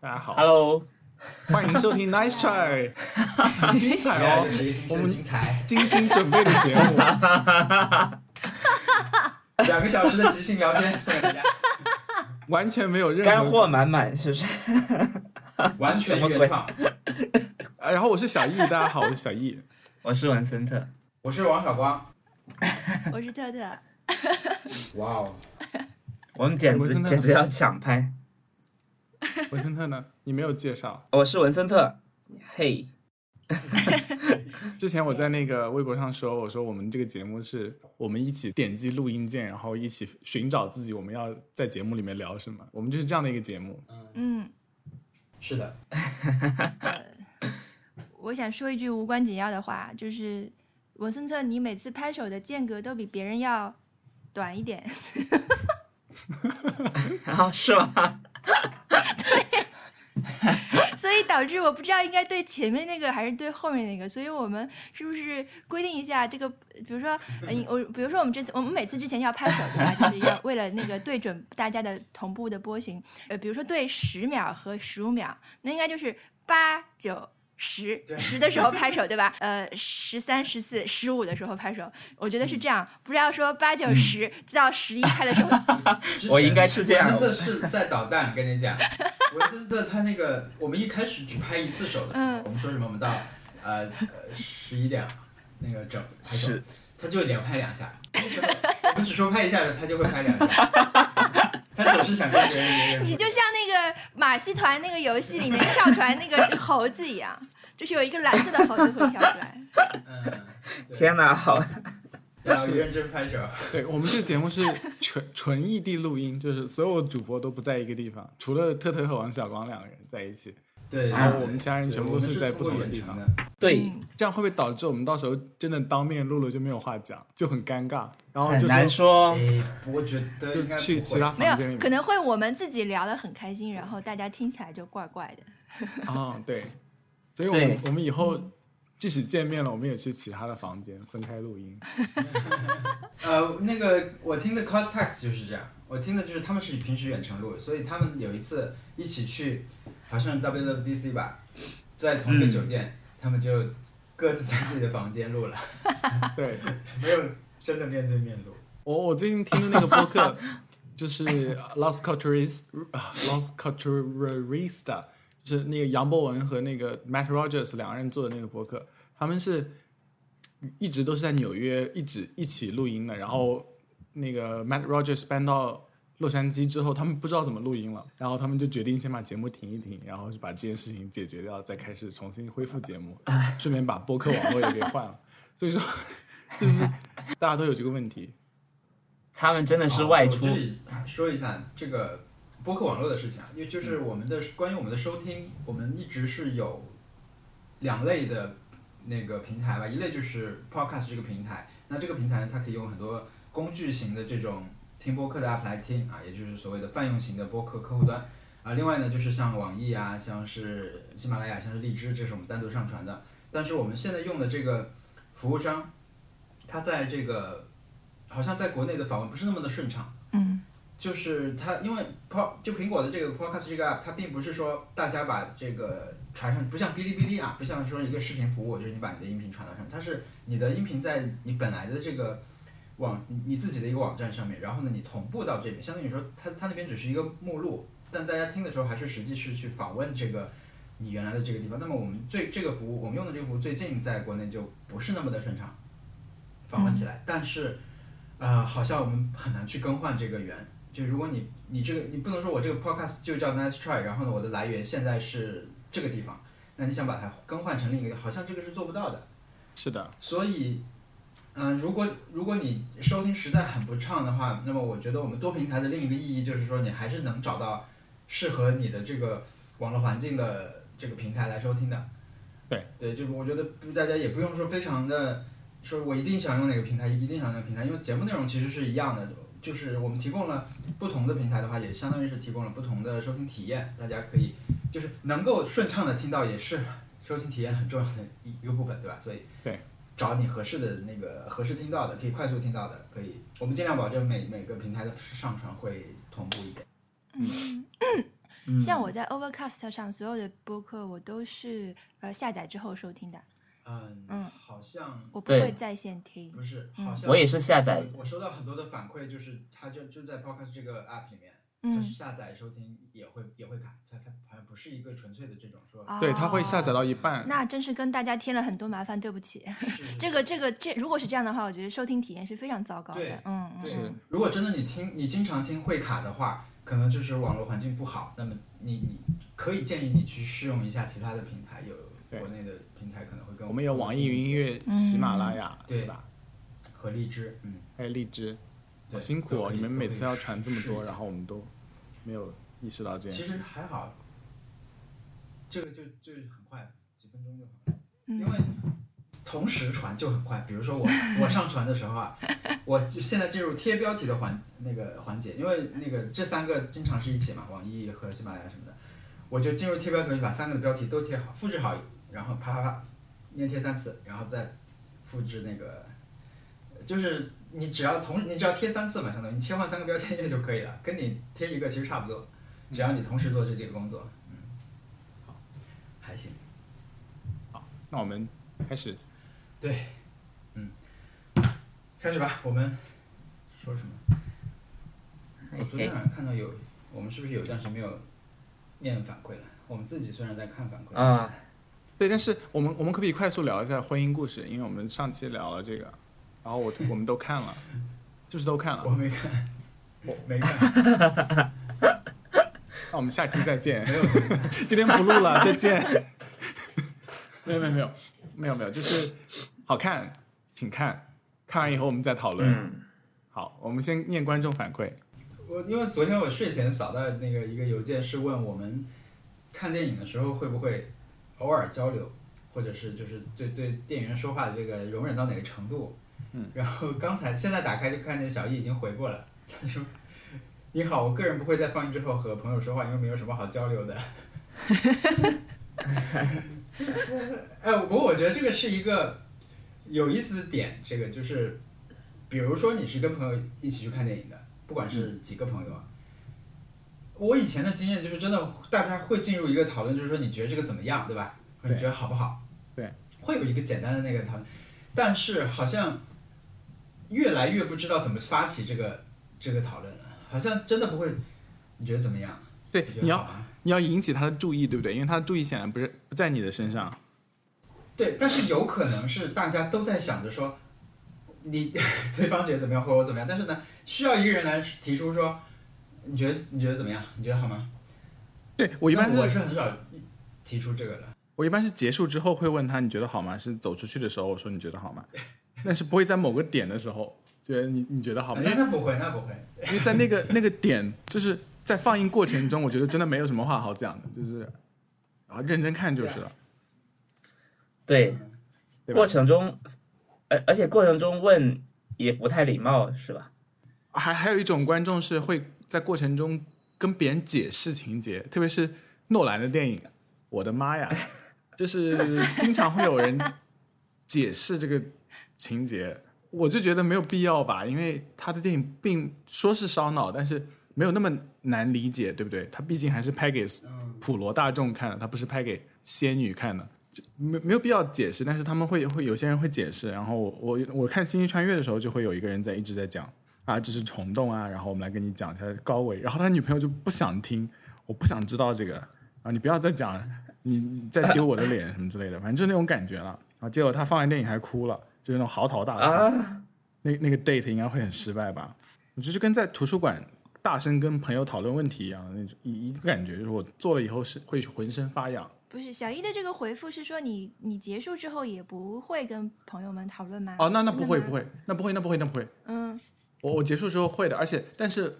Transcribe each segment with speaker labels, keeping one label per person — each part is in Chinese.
Speaker 1: 大家好
Speaker 2: Hello，
Speaker 1: 欢迎收听 Nice Try，很精彩
Speaker 3: 原
Speaker 1: 哦
Speaker 3: 来，是一个星期的精彩，
Speaker 1: 精心准备的节 目。
Speaker 3: 两个小时的即兴聊天送给大家，
Speaker 1: 完全没有任何
Speaker 2: 干货满满是不是？
Speaker 3: 完全原创。
Speaker 1: 啊然后我是小易，大家好，我是小易。
Speaker 2: 我是文森特，
Speaker 3: 我是王小光，
Speaker 4: 我是特特，
Speaker 3: 哇哦，
Speaker 2: 我们简
Speaker 1: 哎文
Speaker 2: 直
Speaker 1: 森特
Speaker 2: 简直要抢拍。
Speaker 1: 文森特呢？你没有介绍。
Speaker 2: 哦我是文森特，嘿，
Speaker 1: 之前我在那个微博上说，我说我们这个节目是我们一起点击录音键，然后一起寻找自己我们要在节目里面聊什么。我们就是这样的一个节 目。
Speaker 4: 嗯，
Speaker 3: 是的，
Speaker 4: 我想说一句无关紧要的话，就是文森特，你每次拍手的间隔都比别人要短一点，
Speaker 2: 然后啊是吗？
Speaker 4: 所以导致我不知道应该对前面那个还是对后面那个，所以我们是不是规定一下这个？比如说，嗯，我比如说我们这次我们每次之前要拍手对吧？就是要为了那个对准大家的同步的波形，呃，比如说对十秒和十五秒，那应该就是八九。十
Speaker 3: 对
Speaker 4: 十的时候拍手，对吧？呃，十三、十四、十五的时候拍手，我觉得是这样，不是要说八九十到十一拍的时候
Speaker 3: 之前
Speaker 2: 我应该是这样
Speaker 3: 文森特是在捣蛋，跟你讲，文森特他那个，我们一开始只拍一次手的时候，
Speaker 4: 嗯
Speaker 3: 我们说什么？我们到呃十一点那个整拍手，
Speaker 2: 是，
Speaker 3: 他就连拍两下。那时候我们只说拍一下的时候，他就会拍两下。他总是想跟别人一样
Speaker 4: 你就像那个马戏团那个游戏里面跳出来那 个猴子一样，就是有一个蓝色的猴子会跳出来。
Speaker 3: 嗯，对
Speaker 2: 天哪，好，
Speaker 3: 要认真拍手。
Speaker 1: 对我们这个节目是纯纯异地录音，就是所有主播都不在一个地方，除了特特和王小光两个人在一起，
Speaker 3: 对，
Speaker 1: 然
Speaker 3: 对
Speaker 1: 啊后我们其他人全部都
Speaker 3: 对
Speaker 1: 是
Speaker 3: 我们
Speaker 1: 在
Speaker 3: 是
Speaker 1: 不
Speaker 3: 通
Speaker 1: 同
Speaker 3: 过
Speaker 1: 的
Speaker 3: 远
Speaker 1: 地
Speaker 3: 程
Speaker 1: 方
Speaker 3: 的。。
Speaker 2: 对，
Speaker 4: 嗯
Speaker 1: 这样会不会导致我们到时候真的当面录了就没有话讲，就很尴尬？然后
Speaker 2: 很
Speaker 1: 就
Speaker 2: 难
Speaker 1: 说
Speaker 2: 说。
Speaker 3: 哎，我觉得应该
Speaker 1: 就
Speaker 3: 不
Speaker 1: 去其
Speaker 3: 会。
Speaker 1: 他
Speaker 4: 没
Speaker 1: 房间里
Speaker 4: 有，可
Speaker 1: 面。
Speaker 4: 能会我们自己聊得很开心，然后大家听起来就怪怪的。
Speaker 1: 哦， 对，所以我们
Speaker 2: 对
Speaker 1: 我们以后即使见面了，我们也去其他的房间分开录音。
Speaker 3: 呃，那个我听的 Cortex 就是这样，我听的就是他们是平时远程录，所以他们有一次一起去，好像 WWDC 吧，在同一个
Speaker 2: 嗯
Speaker 3: 酒店，他们就各自在自己的房间录了，
Speaker 1: 对
Speaker 3: 没有真的面对面录。
Speaker 1: 我我最近听的那个播客就是 Los Culturis Los Culturista，就是那个杨博文和那个 Matt Rogers 两个人做的那个播客，他们是一直都是在纽约一直一起录音的，然后那个 Matt Rogers 搬到洛杉矶之后，他们不知道怎么录音了，然后他们就决定先把节目停一停，然后就把这件事情解决掉，再开始重新恢复节目，顺便把播客网络也给换了。所以说， 就是大家都有这个问题。
Speaker 2: 他们真的是外出
Speaker 1: 哦
Speaker 3: 啊我这，里说一下这个播客网络的事情啊，因为就是
Speaker 2: 嗯
Speaker 3: 我们的关于我们的收听，我们一直是有两类的那个平台吧，一类就是 Podcast 这个平台，那这个平台它可以用很多工具型的这种听播客的 app 来听啊，也就是所谓的泛用型的播客客户端。啊，另外呢，就是像网易啊，像是喜马拉雅，像是荔枝，这是我们单独上传的。但是我们现在用的这个服务商，它在这个好像在国内的访问不是那么的顺畅。
Speaker 4: 嗯，
Speaker 3: 就是它，因为 Pod 就苹果的这个 Podcast 这个 app，它并不是说大家把这个传上，不像哔哩哔哩啊，不像说一个视频服务，就是你把你的音频传到上面，它是你的音频在你本来的这个网你你自己的一个网站上面，然后呢你同步到这边，相当于说它它那边只是一个目录，但大家听的时候还是实际是去访问这个你原来的这个地方。那么我们最这个服务，我们用的这个服务最近在国内就不是那么的顺畅，访问起来，但是呃好像我们很难去更换这个源。就如果你你这个你不能说我这个 podcast 就叫 Nice Try，然后呢我的来源现在是这个地方，那你想把它更换成另一个，好像这个是做不到的。
Speaker 1: 是的，
Speaker 3: 所以，嗯、如果如果你收听实在很不畅的话，那么我觉得我们多平台的另一个意义就是说，你还是能找到适合你的这个网络环境的这个平台来收听的。
Speaker 1: 对
Speaker 3: 对，就是我觉得大家也不用说非常的说我一定想用哪个平台，一定想用哪个平台，因为节目内容其实是一样的。就是我们提供了不同的平台的话，也相当于是提供了不同的收听体验，大家可以就是能够顺畅的听到，也是收听体验很重要的一一个部分，对吧？所以找你合适的那个合适听到的，可以快速听到的，可以，我们尽量保证每每个平台的上传会同步一点。
Speaker 2: 嗯
Speaker 4: 像我在 Overcast 上所有的播客，我都是呃下载之后收听的，
Speaker 3: 嗯
Speaker 4: 嗯
Speaker 3: 好像
Speaker 4: 我不
Speaker 2: 对
Speaker 4: 会在线听。
Speaker 3: 不是，
Speaker 4: 嗯
Speaker 3: 好像
Speaker 2: 我也是下载，
Speaker 3: 我收到很多的反馈，就是他就就在 Podcast 这个 app 里面，他
Speaker 4: 嗯，
Speaker 3: 下载收听也会也会卡，他他好像不是一个纯粹的这种说，
Speaker 4: 啊
Speaker 1: 对，它会下载到一半。
Speaker 4: 那真是跟大家添了很多麻烦，对不起。
Speaker 3: 是
Speaker 4: 这个这个这，如果是这样的话，我觉得收听体验是非常糟糕
Speaker 3: 对
Speaker 4: 的。嗯嗯，
Speaker 3: 对
Speaker 1: 是
Speaker 3: 如果真的你听你经常听会卡的话，可能就是网络环境不好，那么你你可以建议你去试用一下其他的平台，有
Speaker 1: 对
Speaker 3: 国内的平台可能会更
Speaker 1: 我们有网易云音乐、喜马拉雅，
Speaker 3: 嗯对
Speaker 1: 对吧？
Speaker 3: 和荔枝，嗯，
Speaker 1: 还有荔枝。好
Speaker 3: 对
Speaker 1: 辛苦
Speaker 3: 都
Speaker 1: 哦，
Speaker 3: 可以
Speaker 1: 你们每
Speaker 3: 都可以
Speaker 1: 次要传这么
Speaker 3: 试一
Speaker 1: 多，
Speaker 3: 下
Speaker 1: 然后我们都没有意识到这
Speaker 3: 其
Speaker 1: 件
Speaker 3: 实
Speaker 1: 事情。
Speaker 3: 还好，这个就就很快，几分钟就好。
Speaker 4: 嗯
Speaker 3: 因为同时传就很快。比如说我我上传的时候啊，我就现在进入贴标题的环那个环节，因为那个这三个经常是一起嘛，网易和喜马拉雅什么的，我就进入贴标题，把三个的标题都贴好，复制好，然后啪啪啪连贴三次，然后再复制那个，就是你只要同你只要贴三次嘛，相当于你切换三个标签页就可以了，跟你贴一个其实差不多，只要你同时做这几个工作，嗯，好，还行。
Speaker 1: 那我们开始，
Speaker 3: 对，嗯，开始吧，我们说什么？
Speaker 2: 哎
Speaker 3: 哎我昨天好像看到有，我们是不是有一段时间没有念反馈了？我们自己虽然在看反馈，
Speaker 1: 嗯
Speaker 2: 啊，
Speaker 1: 对，但是我们我们可不可以快速聊一下婚姻故事？因为我们上期聊了这个，然后我我们都看了，就是都看
Speaker 3: 我
Speaker 1: 了。
Speaker 3: 没看，我没看，
Speaker 1: 那我们下期再见，
Speaker 3: 没有看。
Speaker 1: 今天不录了，再见。没有没有没有没有没有，就是好看，请看，看完以后我们再讨论。
Speaker 2: 嗯，
Speaker 1: 好，我们先念观众反馈。
Speaker 3: 我因为昨天我睡前扫到那个一个邮件，是问我们看电影的时候会不会偶尔交流，或者是就是对对店员说话的这个容忍到哪个程度。
Speaker 1: 嗯。
Speaker 3: 然后刚才现在打开就看见小易已经回过了，他说：“ 你好，我个人不会在放映之后和朋友说话，因为没有什么好交流的。”哎，不过我觉得这个是一个有意思的点，这个就是，比如说你是跟朋友一起去看电影的，不管
Speaker 1: 嗯
Speaker 3: 是几个朋友啊，我以前的经验就是真的，大家会进入一个讨论，就是说你觉得这个怎么样，对吧？或者你
Speaker 1: 对
Speaker 3: 觉得好不好？
Speaker 1: 对，
Speaker 3: 会有一个简单的那个讨论，但是好像越来越不知道怎么发起这个这个讨论了，好像真的不会，你觉得怎么样？
Speaker 1: 对
Speaker 3: 觉，得
Speaker 1: 你
Speaker 3: 好
Speaker 1: 要
Speaker 3: 吗
Speaker 1: 你要引起他的注意，对不对？因为他的注意显然不是不在你的身上。
Speaker 3: 对，但是有可能是大家都在想着说，你 对方觉得怎么样，或者我怎么样，但是呢，需要一个人来提出说，你觉得你觉得怎么样？你觉得好吗？
Speaker 1: 对我一般
Speaker 3: 那我
Speaker 1: 是
Speaker 3: 是很少提出这个的。
Speaker 1: 我一般是结束之后会问他你觉得好吗？是走出去的时候我说你觉得好吗？ 但是不会在某个点的时候觉得你你觉得好 吗？因为
Speaker 3: 那那不会，那不会。
Speaker 1: 因为在那个那个点就是在放映过程中，我觉得真的没有什么话好讲的，就是啊认真看就是了。
Speaker 2: 对，
Speaker 1: 对吧
Speaker 2: 过程中，呃而而且过程中问也不太礼貌，是吧？
Speaker 1: 还还有一种观众是会在过程中跟别人解释情节，特别是诺兰的电影，我的妈呀，就是经常会有人解释这个情节，我就觉得没有必要吧，因为他的电影并说是烧脑，但是没有那么难理解，对不对？他毕竟还是拍给
Speaker 3: 嗯，
Speaker 1: 普罗大众看的，他不是拍给仙女看的，就没没有必要解释。但是他们会会有些人会解释，然后我我我看《星际穿越》的时候，就会有一个人在一直在讲啊，这是虫洞啊，然后我们来跟你讲一下高维，然后他女朋友就不想听，我不想知道这个，啊，你不要再讲，你你再丢我的脸什么之类的，反正就那种感觉了。然后结果他放完电影还哭了，就是那种嚎啕大 哭。
Speaker 2: 啊，
Speaker 1: 那那个 date 应该会很失败吧？我觉得就跟在图书馆大声跟朋友讨论问题一样的那种一一个感觉，就是我做了以后是会浑身发痒。
Speaker 4: 不是小一的这个回复是说你你结束之后也不会跟朋友们讨论吗？
Speaker 1: 哦，那那
Speaker 4: 真
Speaker 1: 不
Speaker 4: 的
Speaker 1: 会
Speaker 4: 吗
Speaker 1: 不，会，那不会那不会那不会，
Speaker 4: 嗯
Speaker 1: 我我结束之后会的，而且但是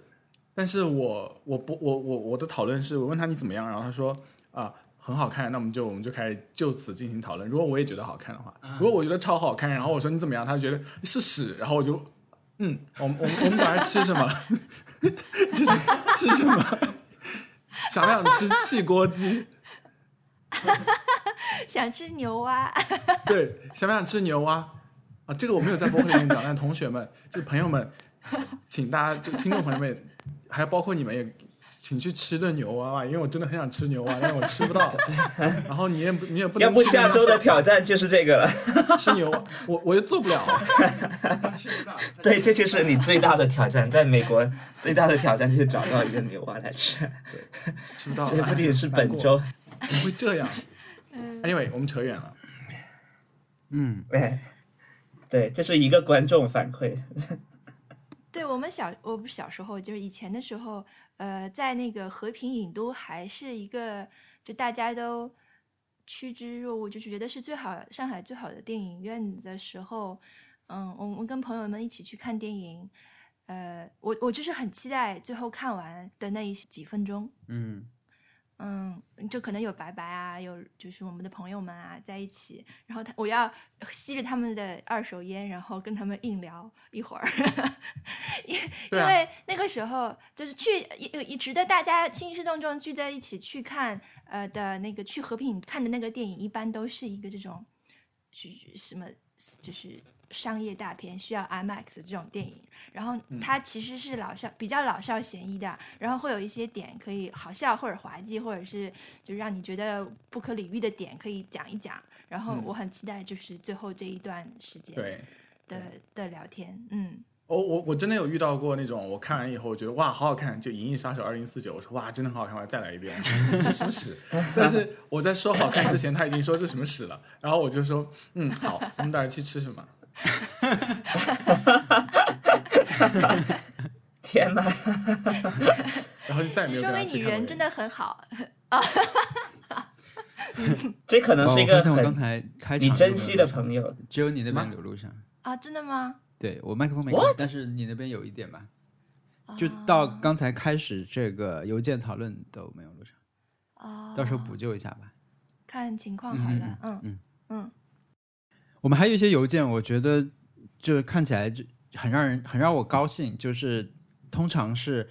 Speaker 1: 但是我我不我我我的讨论是我问他你怎么样，然后他说啊很好看，那我们就我们就开始就此进行讨论。如果我也觉得好看的话，如果我觉得超好看，然后我说你怎么样，他觉得是屎，然后我就嗯，我们我们我们晚上吃什么？ 就是吃什么？ 想不想吃汽锅鸡？
Speaker 4: 想吃牛蛙，
Speaker 1: 对，想不想吃牛蛙？啊，这个我没有在博客里面讲，但同学们，就朋友们，请大家，就听众朋友们，还有包括你们也请去吃顿牛蛙吧，因为我真的很想吃牛蛙，但是我吃不到。然后你也不你也不能
Speaker 2: 要不
Speaker 1: 去
Speaker 2: 下
Speaker 1: 那
Speaker 2: 周的挑战就是这 个了。
Speaker 1: 吃牛蛙，我我就做不了。
Speaker 5: 吃不到。
Speaker 2: 对，这就是你最大的挑战，在美国最大的挑战就是找到一个牛蛙来吃。
Speaker 1: 吃不到。
Speaker 2: 这不仅是
Speaker 1: 哦难
Speaker 2: 本
Speaker 1: 过
Speaker 2: 周，
Speaker 1: 怎么会这样？Anyway，我们扯远了。
Speaker 5: 嗯，
Speaker 2: 哎，对，这是一个观众反馈，
Speaker 4: 对我们小，我不是小时候，就是以前的时候，呃，在那个和平影都还是一个，就大家都趋之若鹜，就是觉得是最好上海最好的电影院的时候，嗯，我们跟朋友们一起去看电影，呃，我我就是很期待最后看完的那一几分钟，
Speaker 5: 嗯，
Speaker 4: 嗯，就可能有白白啊，有就是我们的朋友们啊在一起，然后他我要吸着他们的二手烟，然后跟他们硬聊一会儿， 因
Speaker 1: 对
Speaker 4: 因
Speaker 1: 啊
Speaker 4: 为那个时候就是去一一值得大家兴师动众聚在一起去看呃的那个去和平看的那个电影，一般都是一个这种是什么就是商业大片需要 IMAX 这种电影，然后
Speaker 1: 嗯
Speaker 4: 它其实是老少比较老少咸宜的，然后会有一些点可以好笑或者滑稽，或者是就让你觉得不可理喻的点可以讲一讲。然后
Speaker 1: 嗯
Speaker 4: 我很期待就是最后这一段时间的
Speaker 1: 对，
Speaker 4: 的聊天，嗯，
Speaker 1: 我哦我我真的有遇到过那种，我看完以后我觉得哇好好看，就《银翼杀手二零四九》，我说哇真的很好看，我要再来一遍， 这什么屎？ 但是我在说好看之前，他已经说这什么屎了，然后我就说嗯好，我们待会儿去吃什么？
Speaker 2: 天哪！
Speaker 1: 然后就再也没有跟
Speaker 4: 说
Speaker 1: 他
Speaker 4: 明
Speaker 1: 去看
Speaker 4: 你
Speaker 1: 过
Speaker 4: 人真的很好，
Speaker 2: 这可能
Speaker 3: 哦
Speaker 2: 是一
Speaker 3: 我
Speaker 2: 个
Speaker 3: 发现我刚
Speaker 2: 很
Speaker 3: 才开场
Speaker 2: 你
Speaker 3: 就
Speaker 2: 珍
Speaker 3: 没
Speaker 2: 惜
Speaker 3: 有
Speaker 2: 的
Speaker 3: 录上
Speaker 2: 朋友。
Speaker 3: 只有你那
Speaker 1: 吗
Speaker 3: 边流录上。
Speaker 4: 啊，真的吗？
Speaker 3: 对我麦克风没开
Speaker 2: What？哦
Speaker 3: 但是你那边有一点吧，就到刚才开始这个邮件讨论都没有录上，
Speaker 4: 啊，
Speaker 3: 到时候补救一下吧。
Speaker 4: 看情况好了，
Speaker 3: 嗯
Speaker 4: 嗯嗯
Speaker 3: 我们还有一些邮件，我觉得就看起来就很让人很让我高兴，就是通常是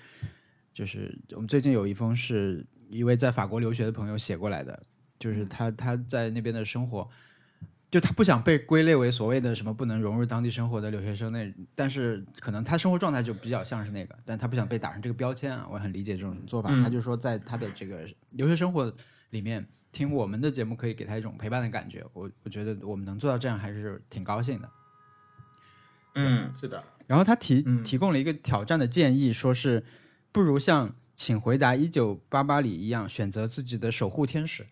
Speaker 3: 就是我们最近有一封是一位在法国留学的朋友写过来的，就是他他在那边的生活，就他不想被归类为所谓的什么不能融入当地生活的留学生那，但是可能他生活状态就比较像是那个，但他不想被打上这个标签啊，我很理解这种做法。
Speaker 2: 嗯
Speaker 3: 他就说在他的这个留学生活里面。听我们的节目可以给他一种陪伴的感觉，我我觉得我们能做到这样还是挺高兴的。
Speaker 2: 嗯，
Speaker 1: 是的，
Speaker 3: 然后他提
Speaker 2: 嗯
Speaker 3: 提供了一个挑战的建议，说是不如像《请回答一九八八》里一样，选择自己的守护天使。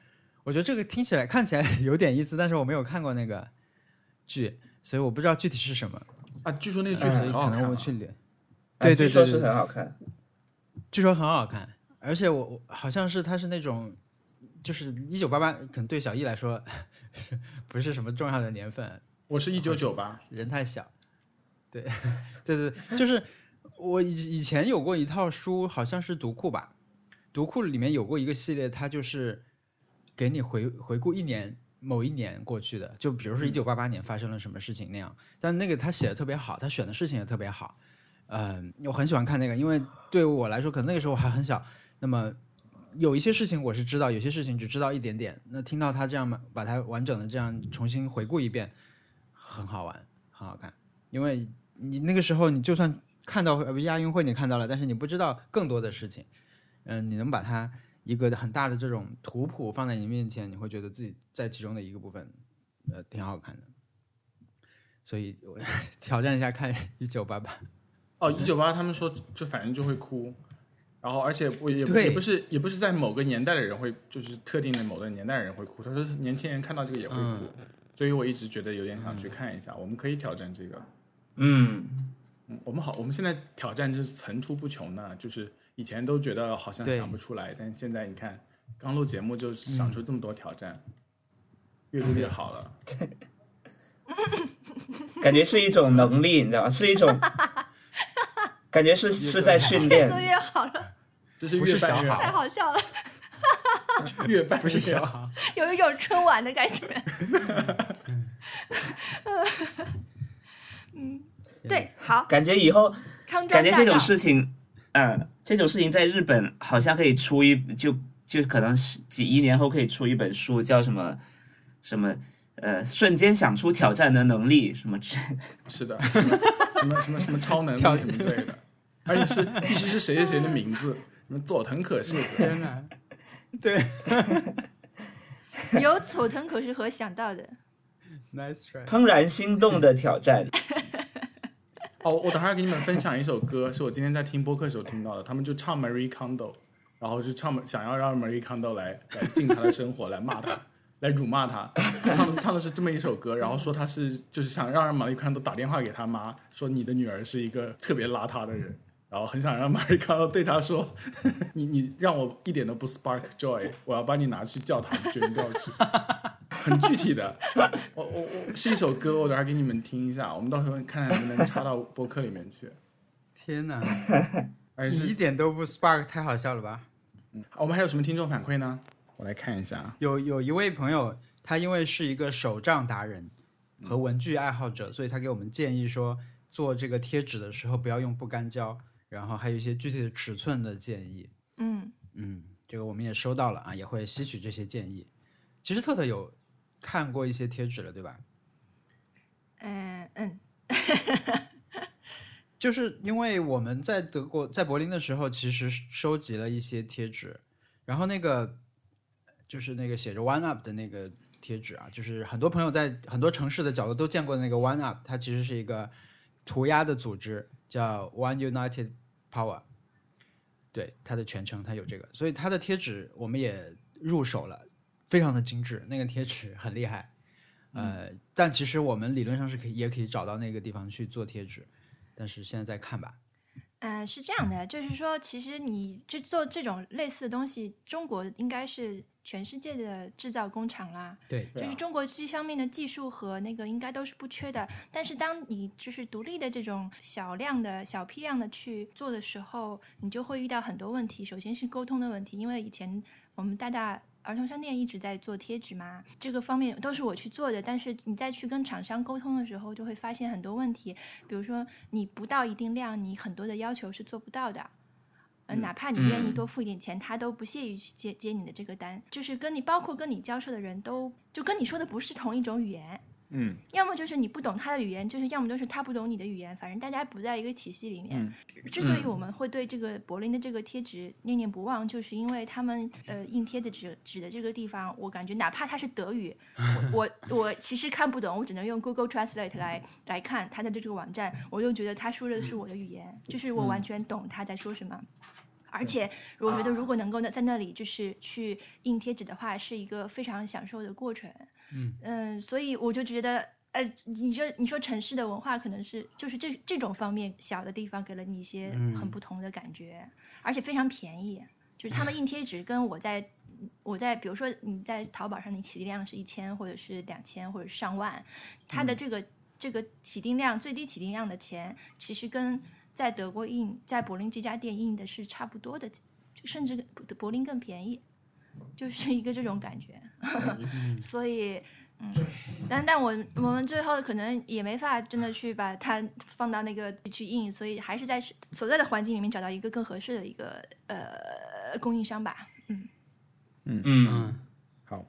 Speaker 3: 我觉得这个听起来看起来有点意思，但是我没有看过那个剧，所以我不知道具体是什么。
Speaker 1: 啊，据说那个剧
Speaker 3: 所以
Speaker 1: 很好
Speaker 3: 哎可能
Speaker 1: 看
Speaker 3: 我
Speaker 1: 啊，
Speaker 3: 们去连，
Speaker 2: 啊
Speaker 3: 对
Speaker 2: 据
Speaker 3: 对对
Speaker 2: 说
Speaker 3: 对
Speaker 2: 是
Speaker 3: 对
Speaker 2: 很好看。
Speaker 3: 据说很好看，而且我我好像是它是那种，就是一九八八，可能对小易来说 不是什么重要的年份，
Speaker 1: 我是一九九八，
Speaker 3: 人太小。对，对对，对就是我以以前有过一套书，好像是读库吧，读库里面有过一个系列，它就是给你回回顾一年某一年过去的，就比如说一九八八年发生了什么事情那样。但那个他写的特别好，他选的事情也特别好，嗯、我很喜欢看那个，因为对我来说，可能那个时候我还很小，那么。有一些事情我是知道，有些事情只知道一点点。那听到他这样把它完整的这样重新回顾一遍，很好玩，很好看。因为你那个时候，你就算看到呃亚运会你看到了，但是你不知道更多的事情。嗯、你能把它一个很大的这种图谱放在你面前，你会觉得自己在其中的一个部分，呃，挺好看的。所以我挑战一下看 一九八八。
Speaker 1: 哦，一九八他们说就反正就会哭，然后而且我也不
Speaker 3: 对
Speaker 1: 也不是也不是在某个年代的人会，就是特定的某个年代的人会哭，他说年轻人看到这个也会哭，
Speaker 3: 嗯
Speaker 1: 所以我一直觉得有点想去看一下，我们可以挑战这个。
Speaker 2: 嗯，
Speaker 1: 嗯，我们好，我们现在挑战是层出不穷呢，就是以前都觉得好像
Speaker 3: 对嗯
Speaker 1: 想不出来，但现在你看刚录节目就想出这么多挑战，阅读力好了。
Speaker 2: 感觉是一种能力，你知道吗？是一种，感 觉是是在训
Speaker 4: 越做
Speaker 2: 练。
Speaker 4: 越好了，
Speaker 1: 这是
Speaker 3: 不是
Speaker 1: 越办
Speaker 3: 小
Speaker 1: 越
Speaker 3: 好
Speaker 4: 太
Speaker 1: 好，
Speaker 4: 好笑了，
Speaker 1: 越办
Speaker 3: 不是
Speaker 1: 越
Speaker 3: 小
Speaker 1: 好。
Speaker 3: 好，
Speaker 4: 有一种春晚的 感觉。 嗯，对，好，
Speaker 2: 感觉以后
Speaker 4: 康庄
Speaker 2: 感觉这
Speaker 4: 大道
Speaker 2: 种事情，嗯，这种事情在日本好像可以出一就就可能是几一年后可以出一本书，叫什么什么呃，瞬间想出挑战的能力什么之类 的。
Speaker 1: 是的，什么什么什么什么超能力
Speaker 3: 跳
Speaker 1: 什么之类的，而且是必须是谁谁谁的名字，什么佐藤可士子，
Speaker 3: 天哪！对
Speaker 4: 有佐藤可是和想到的，
Speaker 3: ，nice try。
Speaker 2: 怦然心动的挑战，
Speaker 1: 哦，我等会儿给你们分享一首歌，是我今天在听播客时候听到的，他们就唱 Marie Kondo，然后就唱想要让 Marie Kondo 来来进她的生活，来骂她，来辱骂她，唱唱的是这么一首歌，然后说她是就是想让 Marie Kondo 打电话给她妈，说你的女儿是一个特别邋遢的人。然后很想让 Marie Kondo 对她说：“ 你你让我一点都不 spark joy，我要把你拿去教堂捐掉去。” 很具体的， 我我我是一首歌，我等下给你们听一下，我们到时候看看能不能插到播客里面去。
Speaker 3: 天哪，
Speaker 1: 而
Speaker 3: 你
Speaker 1: 是哦
Speaker 3: 一点都不 spark，太好笑了吧？
Speaker 1: 我们还有什么听众反馈呢？我来看一下啊。
Speaker 3: 有有一位朋友，他因为是一个手账达人和文具爱好者，所以他给我们建议说，做这个贴纸的时候不要用不干胶，然后还有一些具体的尺寸的建议。
Speaker 4: 嗯，
Speaker 3: 嗯，这个我们也收到了啊，也会吸取这些建议。其实特特有看过一些贴纸了，对吧？
Speaker 4: 嗯嗯，
Speaker 3: 就是因为我们在德国，在柏林的时候，其实收集了一些贴纸，然后那个就是那个写着 “One Up” 的那个贴纸啊，就是很多朋友在很多城市的角落都见过的那个 “One Up”，它其实是一个涂鸦的组织，叫 One United Power，对它的全称，它有这个，所以它的贴纸我们也入手了，非常的精致，那个贴纸很厉害，呃，但其实我们理论上是可以也可以找到那个地方去做贴纸。但是现在再看吧。
Speaker 4: 呃，是这样的，就是说，其实你这做这种类似的东西，中国应该是全世界的制造工厂啦。
Speaker 3: 对，
Speaker 1: 对
Speaker 4: 就
Speaker 1: 啊
Speaker 4: 是中国这方面的技术和那个应该都是不缺的，但是当你就是独立的这种小量的、小批量的去做的时候，你就会遇到很多问题。首先是沟通的问题，因为以前我们大大儿童商店一直在做贴纸嘛，这个方面都是我去做的，但是你再去跟厂商沟通的时候，就会发现很多问题，比如说你不到一定量，你很多的要求是做不到的。呃，哪怕你愿意
Speaker 2: 嗯
Speaker 4: 多付一点钱，他都不屑于去接接你的这个单，就是跟你包括跟你交涉的人都就跟你说的不是同一种语言，
Speaker 1: 嗯
Speaker 4: 要么就是你不懂他的语言，就是要么就是他不懂你的语言，反正大家不在一个体系里面。
Speaker 1: 嗯
Speaker 4: 之所以我们会对这个柏林的这个贴纸念念不忘，就是因为他们呃印贴的纸纸的这个地方，我感觉哪怕它是德语，我我我其实看不懂，我只能用 Google Translate 来来看它的这个网站，我就觉得他说的是我的语言，就是我
Speaker 1: 嗯
Speaker 4: 完全懂他在说什么。而且，我
Speaker 1: 啊
Speaker 4: 觉得如果能够呢在那里就是去印贴纸的话，是一个非常享受的过程。
Speaker 3: 嗯
Speaker 4: 所以我就觉得，呃，你说你说城市的文化可能是就是这这种方面小的地方给了你一些很不同的感觉，而且非常便宜。就是他们印贴纸跟我在我在比如说你在淘宝上你起订量是一千或者是两千或者是上万，它的这个、这个起订量最低起订量的钱，其实跟在德国印在柏林这家店印的是差不多的，就甚至柏林更便宜，就是一个这种感觉。 所以，嗯，但但我我们最后可能也没法真的去把它放到那个去印，所以还是在所在的环境里面找到一个更合适的一个呃供应商吧。
Speaker 2: 嗯，
Speaker 3: 嗯，
Speaker 1: 好，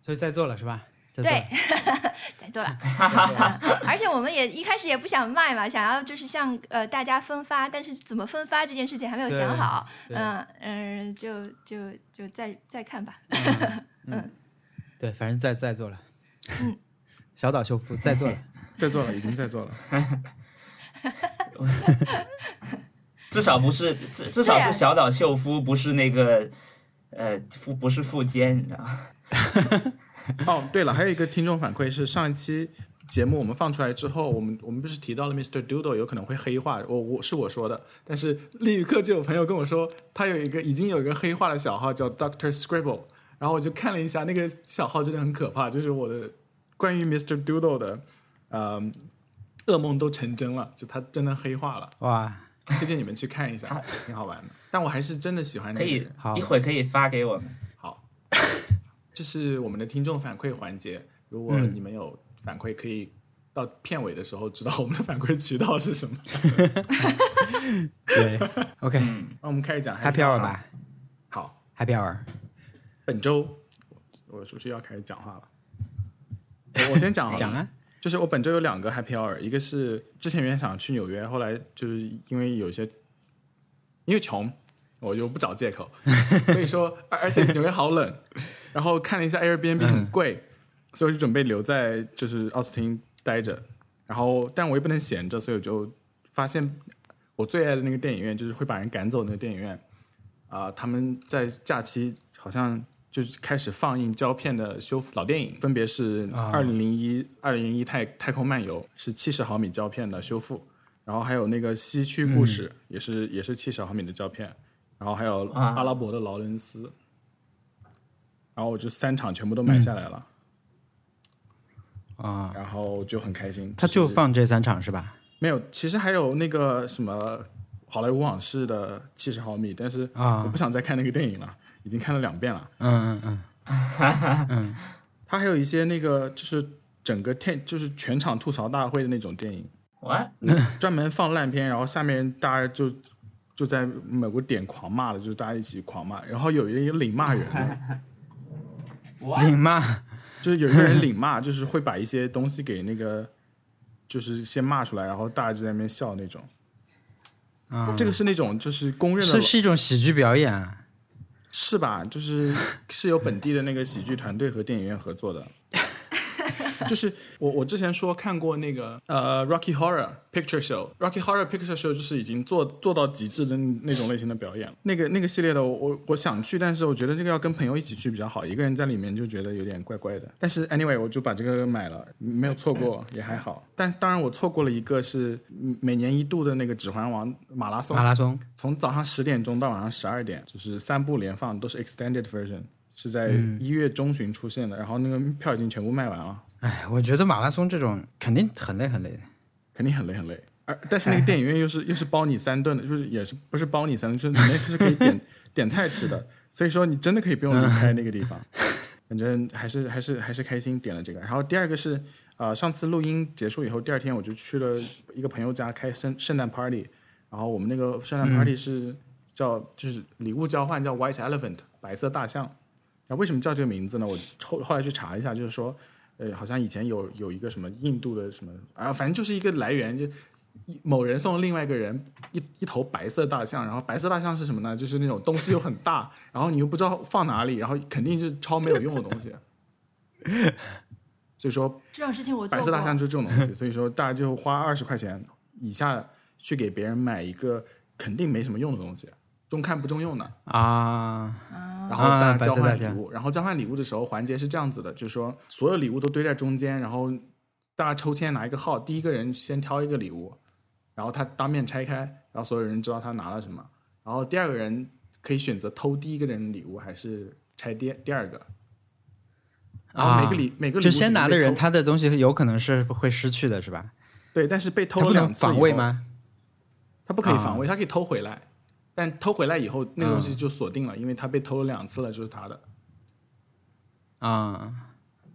Speaker 3: 所以在做了是吧？在做
Speaker 4: 对
Speaker 3: 了，
Speaker 4: 在做了。嗯而且我们也一开始也不想卖嘛，想要就是向呃大家分发，但是怎么分发这件事情还没有想好。
Speaker 3: 对
Speaker 4: 嗯嗯、就就就再再看吧。
Speaker 3: 对，反正在在做了。
Speaker 4: 嗯，
Speaker 3: 小岛修复在做 了。
Speaker 1: 在做了，已经在做了。
Speaker 2: 至少不是至至少是小岛秀夫，不是那个呃富不是富坚，你知道吗？
Speaker 1: 哦，对了，还有一个听众反馈是上一期节目我们放出来之后，我们我们不是提到了 Mr. Doodle 有可能会黑化，我我是我说的，但是利语课就有朋友跟我说，他有一个已经有一个黑化的小号叫 Doctor Scribble，然后我就看了一下那个小号真的很可怕，就是我的关于 Mr. Doodle 的呃噩梦都成真了，就他真的黑化了，
Speaker 3: 哇，
Speaker 1: 推荐你们去看一下，挺好玩的。但我还是真的喜欢那
Speaker 2: 可
Speaker 1: 个人
Speaker 2: 以
Speaker 3: 好
Speaker 2: 一会儿可以发给我们。
Speaker 1: 好，这是我们的听众反馈环节。如果你们有反馈，可以到片尾的时候知道我们的反馈渠道是什 么。
Speaker 3: 对，OK，Happy
Speaker 2: 嗯，
Speaker 1: 哦那我们开始讲
Speaker 3: Hour。吧
Speaker 1: 好，
Speaker 3: ，Happy Hour。
Speaker 1: 本周我出去要开始讲话了。我我先讲好了
Speaker 3: 讲啊，
Speaker 1: 就是我本周有两个 happy hour，一个是之前原想去纽约，后来就是因为有一些因为穷，我就不找借口。所以说，而而且纽约好冷，然后看了一下 Airbnb 很贵，所以我就准备留在就是奥斯汀待着。然后，但我也不能闲着，所以我就发现我最爱的那个电影院，就是会把人赶走的那个电影院，啊、他们在假期好像就是开始放映胶片的修复老电影，分别是
Speaker 3: 啊
Speaker 1: 二零零一、二零零一太太空漫游是七十毫米胶片的修复，然后还有那个西区故事、
Speaker 3: 嗯
Speaker 1: 也是也是七十毫米的胶片，然后还有
Speaker 2: 啊
Speaker 1: 阿拉伯的劳伦斯，然后我就三场全部都买下来了，
Speaker 3: 啊，
Speaker 1: 然后就很开心。
Speaker 3: 他就是放这三场是吧？
Speaker 1: 没有，其实还有那个什么好莱坞往事的七十毫米，但是
Speaker 3: 啊
Speaker 1: 我不想再看那个电影了，已经看了两遍了。
Speaker 3: 嗯嗯嗯，
Speaker 1: 它还有一些那个就是整个天就是全场吐槽大会的那种电影，
Speaker 2: What？
Speaker 1: 专门放烂片，然后下面大家就就在某个点狂骂的，就是大家一起狂骂，然后有一个领骂人的，
Speaker 3: 领骂
Speaker 1: 就是有一个人领骂，就是会把一些东西给那个，就是先骂出来，然后大家就在那边笑那种。
Speaker 3: 啊，
Speaker 1: 这个是那种就是公认的
Speaker 3: 是是一种喜剧表演啊，
Speaker 1: 是吧？就是是由本地的那个喜剧团队和电影院合作的。就是我我之前说看过那个呃《Rocky Horror Picture Show》，《Rocky Horror Picture Show》就是已经做做到极致的那种类型的表演了。那个那个系列的我我我想去，但是我觉得这个要跟朋友一起去比较好，一个人在里面就觉得有点怪怪的。但是 anyway 我就把这个买了，没有错过，也还好。但当然我错过了一个是每年一度的那个《指环王》马拉松
Speaker 3: 马，拉松
Speaker 1: 从早上十点钟到晚上十二点，就是三部连放，都是 extended version，是在一月中旬出现的，然后那个票已经全部卖完了，
Speaker 3: 哎，我觉得马拉松这种肯定很累很累的。
Speaker 1: 肯定很累很累。而但是那个电影院又是 又是包你三顿的，就是也是不是包你三顿，就是里面是可以点 点菜吃的，所以说你真的可以不用离开那个地方。反正还是还是还是开心点了这个。然后第二个是，呃，上次录音结束以后，第二天我就去了一个朋友家开圣圣诞 party，然后我们那个圣诞 party 是叫、就是礼物交换，叫 White Elephant 白色大象。那为什么叫这个名字呢？我后后来去查一下，就是说，呃，好像以前有有一个什么印度的什么啊，反正就是一个来源，就某人送了另外一个人一一头白色大象，然后白色大象是什么呢？就是那种东西又很大， 然后你又不知道放哪里，然后肯定是超没有用的东西。 所以说
Speaker 4: 这种事情我做
Speaker 1: 白
Speaker 4: 过。
Speaker 1: 色大象就是这种东西，所以说大家就花二十块钱以下去给别人买一个肯定没什么用的东西，中看不中用的。
Speaker 3: 啊，
Speaker 1: 然后大
Speaker 3: 啊
Speaker 1: 家
Speaker 3: 白
Speaker 1: 交
Speaker 3: 色
Speaker 1: 换
Speaker 3: 大
Speaker 1: 礼
Speaker 3: 象
Speaker 1: 物，然后交换礼物的时候环节是这样子的，就是说所有礼物都堆在中间，然后大家抽签拿一个号，第一个人先挑一个礼物，然后他当面拆开，然后所有人知道他拿了什么，然后第二个人可以选择偷第一个人的礼物还是拆第第二个，然后每个礼、每个礼物
Speaker 3: 啊就
Speaker 1: 只
Speaker 3: 先
Speaker 1: 能
Speaker 3: 拿
Speaker 1: 被
Speaker 3: 的人，
Speaker 1: 偷
Speaker 3: 他的东西有可能是会失去的，是吧？
Speaker 1: 对，但是被偷
Speaker 3: 他
Speaker 1: 了
Speaker 3: 不能
Speaker 1: 两次
Speaker 3: 防
Speaker 1: 以
Speaker 3: 卫
Speaker 1: 后？
Speaker 3: 吗？
Speaker 1: 他不可以
Speaker 3: 啊
Speaker 1: 防卫，他可以偷回来，但偷回来以后那个东西就锁定了，因为他被偷了两次了，就是他的。
Speaker 3: 啊，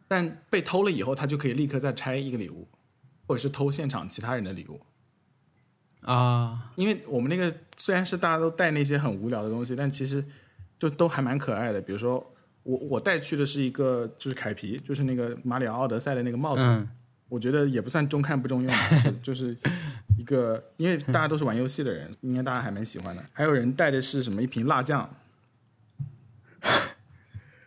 Speaker 1: 但被偷了以后，他就可以立刻再拆一个礼物，或者是偷现场其他人的礼物。
Speaker 3: 啊，
Speaker 1: 因为我们那个虽然是大家都带那些很无聊的东西，但其实就都还蛮可爱的。比如说我我带去的是一个就是凯皮，就是那个马里奥奥德赛的那个帽子，
Speaker 3: 嗯
Speaker 1: 我觉得也不算中看不中用吧，是就是一个，因为大家都是玩游戏的人，应该大家还蛮喜欢的。还有人带的是什么一瓶辣酱，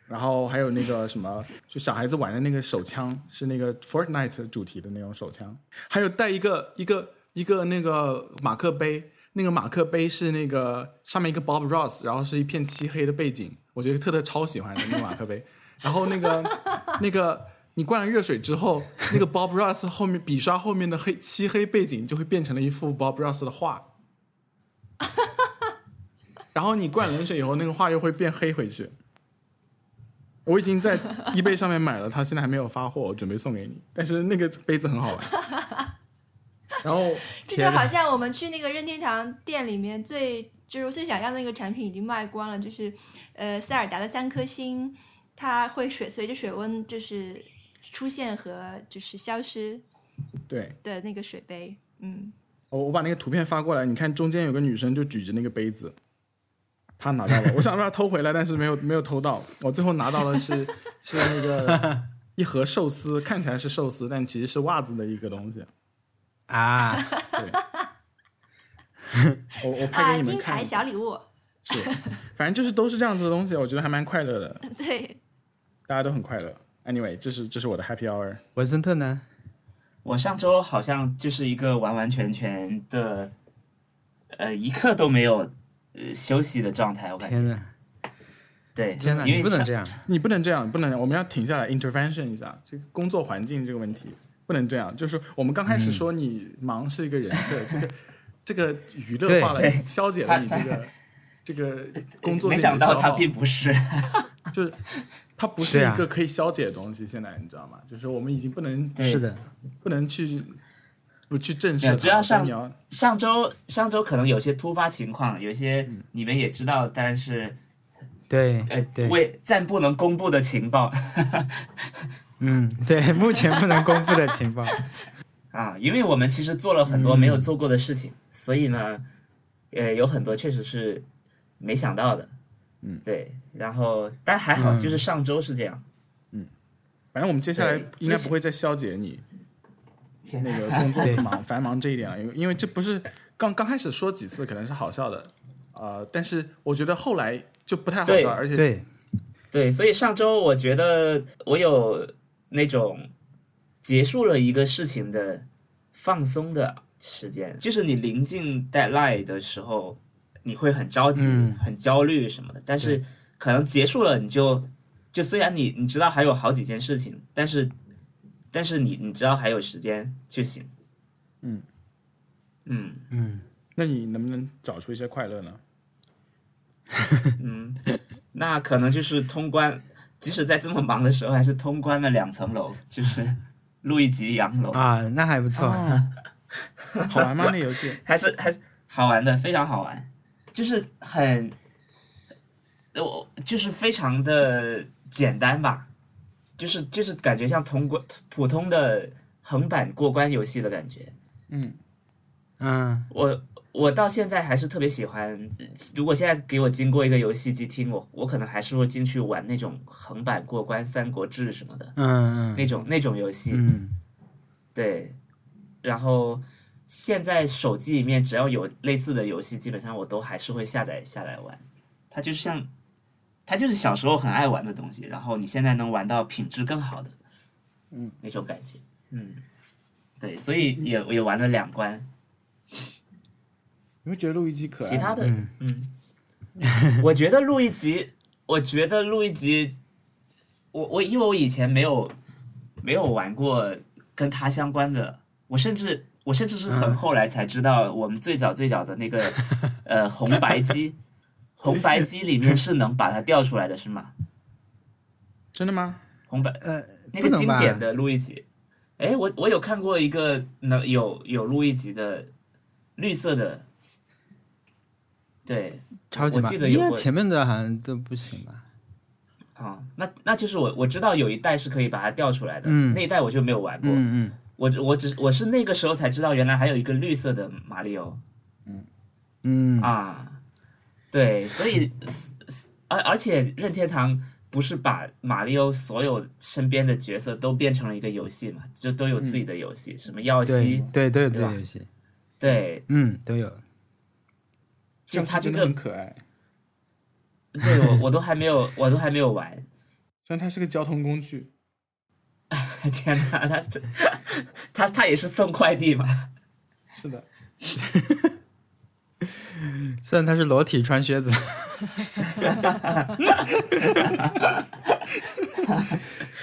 Speaker 1: 然后还有那个什么，就小孩子玩的那个手枪，是那个 Fortnite 主题的那种手枪，还有带一个一个一个那个马克杯。那个马克杯是那个上面一个 Bob Ross，然后是一片漆黑的背景，我觉得特特超喜欢的那个马克杯。然后那个 那个你灌了热水之后，那个 Bob Ross 后面笔刷后面的黑漆黑背景就会变成了一幅 Bob Ross 的画。然后你灌冷水以后，那个画又会变黑回去。我已经在 eBay 上面买了，它现在还没有发货，我准备送给你。但是那个杯子很好玩。然后
Speaker 4: 这就好像我们去那个任天堂店里面最就是我最想要的那个产品已经卖光了，就是呃塞尔达的三颗星，它会水随着水温就是出现和就是消失
Speaker 1: 对
Speaker 4: 的那个水杯，嗯，
Speaker 1: 哦我我把那个图片发过来，你看中间有个女生就举着那个杯子，她拿到了，我想把它偷回来，但是没有没有偷到，我最后拿到的是是那个一盒寿司，看起来是寿司，但其实是袜子的一个东西。
Speaker 3: 啊，
Speaker 1: 我我拍
Speaker 4: 啊
Speaker 1: 给你们
Speaker 4: 精
Speaker 1: 看
Speaker 4: 彩
Speaker 1: 一下，
Speaker 4: 啊小礼物，
Speaker 1: 是，反正就是都是这样子的东西，我觉得还蛮快乐的，
Speaker 4: 对，
Speaker 1: 大家都很快乐。Anyway，这是这是我的 Happy Hour。
Speaker 3: 文森特呢？
Speaker 2: 我上周好像就是一个完完全全的，呃，一刻都没有呃休息的状态，我感觉
Speaker 3: 天哪，
Speaker 2: 对，
Speaker 3: 天哪，
Speaker 2: 因
Speaker 3: 你
Speaker 2: 为
Speaker 3: 不能
Speaker 2: 上
Speaker 3: 这样。
Speaker 1: 你不能这样，不能，我们要停下来 intervention 一下，这个工作环境这个问题不能这样。就是我们刚开始说你忙是一个人 设，这个这个娱乐化了
Speaker 2: 对
Speaker 1: 你，
Speaker 2: 对
Speaker 1: 消解了你这个这个工作
Speaker 2: 没
Speaker 1: 对你
Speaker 2: 想
Speaker 1: 的消
Speaker 2: 到
Speaker 1: 耗
Speaker 2: 他并不是，
Speaker 1: 就是它不是
Speaker 3: 对
Speaker 1: 一
Speaker 3: 啊
Speaker 1: 个可以消解的东西。现在你知道吗？就是我们已经不能
Speaker 2: 对
Speaker 3: 是的，
Speaker 1: 不能去不去正视
Speaker 2: 对
Speaker 1: 它
Speaker 2: 啊
Speaker 1: 了，
Speaker 2: 只要
Speaker 1: 但
Speaker 2: 上
Speaker 1: 你要
Speaker 2: 上周上周可能有些突发情况，有些你们也知道，但是
Speaker 3: 对，
Speaker 2: 呃
Speaker 3: 对，
Speaker 2: 未暂不能公布的情报
Speaker 3: 嗯，对，目前不能公布的情 报。
Speaker 2: 啊，因为我们其实做了很多没有做过的事情，所以呢，呃，有很多确实是没想到的，嗯，对，然后但还好，
Speaker 3: 嗯
Speaker 2: 就是上周是这样，
Speaker 1: 反正我们接下来
Speaker 2: 对
Speaker 1: 应该
Speaker 2: 之
Speaker 1: 不会再消解你
Speaker 2: 天
Speaker 1: 那个 工作
Speaker 3: 对
Speaker 1: 忙繁忙这一点了，因为因为这不是刚刚开始说几次可能是好笑的，呃，但是我觉得后来就不太好
Speaker 2: 对
Speaker 1: 笑，而且
Speaker 3: 对，
Speaker 2: 对，所以上周我觉得我有那种结束了一个事情的放松的时间，就是你临近 deadline 的时候，你会很着急、
Speaker 3: 嗯
Speaker 2: 很焦虑什么的，但是可能结束了你就就虽然你你知道还有好几件事情，但是但是你你知道还有时间就行。
Speaker 1: 嗯
Speaker 2: 嗯
Speaker 3: 嗯，
Speaker 1: 那你能不能找出一些快乐呢？
Speaker 2: 嗯，那可能就是通关，即使在这么忙的时候，还是通关了两层楼，就是 录一集洋楼，
Speaker 3: 啊，那还不错。
Speaker 2: 哦
Speaker 1: 好玩 吗？那游戏？
Speaker 2: 还是还是好玩的，非常好玩，就是很，呃我就是非常的简单吧，就是就是感觉像通关普通的横版过关游戏的感觉，
Speaker 1: 嗯，
Speaker 3: 嗯，
Speaker 2: 我我到现在还是特别喜欢，呃如果现在给我经过一个游戏机厅，我我可能还是会进去玩那种横版过关《三国志》什么的
Speaker 3: 嗯
Speaker 2: 那
Speaker 3: 嗯
Speaker 2: 种那种游戏。
Speaker 3: 嗯，
Speaker 2: 对，然后现在手机里面只要有类似的游戏，基本上我都还是会下载下来玩。它就是像，它就是小时候很爱玩的东西，然后你现在能玩到品质更好的，嗯，那种感觉，嗯，对，所以也也玩了两关，
Speaker 1: 你会觉得路易吉可爱？
Speaker 2: 其他的，
Speaker 3: 嗯
Speaker 2: 嗯， 我觉得录一集，我觉得录一集，我我因为我以前没有没有玩过跟它相关的，我甚至我甚至是很后来才知道，我们最早最早的那 个呃红白机，红白机里面是能把它调出来的，是吗？
Speaker 1: 真的吗？
Speaker 2: 红白
Speaker 3: 呃，
Speaker 2: 那
Speaker 3: 不
Speaker 2: 个
Speaker 3: 能
Speaker 2: 经
Speaker 3: 吧？
Speaker 2: 典的录一集，哎，我我有看过一个能有有录一集的绿色的，对，
Speaker 3: 超级
Speaker 2: 我
Speaker 3: 棒，
Speaker 2: 记得
Speaker 3: 因
Speaker 2: 有
Speaker 3: 为
Speaker 2: 过
Speaker 3: 前面的好像都不行吧？
Speaker 2: 啊、那那就是我我知道有一代是可以把它调出来的，
Speaker 3: 嗯
Speaker 2: 那一代我就没有玩过，
Speaker 3: 嗯
Speaker 2: 我我只我是那个时候才知道原来还有一个绿色的马里奥
Speaker 3: 嗯嗯
Speaker 2: 啊，对，所以而而且任天堂不是把马里奥所有身边的角色都变成了一个游戏嘛，就都有自己的游戏，什么耀
Speaker 3: 嗯对
Speaker 2: 西，
Speaker 3: 对都有自己
Speaker 2: 对吧
Speaker 3: 的游戏，
Speaker 2: 对，
Speaker 3: 嗯都有。
Speaker 2: 就它
Speaker 1: 像是
Speaker 2: 这
Speaker 1: 真的
Speaker 2: 个
Speaker 1: 很可爱。
Speaker 2: 对我我都还没有我都还没有玩，
Speaker 1: 虽然它是个交通工具，
Speaker 2: 天哪，他这 他他也是送快递嘛，
Speaker 1: 是的，
Speaker 3: 虽然他是裸体穿靴子，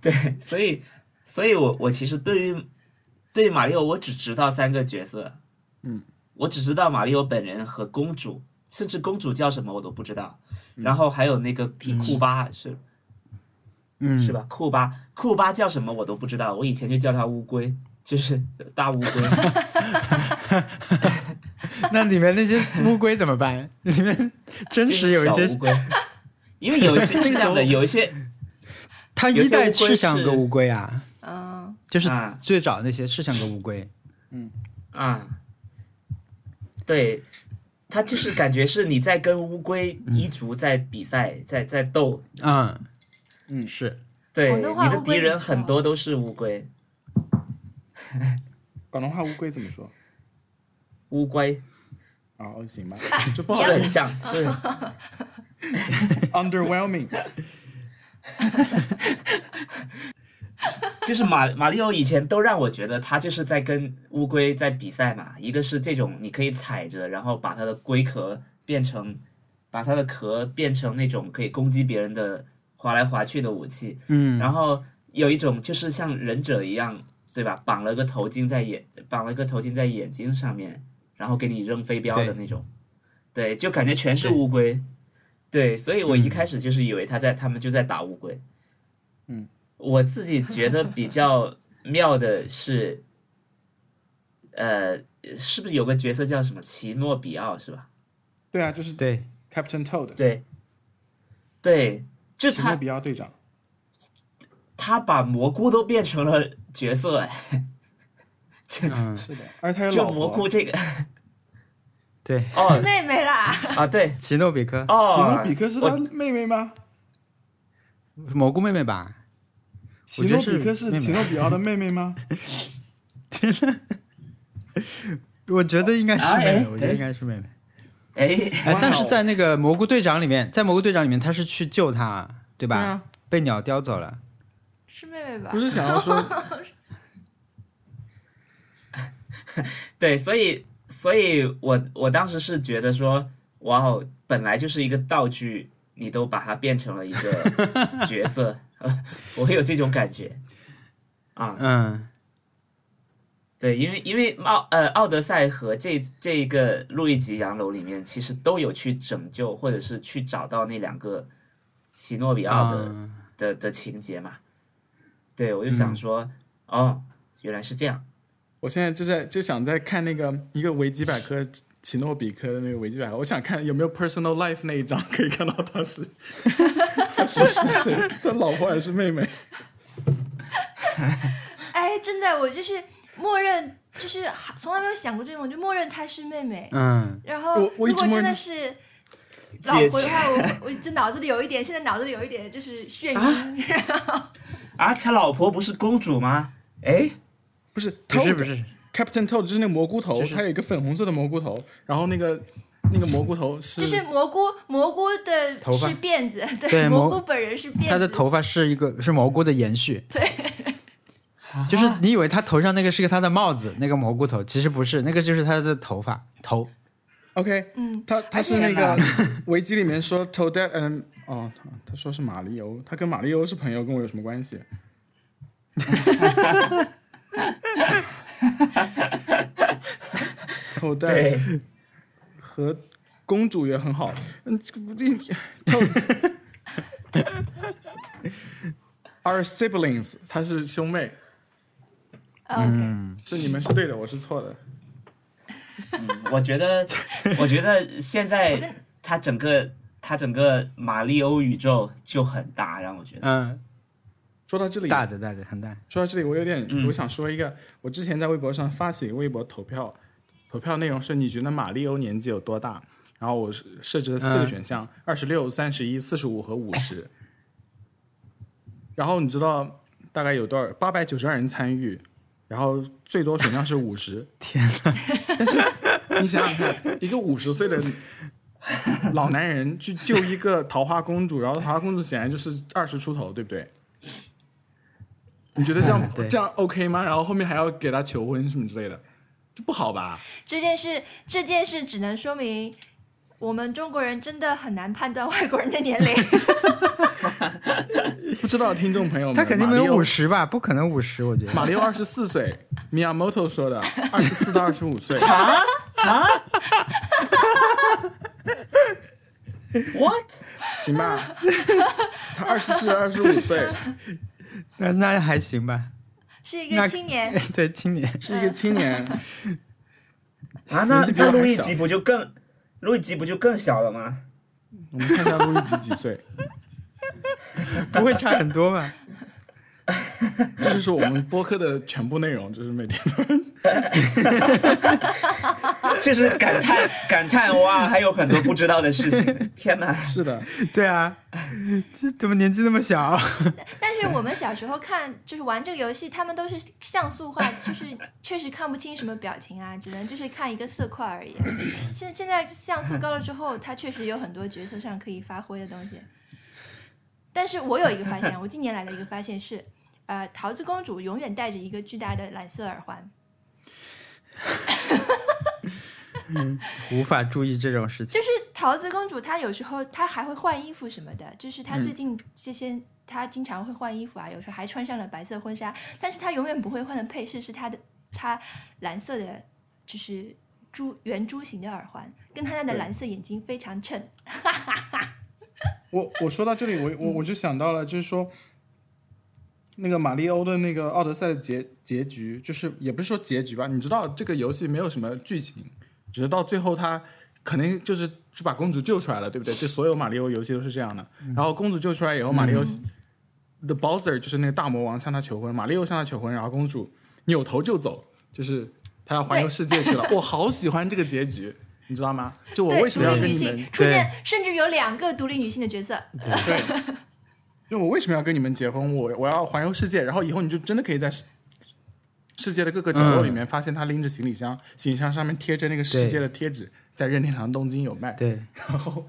Speaker 2: 对，所以，所以我我其实对于对于马里奥，我只知道三个角色，
Speaker 1: 嗯，
Speaker 2: 我只知道马里奥本人和公主，甚至公主叫什么我都不知道。然后还有那个库巴是
Speaker 3: 嗯
Speaker 2: 是吧？库巴库巴叫什么我都不知道，我以前就叫他乌龟，就是大乌龟。
Speaker 3: 那里面那些乌龟怎么办？里面 真实有一
Speaker 2: 就是
Speaker 3: 些
Speaker 2: 小乌龟， 因为有 一些是这样的，有一些
Speaker 3: 他
Speaker 2: 有
Speaker 3: 一
Speaker 2: 些
Speaker 3: 代
Speaker 2: 乌龟
Speaker 3: 是像
Speaker 2: 是
Speaker 3: 个乌龟啊，
Speaker 4: 嗯，
Speaker 3: 就是
Speaker 2: 啊
Speaker 3: 最早那些是像个乌龟，
Speaker 2: 啊，对，他就是感觉是你在跟乌龟一族在比赛，在在斗，
Speaker 3: 嗯
Speaker 1: 嗯
Speaker 3: 是，
Speaker 2: 对，
Speaker 4: 广
Speaker 2: 你
Speaker 4: 东哦话
Speaker 2: 的
Speaker 4: 乌
Speaker 2: 敌
Speaker 4: 龟怎么
Speaker 2: 人很
Speaker 4: 说
Speaker 2: 多都是乌龟，
Speaker 1: 广东话乌龟怎么说？
Speaker 2: 乌龟，
Speaker 1: 哦，行 吧，这不好
Speaker 2: 是
Speaker 1: 听
Speaker 2: 很像，是
Speaker 1: ，underwhelming。
Speaker 2: 就是马马里奥以前都让我觉得他就是在跟乌龟在比赛嘛，一个是这种你可以踩着，然后把它的龟壳变成，把它的壳变成那种可以攻击别人的划来划去的武器，
Speaker 3: 嗯，
Speaker 2: 然后有一种就是像忍者一样，对吧？绑了个头巾在眼，绑了个头巾在眼睛上面，然后给你扔飞镖的那种，对，就感觉全是乌龟，对，所以我一开始就是以为他在他们就在打乌龟，
Speaker 1: 嗯，
Speaker 2: 我自己觉得比较妙的是，呃，是不是有个角色叫什么奇诺比奥是吧？
Speaker 1: 对啊，就是
Speaker 3: 对
Speaker 1: Captain Toad，
Speaker 2: 对，对，就
Speaker 1: 奇诺
Speaker 2: 他
Speaker 1: 比奥队长。
Speaker 2: 他把蘑菇都变成了角色，哎
Speaker 3: 嗯
Speaker 1: 是的，而且他有
Speaker 2: 就
Speaker 1: 老
Speaker 2: 蘑菇
Speaker 1: 婆。
Speaker 2: 这个
Speaker 3: 对，
Speaker 2: 哦
Speaker 4: 妹妹啦，
Speaker 2: 啊对
Speaker 3: 奇诺比克、
Speaker 1: 奇诺
Speaker 2: 哦
Speaker 1: 比克是
Speaker 2: 我
Speaker 1: 他妹妹吗？
Speaker 3: 蘑菇妹妹吧？
Speaker 1: 奇诺比克
Speaker 3: 我觉
Speaker 1: 是
Speaker 3: 得是
Speaker 1: 奇诺比奥的妹妹吗？
Speaker 3: 我觉得应该是
Speaker 2: 啊
Speaker 3: 妹
Speaker 2: 哎
Speaker 3: 妹，我觉得应该是妹妹。
Speaker 2: 哎
Speaker 3: 哎
Speaker 1: 哇，
Speaker 3: 但是在那个蘑菇队长里面，在蘑菇队长里面，他是去救他，对
Speaker 1: 对
Speaker 3: 吧？
Speaker 1: 啊，
Speaker 3: 被鸟叼走了。
Speaker 4: 是妹妹吧
Speaker 1: 不？是想要 说，
Speaker 2: 对，所以所以我我当时是觉得说，哇哦，本来就是一个道具，你都把它变成了一 个角色， 我会有这种感觉啊。
Speaker 3: 嗯，
Speaker 2: 对，因为因为奥呃奥德赛和这这个路易吉洋楼里面，其实都有去拯救或者是去找到那两个奇诺比奥
Speaker 1: 啊
Speaker 2: 的、
Speaker 3: 嗯
Speaker 2: 的的情节嘛。对，我就想说，哦，原来是这样。
Speaker 1: 我现在就在就想在看那个一个维基百科奇诺比克的那个维基百科，我想看有没有 personal life 那一章可以看到他是他是是谁，他老婆还是妹妹？
Speaker 4: 哎，真的，我就是默认，就是从来没有想过这种，我就默认她是妹妹。
Speaker 3: 嗯，
Speaker 4: 然后
Speaker 1: 我我一
Speaker 4: 如
Speaker 1: 直
Speaker 4: 果
Speaker 1: 默
Speaker 4: 真的
Speaker 1: 认
Speaker 4: 是老
Speaker 2: 姐
Speaker 4: 婆的
Speaker 2: 姐
Speaker 4: 话，我我就脑子里有一点，现在脑子里有一点就是眩晕。
Speaker 2: 啊，他老婆不是公主吗？哎，
Speaker 1: 不是，
Speaker 3: 不是
Speaker 1: Toad
Speaker 3: 不是，
Speaker 1: Captain Toad 就是那蘑菇头，
Speaker 3: 就是
Speaker 1: 它有一个粉红色的蘑菇头，然后那个那个蘑菇头是
Speaker 4: 就是蘑菇，蘑菇的
Speaker 3: 头
Speaker 4: 是
Speaker 3: 发
Speaker 4: 辫子，对，
Speaker 3: 对
Speaker 4: 蘑
Speaker 3: 蘑
Speaker 4: 菇本人是辫子，
Speaker 3: 他的头发是一个是蘑菇的延续。对，就是你以为他头上那个是个他的帽子，那个蘑菇头，其实不是，那个就是他的头发头。
Speaker 1: OK，
Speaker 4: 嗯，
Speaker 1: 他他是那
Speaker 2: 天哪
Speaker 1: 个 维基里面说 Toadette and 哦，他说是马里欧，他跟马里欧是朋友，跟我有什么关系？Toadette
Speaker 2: 对，
Speaker 1: 和公主也很好，嗯，这个不对 Toad are siblings，她是兄妹，
Speaker 4: 啊 OK，
Speaker 1: 是你们是对的，我是错的。
Speaker 2: 我觉 得，我觉得现在他整个他整个马里欧宇宙就很大，让我觉得，
Speaker 3: 嗯，
Speaker 1: 说到这里，
Speaker 3: 大的大的很大。
Speaker 1: 说到这里，我有点，我想说一个，我之前在微博上发起一个微博投票，投票内容是你觉得马里欧年纪有多大？然后我是设置了四个
Speaker 3: 嗯
Speaker 1: 选项：二十六、三十一、四十五和五十。然后你知道大概有多少？八百九十二人参与，然后最多选项是五十。但是你想想看，一个五十岁的老男人去救一个桃花公主，然后桃花公主显然就是二十出头，对不对？ 你觉得这样、
Speaker 3: 对
Speaker 1: 这样 OK 吗？然后后面还要给她求婚什么之类的，这不好 吧？
Speaker 4: 这件事这件事只能说明我们中国人真的很难判断外国人的年龄。
Speaker 1: 不知道听众朋友们，
Speaker 3: 他肯定没
Speaker 1: 马里
Speaker 3: 有
Speaker 1: 奥
Speaker 3: 五。十吧？不可能五十，我觉 得。
Speaker 1: 马里奥二十四岁，Miyamoto 说的，二十四到二十五岁。
Speaker 2: what
Speaker 1: 行吧，他二十四、二十五岁，
Speaker 3: 那那还行吧？
Speaker 4: 是一个
Speaker 3: 那
Speaker 4: 青年，
Speaker 3: 对，青年。
Speaker 1: 是一个青年。
Speaker 2: 啊？那
Speaker 1: 年纪比我
Speaker 2: 那
Speaker 1: 还
Speaker 2: 路易
Speaker 1: 小
Speaker 2: 吉不就更路易吉不就更小了吗？
Speaker 1: 我们看一下路易吉几岁，
Speaker 3: 不会差很多吧？
Speaker 1: 这就是我们播客的全部内容，就是每天
Speaker 2: 就是感叹感叹哇，还有很多不知道的事情， 天哪！
Speaker 1: 是的，
Speaker 3: 对啊，这怎么年纪那么小？
Speaker 4: 但是我们小时候看，就是玩这个游戏，他们都是像素化，就是确实看不清什么表情啊，只能就是看一个色块而已。现现在像素高了之后，它确实有很多角色上可以发挥的东西。但是我有一个发现，我近年来的一个发现是，呃，桃子公主永远戴着一个巨大的蓝色耳环，
Speaker 3: 无法注意这种事情。
Speaker 4: 就是桃子公主，她有时候她还会换衣服什么的，就是
Speaker 1: 嗯
Speaker 4: 她最近这些，她经常会换衣服啊，有时候还穿上了白色婚纱，但是她永远不会换的配饰是她的她蓝色的，就是珠圆珠形的耳环，跟她的蓝色眼睛非常衬。
Speaker 1: 我我说到这里，我我我就想到了，就是说，那个马里欧的那个《奥德赛》的结结局，就是也不是说结局吧，你知道这个游戏没有什么剧情，只是到最后他肯定就是就把公主救出来了，对不对？就所有马里欧游戏都是这样的。然后公主救出来以后，马里欧的 Bowser 就是那个大魔王向她求婚，马里欧向她求婚，然后公主扭头就走，就是她要环游
Speaker 4: 对
Speaker 1: 世界去了。我好喜欢这个结局，你知道吗？就我
Speaker 4: 对，
Speaker 1: 为什
Speaker 4: 独
Speaker 1: 么要
Speaker 4: 立
Speaker 1: 跟
Speaker 4: 女
Speaker 1: 你们
Speaker 4: 性出现，甚至有两个独立女性的角色。
Speaker 1: 对， 就我为什么要跟你们结婚？我我要环游世界，然后以后你就真的可以在世世界的各个角落里面发现他拎着行李箱，行李箱上面贴着那个世界的贴纸，在任天堂东京有卖。
Speaker 3: 对
Speaker 1: 然后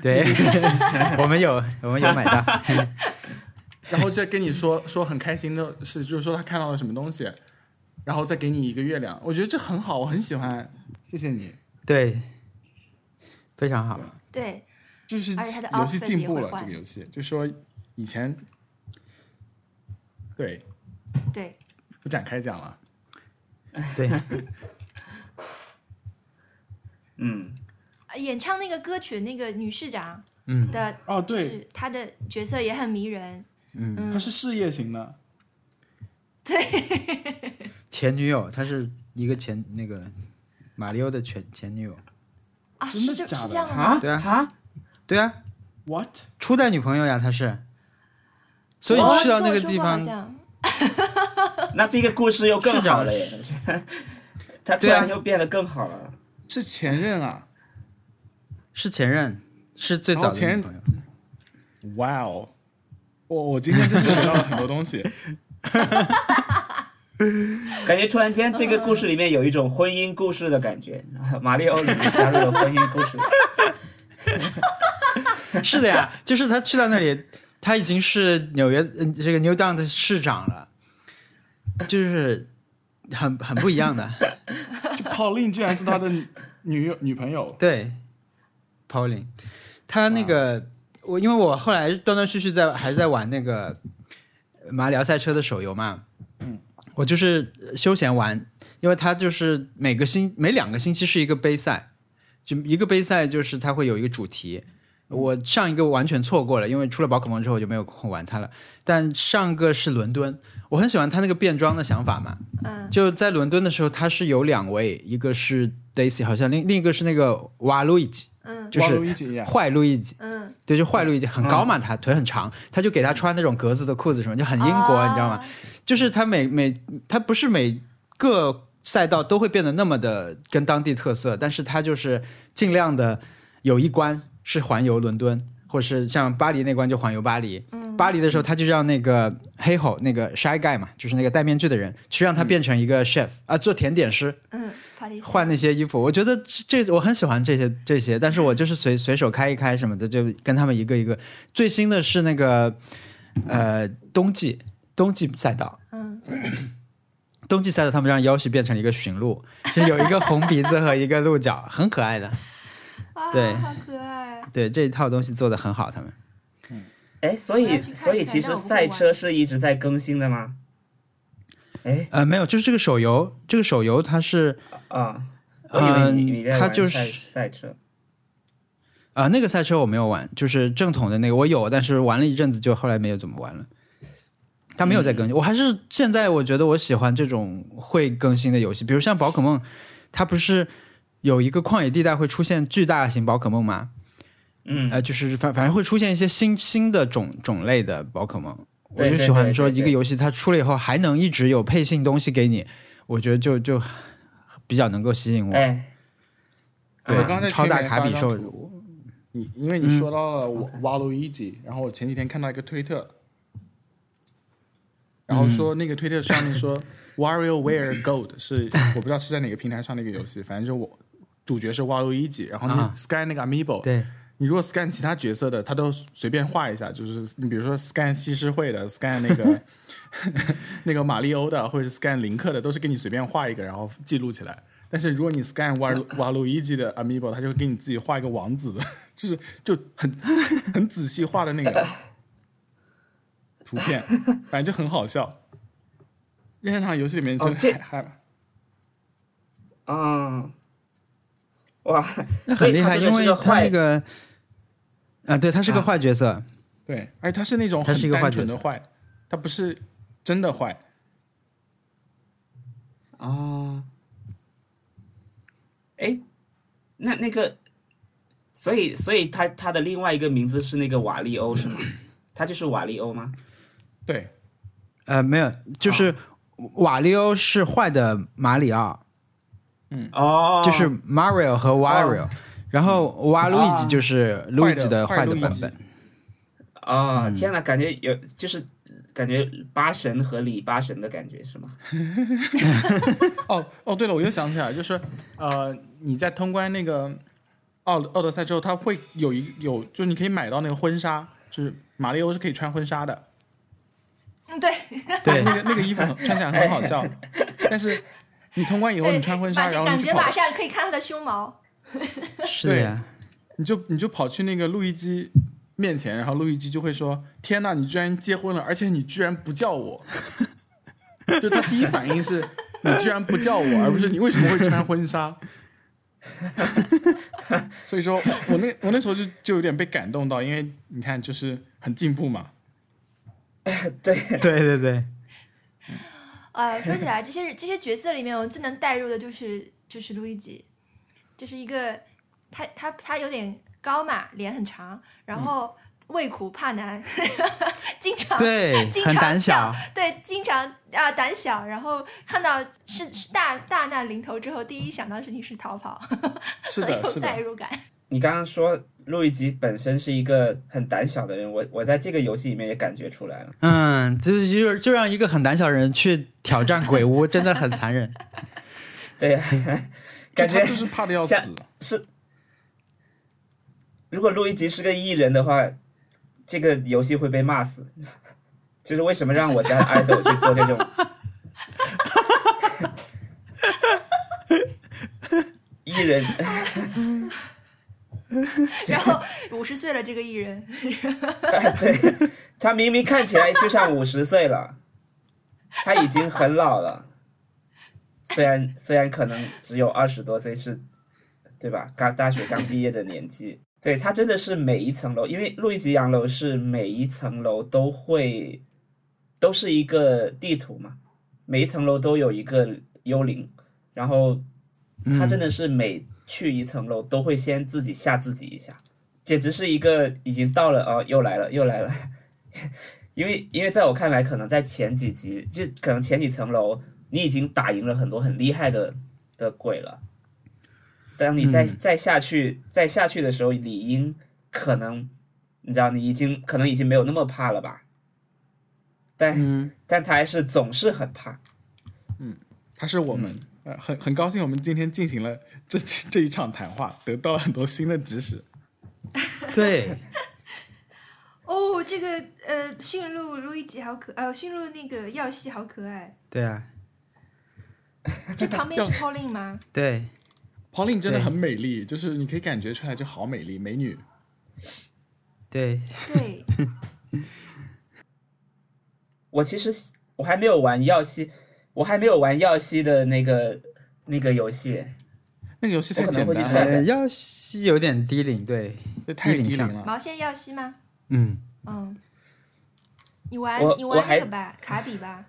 Speaker 3: 对， 我们有我们有买到，
Speaker 1: 然后再跟你说说很开心的事，就是说他看到了什么东西，然后再给你一个月亮，我觉得这很好，我很喜欢。谢谢你，
Speaker 3: 对，非常好。
Speaker 4: 对，
Speaker 1: 就是
Speaker 4: 而且它的
Speaker 1: 游戏
Speaker 4: outfit
Speaker 1: 进
Speaker 4: 也
Speaker 1: 步
Speaker 4: 会
Speaker 1: 了，
Speaker 4: 换
Speaker 1: 这个游戏就是说以前对
Speaker 4: 对，
Speaker 1: 不展开讲了。
Speaker 3: 对，
Speaker 2: 嗯，
Speaker 4: 呃演唱那个歌曲那个女市长
Speaker 3: 嗯
Speaker 4: 的，
Speaker 1: 哦，
Speaker 4: 就
Speaker 1: 对，
Speaker 4: 是她的角色也很迷人。
Speaker 3: 嗯，
Speaker 1: 它是事业型的。
Speaker 3: 前女友，她是一个前那个马里奥的前前女友。
Speaker 4: 啊，
Speaker 1: 真的
Speaker 4: 是这
Speaker 1: 假
Speaker 4: 是
Speaker 1: 的
Speaker 4: 这样的吗？
Speaker 2: 啊，
Speaker 3: 对啊
Speaker 2: 啊，
Speaker 3: 对啊，
Speaker 1: What？
Speaker 3: 初代女朋友呀，她是。所以
Speaker 4: 哦
Speaker 3: 去到
Speaker 4: 你跟我
Speaker 3: 那个
Speaker 4: 说
Speaker 3: 地
Speaker 4: 过好
Speaker 3: 方，
Speaker 4: 像
Speaker 2: 那这个故事又更好了耶！ 他突
Speaker 3: 对啊
Speaker 2: 然又变得更好了。
Speaker 1: 是前任啊！
Speaker 3: 是前任，是最
Speaker 1: 哦
Speaker 3: 早的
Speaker 1: 前
Speaker 3: 女
Speaker 1: 任
Speaker 3: 朋友。
Speaker 1: 哇哦，我我今天真的学到了很多东西。
Speaker 2: 感觉突然间这个故事里面有一种婚姻故事的感觉，
Speaker 4: 嗯
Speaker 2: 马里奥里面加入了婚姻 故事。
Speaker 3: 是的呀，就是他去到那里，他已经是纽约嗯这个 New Down 的市长了，就是很很不一样的。
Speaker 1: 就 Pauline 居然是他的女友女朋友，
Speaker 3: 对，Pauline，他那个我因为我后来断断续续在还在玩那个呃马里奥赛车的手游嘛，嗯，我就是呃休闲玩，因为它就是每个星每两个星期是一个杯赛，就一个杯赛就是它会有一个主题。我上一个完全错过了，因为出了宝可梦之后我就没有空玩它了。但上个是伦敦，我很喜欢它那个变装的想法嘛，
Speaker 4: 嗯，
Speaker 3: 就在伦敦的时候，他是有两位，一个是 Daisy，好像另另一个是那个瓦路易吉，
Speaker 4: 嗯
Speaker 3: 就
Speaker 1: 哇路
Speaker 3: 是
Speaker 1: 易吉呀
Speaker 3: 坏路易吉，
Speaker 4: 嗯，
Speaker 3: 对，就坏路易吉很高嘛，他腿很长，他就给他穿那种格子的裤子什么，就很英国，
Speaker 4: 啊
Speaker 3: 你知道吗？？就是他每每他不是每个赛道都会变得那么的跟当地特色，但是他就是尽量的有一关是环游伦敦，或是像巴黎那关就环游巴黎。巴黎的时候，他就让那个黑吼那个 shy guy 嘛，就是那个戴面具的人，去让他变成一个 chef 啊、做甜点师，
Speaker 4: 嗯，帕丽
Speaker 3: 换那些衣服。我觉得这这我很喜欢这些这些，但是我就是随随手开一开什么的，就跟他们一个一个。最新的是那个呃冬季冬季赛道，
Speaker 4: 嗯，
Speaker 3: 冬季赛道他们让妖西变成了一个驯鹿， 就有一个红鼻子和一个鹿角，很可爱的。
Speaker 4: 啊，
Speaker 3: 对
Speaker 4: 好可爱。
Speaker 3: 对这一套东西做的很好，他们
Speaker 2: 哎，所
Speaker 4: 我要
Speaker 2: 以
Speaker 4: 去看一下
Speaker 2: 所以其实
Speaker 4: 但我不会
Speaker 2: 赛
Speaker 4: 玩
Speaker 2: 车是一直在更新的吗？哎
Speaker 3: 呃没有，就是这个手游，这个手游它是
Speaker 2: 啊，我以为你
Speaker 3: 嗯
Speaker 2: 你在
Speaker 3: 它
Speaker 2: 玩
Speaker 3: 就是
Speaker 2: 赛赛车。
Speaker 3: 啊、那个赛车我没有玩，就是正统的那个我有，但是玩了一阵子就后来没有怎么玩了。它没有再更新，我还是现在我觉得我喜欢这种会更新的游戏，比如像宝可梦，它不是有一个旷野地带会出现巨大型宝可梦吗？
Speaker 2: 嗯，
Speaker 3: 呃，就是反反正会出现一些新新的种种类的宝可梦。我
Speaker 2: 对
Speaker 3: 就
Speaker 2: 对
Speaker 3: 喜欢
Speaker 2: 对
Speaker 3: 说
Speaker 2: 对
Speaker 3: 一个
Speaker 2: 对
Speaker 3: 游戏它出了以后还能一直有配信东西给你，我觉得就就比较能够吸引我。
Speaker 2: 哎，
Speaker 1: 对
Speaker 3: 啊
Speaker 1: 我刚才在
Speaker 3: 超
Speaker 1: 群
Speaker 3: 大
Speaker 1: 里面
Speaker 3: 卡
Speaker 1: 发
Speaker 3: 比嗯
Speaker 1: 张
Speaker 3: 兽
Speaker 1: 图，你因为你说到了瓦瓦鲁伊吉，然后我前几天看到一个推特，然后
Speaker 3: 嗯
Speaker 1: 说那个推特上面 说 WarioWare Gold 是我不知道是在哪个平台上的一个游戏，反正就我主角是瓦鲁伊吉，然后你
Speaker 3: 啊
Speaker 1: scan 那个 Amiibo，
Speaker 3: 对，
Speaker 1: 你如果 scan 其他角色的，他都随便画一下，就是 你比如说 scan 西施惠的，scan 那个 那个马里欧的，或者是 scan 林克的，都是给你随便画一个，然后记录起来。但是如果你 scan 瓦鲁 瓦鲁伊基的 amiibo，他就会给你自己画一个王子的， 就是就很很仔细画的那 个图片，反正就很好笑。任天堂游戏里面真
Speaker 2: 哦这
Speaker 1: 的还、还
Speaker 2: 嗯，哇，
Speaker 3: 那
Speaker 2: 所
Speaker 3: 很
Speaker 2: 以
Speaker 3: 厉
Speaker 2: 他
Speaker 3: 害，
Speaker 2: 这
Speaker 3: 因
Speaker 2: 个是
Speaker 3: 为
Speaker 2: 个
Speaker 3: 他
Speaker 2: 坏
Speaker 3: 那个啊，对他是个
Speaker 2: 啊
Speaker 3: 坏角色，
Speaker 1: 对，而且他是那种
Speaker 3: 他是一
Speaker 1: 很
Speaker 3: 个坏
Speaker 1: 单纯
Speaker 3: 角
Speaker 1: 的坏，他不是真的坏。
Speaker 2: 哦，哎，那那个，所以所以他他的另外一个名字是那个瓦利欧是 吗？他就是瓦利欧吗？
Speaker 1: 对，
Speaker 3: 呃，没有，就是瓦利欧是坏的马里奥，
Speaker 2: 哦，
Speaker 3: 嗯就是 Mario 和 Wario，然后瓦路易吉就是路易吉的
Speaker 1: 坏的坏
Speaker 3: 坏的版
Speaker 1: 路易
Speaker 3: 本
Speaker 1: 吉。
Speaker 3: 嗯
Speaker 2: 哦，天哪，感觉有就是感觉八神和李八神的感觉是吗？
Speaker 1: 哦哦，对了，我又想起来，就是呃，你在通关那个奥奥德赛之后，它会有一有，就是你可以买到那个婚纱，就是马里欧是可以穿婚纱的，
Speaker 4: 嗯，对
Speaker 3: 对
Speaker 1: 那个那个衣服很穿起来很好笑，但是你通关以后，
Speaker 4: 对，
Speaker 1: 你穿婚纱，
Speaker 4: 马
Speaker 1: 然后
Speaker 4: 感
Speaker 1: 你去
Speaker 4: 觉
Speaker 1: 跑
Speaker 4: 马，上可以看他的胸毛，
Speaker 3: 是的呀，
Speaker 1: 你就你就跑去那个路易基面前，然后路易基就会说：“天呐，你居然结婚了，而且你居然不叫我。” 就他第一反应是你居然不叫我，而不是你为什么会穿婚纱。 所以说我那我那时候就就有点被感动到，因为你看就是很进步嘛。
Speaker 3: 对对对，
Speaker 4: 呃，说起来，这些这些角色里面，我最能代入的就是就是路易吉，这是一个他他他有点高嘛，脸很长，然后
Speaker 1: 嗯
Speaker 4: 畏苦怕难， 经常经
Speaker 3: 对，
Speaker 4: 常
Speaker 3: 很胆
Speaker 4: 笑
Speaker 3: 小，
Speaker 4: 对，经常啊、胆小，然后看到是是大大难临头之后，第一想到的事情是逃跑，
Speaker 1: 是
Speaker 4: 很
Speaker 1: 的，
Speaker 4: 有
Speaker 1: 是
Speaker 4: 代
Speaker 1: 的，
Speaker 4: 入感。
Speaker 2: 你刚刚说路易吉本身是一个很胆小的人，我我在这个游戏里面也感觉出来了。
Speaker 3: 嗯，就是就是就让一个很胆小的人去挑战鬼屋，真的很残忍。
Speaker 2: 对呀、
Speaker 1: 就
Speaker 2: 感
Speaker 1: 他
Speaker 2: 觉
Speaker 1: 就是怕的要死
Speaker 2: 像。如果路易吉是个艺人的话，这个游戏会被骂死。 就是为什么让我家的 idol 去做 这种艺人？
Speaker 4: 然后五十岁了，这个艺人，
Speaker 2: 他明明看起来就像五十岁了，他已经很老了。虽然虽然可能只有二十多岁是，对吧？刚大学刚毕业的年纪，对他真的是每一层楼，因为路易吉洋楼是每一层楼都会都是一个地图嘛，每一层楼都有一个幽灵，然后他真的是每去一层楼都会先自己吓自己一下，简直是一个已经到了哦，又来了又来了。因为因为在我看来，可能在前几集，就可能前几层楼，你已经打赢了很多很厉害的的鬼了。当你再再下去再下去的时候，理应可能你知道你已经可能已经没有那么怕了吧？但、但他还是总是很怕。
Speaker 1: 他是我们、呃很很高兴我们今天进行了这这一场谈话，得到了很多新的知识。
Speaker 3: 对，
Speaker 4: 哦，这个呃，驯鹿路易吉好可，呃，驯鹿那个耀西好可爱。
Speaker 3: 对啊，
Speaker 4: 这旁边是 Pauline 吗？
Speaker 3: 对，
Speaker 1: Pauline 真的
Speaker 3: 对
Speaker 1: 很美丽，就是你可以感觉出来，就好美丽，美女。
Speaker 3: 对，
Speaker 4: 对，
Speaker 2: 我其实我还没有玩耀西，我还没有玩耀西的那个那个游戏。
Speaker 1: 那个游戏太简
Speaker 2: 我可
Speaker 1: 单
Speaker 2: 能会去下
Speaker 1: 了，
Speaker 2: 载
Speaker 3: 呃，要是有点低龄，对，
Speaker 1: 这太低龄
Speaker 2: 啊
Speaker 1: 了。
Speaker 4: 毛线耀西吗？
Speaker 3: 嗯，
Speaker 4: 嗯，你玩
Speaker 2: 我
Speaker 4: 你
Speaker 2: 我
Speaker 4: 玩
Speaker 2: 还
Speaker 4: 那个吧，卡比吧。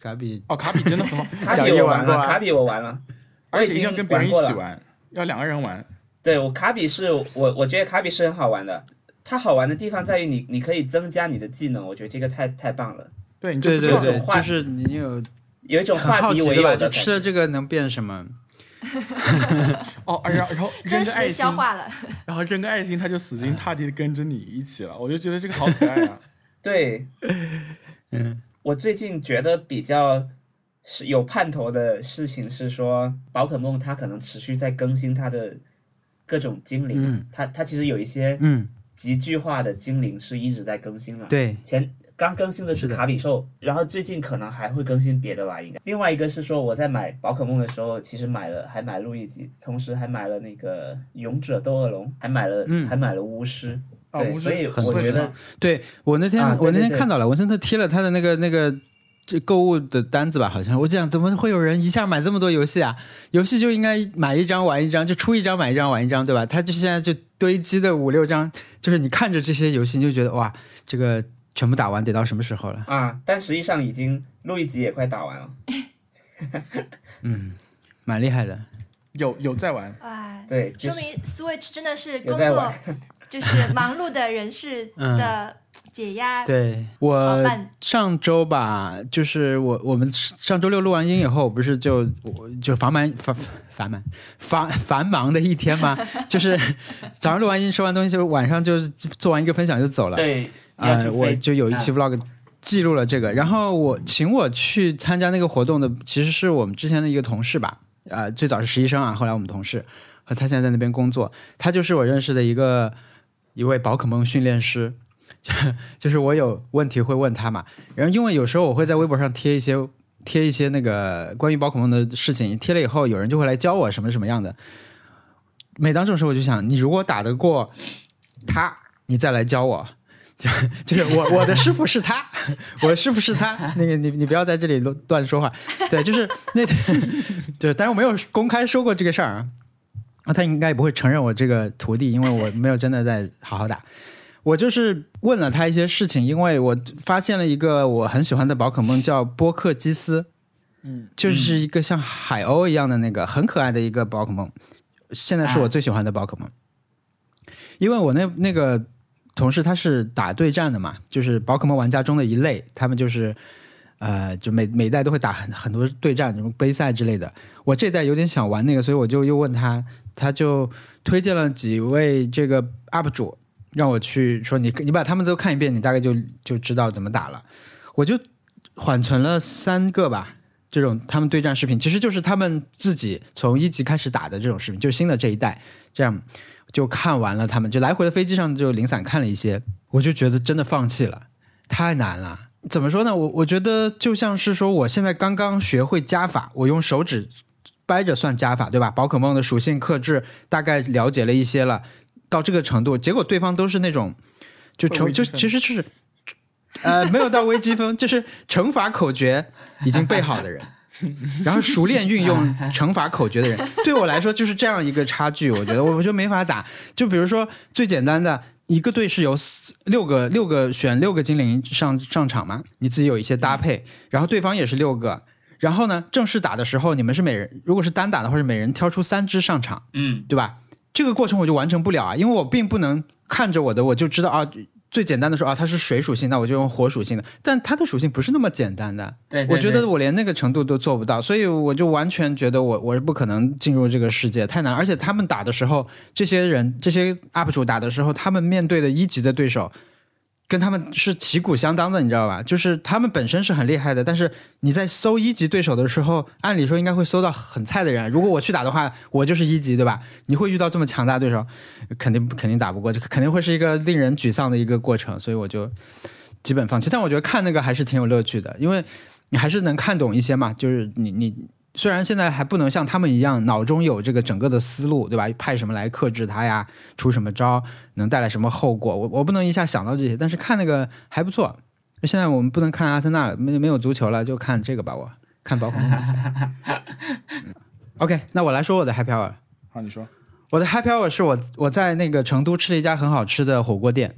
Speaker 3: 卡比
Speaker 1: 哦，卡比真的很好，
Speaker 2: 卡
Speaker 3: 小
Speaker 2: 比
Speaker 3: 叶
Speaker 2: 我
Speaker 3: 玩
Speaker 2: 玩
Speaker 3: 过
Speaker 2: 了，
Speaker 3: 啊
Speaker 2: 卡比我玩了，我
Speaker 1: 而
Speaker 2: 已
Speaker 1: 且一
Speaker 2: 经
Speaker 1: 定要跟别人一
Speaker 2: 过
Speaker 1: 起
Speaker 2: 了。
Speaker 1: 玩，要两个人玩。
Speaker 2: 对我卡比是我，我觉得卡比是很好玩的。它好玩的地方在于你，你可以增加你的技能，我觉得这个太太棒了，
Speaker 1: 对，你就
Speaker 3: 对
Speaker 1: 不知
Speaker 3: 对
Speaker 1: 道
Speaker 3: 对，
Speaker 2: 换
Speaker 3: 就是你有
Speaker 2: 有一种
Speaker 3: 很
Speaker 2: 化
Speaker 3: 好
Speaker 2: 敌
Speaker 3: 奇
Speaker 2: 为友
Speaker 3: 对吧？
Speaker 2: 的
Speaker 3: 就
Speaker 2: 感觉。
Speaker 3: 吃了这个能变什么？
Speaker 1: 哦，然后然后
Speaker 4: 真
Speaker 1: 扔
Speaker 4: 实
Speaker 1: 个
Speaker 4: 的
Speaker 1: 爱心
Speaker 4: 消，化了。
Speaker 1: 然后扔个爱心，他就死心塌地的跟着你一起了，我就觉得这个好可爱啊！
Speaker 2: 对，
Speaker 3: 嗯，
Speaker 2: 我最近觉得比较是有盼头的事情是说，宝可梦它可能持续在更新它的各种精灵，
Speaker 3: 嗯
Speaker 2: 它它其实有一些
Speaker 3: 嗯，
Speaker 2: 极具化的精灵是一直在更新了。
Speaker 3: 对，
Speaker 2: 前刚更新的是
Speaker 3: 是的
Speaker 2: 卡比兽，然后最近可能还会更新别的吧，应该。另外一个是说我在买宝可梦的时候，其实买了还买路易吉，同时还买了那个勇者斗恶龙，还买了、
Speaker 3: 嗯
Speaker 2: 还买了巫师。
Speaker 1: 啊
Speaker 2: 对，
Speaker 1: 巫师
Speaker 2: 所以
Speaker 1: 很
Speaker 2: 我
Speaker 1: 贵
Speaker 2: 觉
Speaker 1: 是
Speaker 2: 得
Speaker 1: 吗
Speaker 3: 对我那天、
Speaker 2: 啊对
Speaker 3: 我那天
Speaker 2: 对对
Speaker 3: 看到了，文森特贴了他的那个那个这购物的单子吧，好像我讲怎么会有人一下买这么多游戏啊？游戏就应该买一张玩一张，就出一张买一张玩一张，对吧？他就现在就堆积的五六张，就是你看着这些游戏你就觉得哇，这个全部打完得到什么时候了？
Speaker 2: 啊，但实际上已经路易吉也快打完了。
Speaker 3: 嗯，蛮厉害的。
Speaker 1: 有有在玩，
Speaker 4: 哇，
Speaker 2: 对，就
Speaker 4: 说
Speaker 2: 是
Speaker 4: 明 Switch 真的是
Speaker 2: 有
Speaker 4: 工
Speaker 2: 在
Speaker 4: 作
Speaker 2: 玩
Speaker 4: 就是忙碌的人 士
Speaker 3: 嗯
Speaker 4: 的解压。
Speaker 3: 对我
Speaker 4: 好办
Speaker 3: 上周吧，就是我我们上周六录完音以后，不是就我就繁忙繁繁忙繁繁忙的一天嘛，就是早上录完音收完东西，就晚上就做完一个分享就走了。
Speaker 2: 对，要去
Speaker 3: 呃，我
Speaker 2: 飞。啊
Speaker 3: 就有一期 vlog 记录了这个。然后我请我去参加那个活动的，其实是我们之前的一个同事吧，呃，最早是实习生啊，后来我们同事，和他现在在那边工作，他就是我认识的一个一位宝可梦训练师。就是我有问题会问他嘛，然后因为有时候我会在微博上贴一些贴一些那个关于宝可梦的事情，贴了以后有人就会来教我什么什么样的。每当这种时候，我就想，你如果打得过他，你再来教我。 就是我我的师傅是他，我的师傅是他。那个你你不要在这里乱乱说话。对，就是那， 对，但是我没有公开说过这个事儿啊。那他应该也不会承认我这个徒弟，因为我没有真的在好好打。我就是问了他一些事情，因为我发现了一个我很喜欢的宝可梦叫波克基斯，
Speaker 1: 嗯，
Speaker 3: 就是一个像海鸥一样的那个很可爱的一个宝可梦，现在是我最喜欢的宝可梦。因为我那那个同事他是打对战的嘛，就是宝可梦玩家中的一类，他们就是呃，就每每代都会打很很多对战，什么杯赛之类的。我这代有点想玩那个，所以我就又问他，他就推荐了几位这个 UP 主让我去说你你把他们都看一遍，你大概就就知道怎么打了。我就缓存了三个吧，这种他们对战视频，其实就是他们自己从一级开始打的这种视频，就是新的这一代，这样就看完了他们，就来回的飞机上就零散看了一些，我就觉得真的放弃了，太难了。怎么说呢？我我觉得就像是说，我现在刚刚学会加法，我用手指掰着算加法，对吧？宝可梦的属性克制大概了解了一些了，到这个程度，结果对方都是那种就
Speaker 1: 会
Speaker 3: 成
Speaker 1: 微
Speaker 3: 就
Speaker 1: 积分
Speaker 3: 其实就是呃没有到微积分， 就是乘法口诀已经背好 的人，然后熟练运用乘法口诀的人，对我来说就是这样一个差距。我觉得我我就没法打。就比如说最简单的一个队是由四六个六个选六个精灵上上场嘛，你自己有一些搭配，然后对方也是六个。然后呢，正式打的时候，你们是每人如果是单打的话，是每人挑出三只上场，
Speaker 2: 嗯，
Speaker 3: 对吧？这个过程我就完成不了啊，因为我并不能看着我的，我就知道啊。最简单的说啊，它是水属性，那我就用火属性的。但它的属性不是那么简单的，
Speaker 2: 对，对
Speaker 3: 我觉
Speaker 2: 对
Speaker 3: 得我连那个程度都做不到，所以我就完全觉得我我是不可能进入这个世界，太难。而且他们打的时候，这些人这些 UP 主打的时候，他们面对的一级的对手，跟他们是旗鼓相当的，你知道吧？就是他们本身是很厉害的，但是你在搜一级对手的时候，按理说应该会搜到很菜的人。如果我去打的话，我就是一级，对吧？你会遇到这么强大的对手，肯定肯定打不过，就肯定会是一个令人沮丧的一个过程，所以我就基本放弃。但我觉得看那个还是挺有乐趣的，因为你还是能看懂一些嘛，就是你你。虽然现在还不能像他们一样脑中有这个整个的思路，对吧？派什么来克制他呀？出什么招能带来什么后果？我我不能一下想到这些，但是看那个还不错。就现在我们不能看阿森纳了，没没有足球了，就看这个吧。我看宝可梦比赛。嗯 OK，那我来说我的 Happy Hour。
Speaker 1: 好，你说，
Speaker 3: 我的 Happy Hour 是我我在那个成都吃了一家很好吃的火锅店，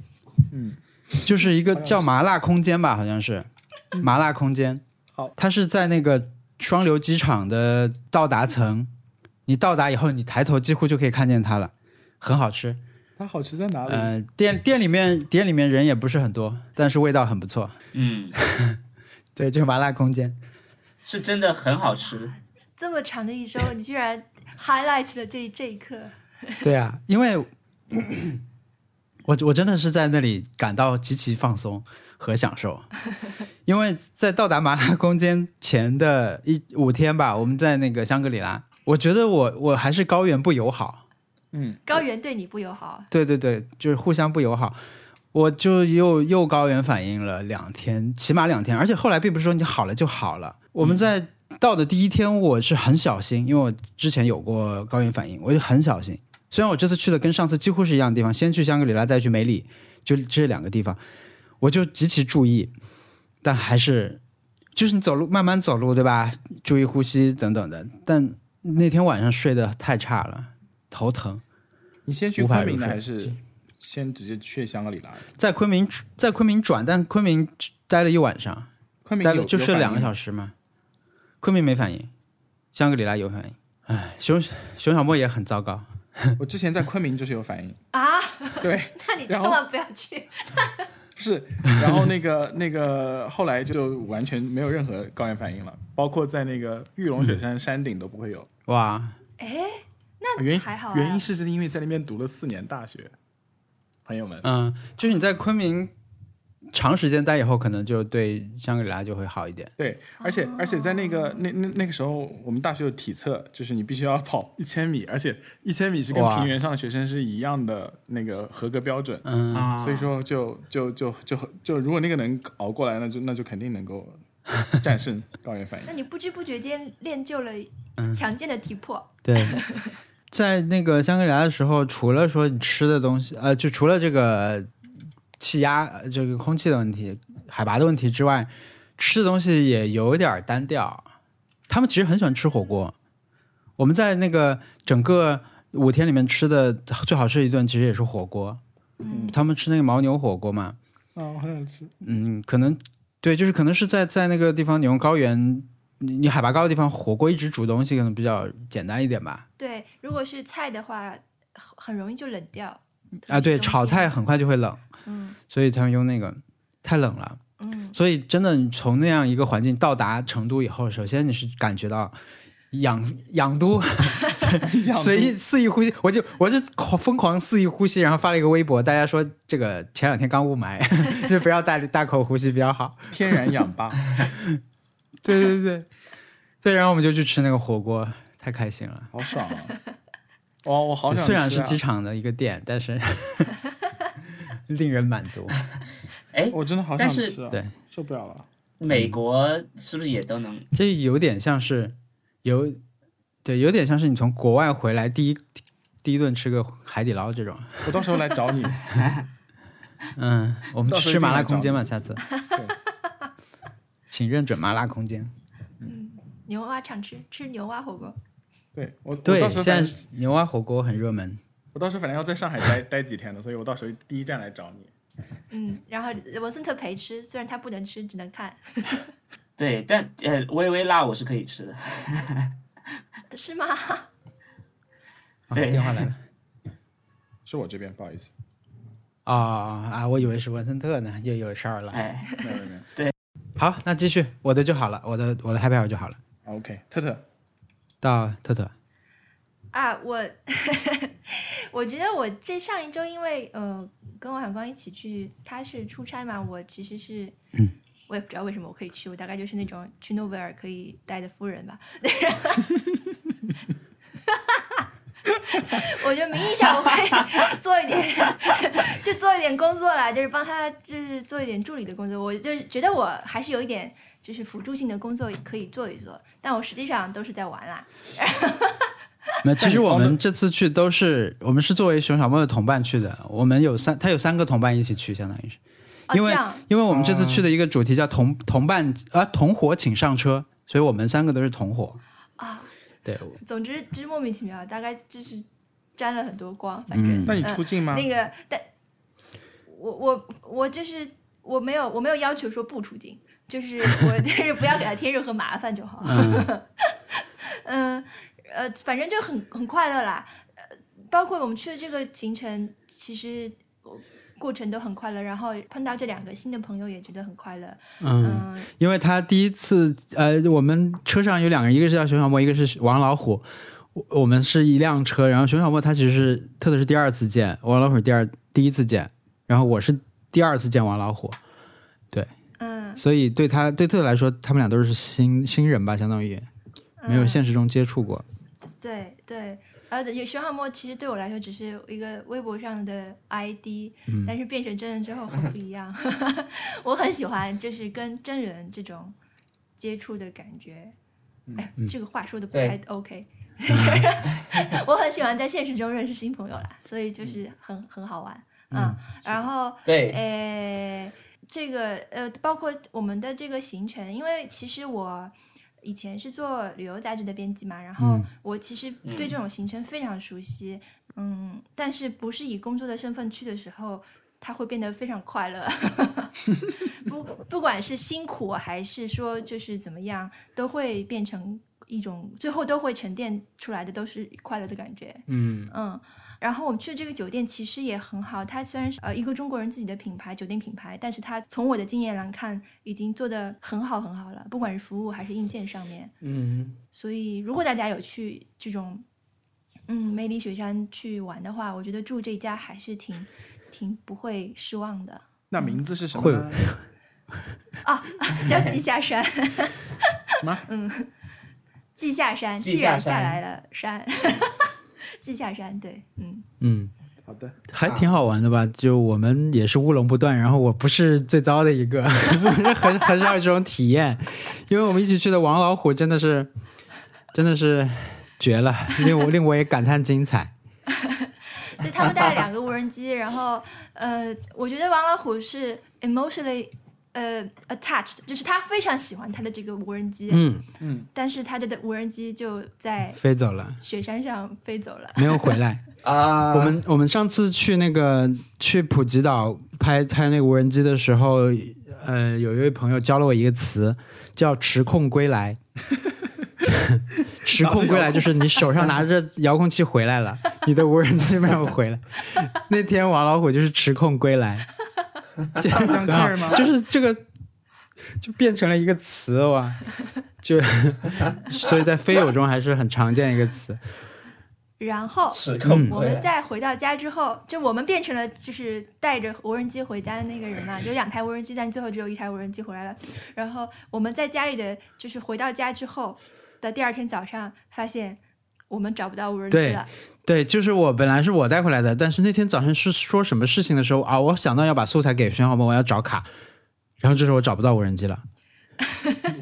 Speaker 1: 嗯，
Speaker 3: 就是嗯一个叫麻辣空间吧，好像是麻辣空间。
Speaker 1: 好，
Speaker 3: 它是在那个双流机场的到达层，你到达以后，你抬头几乎就可以看见它了，很好吃。
Speaker 1: 它好吃在哪里？
Speaker 3: 呃，店店里面店里面人也不是很多，但是味道很不错。
Speaker 2: 嗯，
Speaker 3: 对，就是麻辣空间。
Speaker 2: 是真的很好吃。
Speaker 4: 这么长的一周，你居然 highlight 了这这一刻。
Speaker 3: 对啊，因为我我真的是在那里感到极其放松和享 受，因为在到达麻辣空间前的一五天吧，我们在那个香格里拉，我觉得我我还是高原不友好，
Speaker 4: 高原对你不友好，啊
Speaker 3: 对对对，就是互相不友好。我就又又高原反应了两天，起码两天，而且后来并不是说你好了就好了。我们在到的第一天，我是很小心，因为我之前有过高原反应，我就很小心。虽然我这次去的跟上次几乎是一样的地方，先去香格里拉，再去梅里，就这两个地方，我就极其注意，但还是就是你走路慢慢走路，对吧？注意呼吸等等的。但那天晚上睡得太差了，头疼。
Speaker 1: 你先去
Speaker 3: 无法
Speaker 1: 昆明
Speaker 3: 入
Speaker 1: 的
Speaker 3: 睡
Speaker 1: 还是先直接去香格里拉的？
Speaker 3: 在昆明在昆明转，但昆明待了一晚上，
Speaker 1: 昆明
Speaker 3: 待
Speaker 1: 有
Speaker 3: 了就睡了两个
Speaker 1: 时。
Speaker 3: 小时嘛。昆明没反应，香格里拉有反应。唉，熊熊小莫也很糟糕。
Speaker 1: 我之前在昆明就是有反应
Speaker 4: 啊，
Speaker 1: 对，
Speaker 4: 那你千
Speaker 1: 然后
Speaker 4: 万不要去。
Speaker 1: 不是，然后那个那个后来就完全没有任何高原反应了，包括在那个玉龙雪
Speaker 3: 嗯
Speaker 1: 山山顶都不会有。
Speaker 3: 哇，
Speaker 4: 哎，
Speaker 1: 原因
Speaker 4: 还好啊
Speaker 1: 原因是是因为在那边读了四年大学，朋友们，
Speaker 3: 嗯，就是你在昆明长时间待以后，可能就对香格里拉就会好一点。
Speaker 1: 对，而
Speaker 4: 哦
Speaker 1: 且而且在那个那那那个时候，我们大学有体测，就是你必须要跑一千米，而且一千米是跟
Speaker 3: 哇
Speaker 1: 平原上的学生是一样的那个合格标准，
Speaker 3: 嗯，
Speaker 2: 啊，
Speaker 1: 所以说就就就就就如果那个能熬过来，那就那就肯定能够战胜高原反应
Speaker 4: 那。你不知不觉间练就了强健的体魄。
Speaker 3: 对，在那个香格里拉的时候，除了说你吃的东西，呃，就除了这个气压、呃这个空气的问题、海拔的问题之外，吃的东西也有点儿单调。他们其实很喜欢吃火锅。我们在那个整个五天里面吃的最好吃的一顿，其实也是火锅。
Speaker 4: 嗯，
Speaker 3: 他们吃那个牦牛火锅嘛，
Speaker 1: 啊，我很想吃。
Speaker 3: 嗯，可能对，就是可能是在在那个地方，你用高原，你你海拔高的地方，火锅一直煮东西可能比较简单一点吧。
Speaker 4: 对，如果是菜的话，很很容易就冷掉。
Speaker 3: 啊，对，
Speaker 4: 东西
Speaker 3: 炒菜很快就会冷，
Speaker 4: 嗯
Speaker 3: 所以他们用那个太冷了。
Speaker 4: 嗯，
Speaker 3: 所以真的，你从那样一个环境到达成都以后，首先你是感觉到 养养都随意肆意呼吸，我就我就狂疯狂肆意呼吸，然后发了一个微博，大家说这个前两天刚雾霾， 就不要大大口呼吸比较好。
Speaker 1: 天然氧吧。
Speaker 3: 对对对对，然后我们就去吃那个火锅，太开心了。
Speaker 1: 好爽啊！哇，我好
Speaker 3: 对
Speaker 1: 想吃、
Speaker 3: 虽
Speaker 1: 啊。
Speaker 3: 然是机场的一个店，但是 令人满足。
Speaker 2: 哎，
Speaker 1: 我真的好想
Speaker 2: 但
Speaker 1: 吃、
Speaker 2: 是
Speaker 1: 啊，
Speaker 3: 对，
Speaker 1: 受不了了。
Speaker 2: 美国是不是也都能？
Speaker 3: 这有点像是有，对，有点像是你从国外回来第一第一顿吃个海底捞这种。
Speaker 1: 我到时候来找 你。
Speaker 3: 嗯，我们
Speaker 1: 到时候
Speaker 3: 去吃
Speaker 1: 一定
Speaker 3: 麻辣
Speaker 1: 来找
Speaker 3: 空间
Speaker 1: 你
Speaker 3: 吧，下次。请认准麻辣空间。
Speaker 4: 牛蛙常吃，吃牛蛙火锅。
Speaker 1: 对我，我
Speaker 3: 对
Speaker 1: 到，时候
Speaker 3: 现
Speaker 1: 反
Speaker 3: 在牛蛙火锅很热门。
Speaker 1: 我到时候反正要在上海待待几天的，所以我到时候第一站来找你。
Speaker 4: 嗯，然后文森特陪吃，虽然他不能吃，只能看，
Speaker 2: 对，但呃，微微辣我是可以吃的。
Speaker 4: 是吗？
Speaker 3: 啊
Speaker 2: 对
Speaker 3: 电话来了。
Speaker 1: 是我这边， 不好意思，
Speaker 3: 啊、啊！我以为是文森特呢，又有事儿了。
Speaker 2: 哎，
Speaker 1: 没有没有没有。
Speaker 3: 好，那继续我的就好了，我的我的 Happy Hour 就好了。
Speaker 1: 好啊 OK，特特，
Speaker 3: 到特特，
Speaker 4: 啊，我 我觉得我这上一周因为呃跟王小光一起去，他是出差嘛，我其实是、
Speaker 3: 嗯
Speaker 4: 我也不知道为什么我可以去，我大概就是那种去诺贝尔可以待的夫人吧。 我觉得名义上我会 做一点，就做一点工作啦，就是帮他，就是做一点助理的工作。我就是觉得我还是有一点就是辅助性的工作可以做一做，但我实际上都是在玩啦。
Speaker 3: 那其实
Speaker 1: 但你
Speaker 3: 我
Speaker 1: 帮着
Speaker 3: 们这次去都是我们是作为熊小莫的同伴去的，我们有三，他有三个同伴一起去，相当于是。
Speaker 4: 哦，
Speaker 3: 因为
Speaker 4: 这样哦
Speaker 3: 因为我们这次去的一个主题叫同同伴啊同伙，请上车，所以我们三个都是同伙。
Speaker 4: 啊，
Speaker 3: 对，
Speaker 4: 总之就是莫名其妙，大概就是沾了很多光，反正、
Speaker 3: 嗯，
Speaker 1: 那你出镜吗？
Speaker 4: 那个，但我我我就是我没有我没有要求说不出镜，就是我 就是不要给他添任何麻烦就好。
Speaker 3: 嗯
Speaker 4: 嗯呃，反正就很很快乐啦。呃，包括我们去的这个行程，其实呃过程都很快乐，然后碰到这两个新的朋友也觉得很快乐。
Speaker 3: 嗯，
Speaker 4: 嗯
Speaker 3: 因为他第一次呃，我们车上有两个人，一个是叫熊小莫，一个是王老虎。我我们是一辆车，然后熊小莫他其实是特特是第二次见王老虎，第二第一次见，然后我是第二次见王老虎，
Speaker 4: 嗯，
Speaker 3: 所以对他对特特来说，他们俩都是新新人吧，相当于没有
Speaker 4: 嗯
Speaker 3: 现实中接触过。
Speaker 4: 对对，而且熊小莫其实对我来说只是一个微博上的 ID，、但是变成真人之后很不一样。 我很喜欢，就是跟真人这种接触的感觉。哎，这个话说的不太 OK。我很喜欢在现实中认识新朋友啦，所以就是很、很好玩。嗯，然后
Speaker 2: 对，
Speaker 4: 诶，哎这个呃，包括我们的这个行程，因为其实我以前是做旅游杂志的编辑嘛，然后
Speaker 3: 嗯
Speaker 4: 我其实对这种行程非常熟悉，嗯但是不是以工作的身份去的时候，它会变得非常快乐， 不不管是辛苦还是说就是怎么样，都会变成一种最后都会沉淀出来的都是快乐的感觉，
Speaker 3: 嗯
Speaker 4: 嗯，然后我们去的这个酒店其实也很好，它虽然是呃一个中国人自己的品牌酒店品牌，但是它从我的经验来看，已经做得很好很好了，不管是服务还是硬件上面。
Speaker 3: 嗯，
Speaker 4: 所以如果大家有去这种嗯梅里雪山去玩的话，我觉得住这家还是挺挺不会失望的
Speaker 1: 那名字是什么呢？
Speaker 4: 啊，叫稷下山
Speaker 1: 么。
Speaker 4: 嗯，稷下山，
Speaker 2: 稷
Speaker 4: 既
Speaker 2: 下
Speaker 4: 然下
Speaker 2: 山
Speaker 4: 来了山， 稷下山，对，嗯。
Speaker 3: 嗯，
Speaker 1: 好的，
Speaker 3: 还挺好玩的吧？就我们也是乌龙不断，然后我不是最糟的一个， 很很少有这种体验，因为我们一起去的王老虎真的是真的是绝了，令我令我也感叹精彩。
Speaker 4: 对他们带了两个无人机，然后呃，我觉得王老虎是 emotionally 呃 attached，就是他非常喜欢他的这个无人机，
Speaker 3: 嗯，
Speaker 1: 嗯，
Speaker 4: 但是他的无人机就在
Speaker 3: 飞走了，
Speaker 4: 雪山上飞走了。
Speaker 3: 没有回来。
Speaker 2: 啊，
Speaker 3: 我们我们上次去那个去普吉岛拍拍那个无人机的时候，呃，有一位朋友教了我一个词，叫“持控归来”。持控归来就是你手上拿着遥控器回来了，你的无人机没有回来。那天王老虎就是持控归来，这样
Speaker 1: 这样
Speaker 3: 很好
Speaker 1: care 吗
Speaker 3: 就是这个就变成了一个词哇，就 所以在飞友中还是很常见一个词。
Speaker 4: 然后
Speaker 2: 失控
Speaker 3: 嗯
Speaker 4: 我
Speaker 2: 回
Speaker 4: 们
Speaker 2: 来，
Speaker 4: 再回到家之后，就我们变成了就是带着无人机回家的那个人 嘛，有两台无人机，但最后只有一台无人机回来了。然后我们在家里的就是回到家之后的第二天早上，发现我们找不到无人机
Speaker 3: 对
Speaker 4: 了。
Speaker 3: 对，就是我本来是我带回来的，但是那天早上是说什么事情的时候啊，我想到要把素材给宣浩们，我要找卡，然后这时候我找不到无人机了，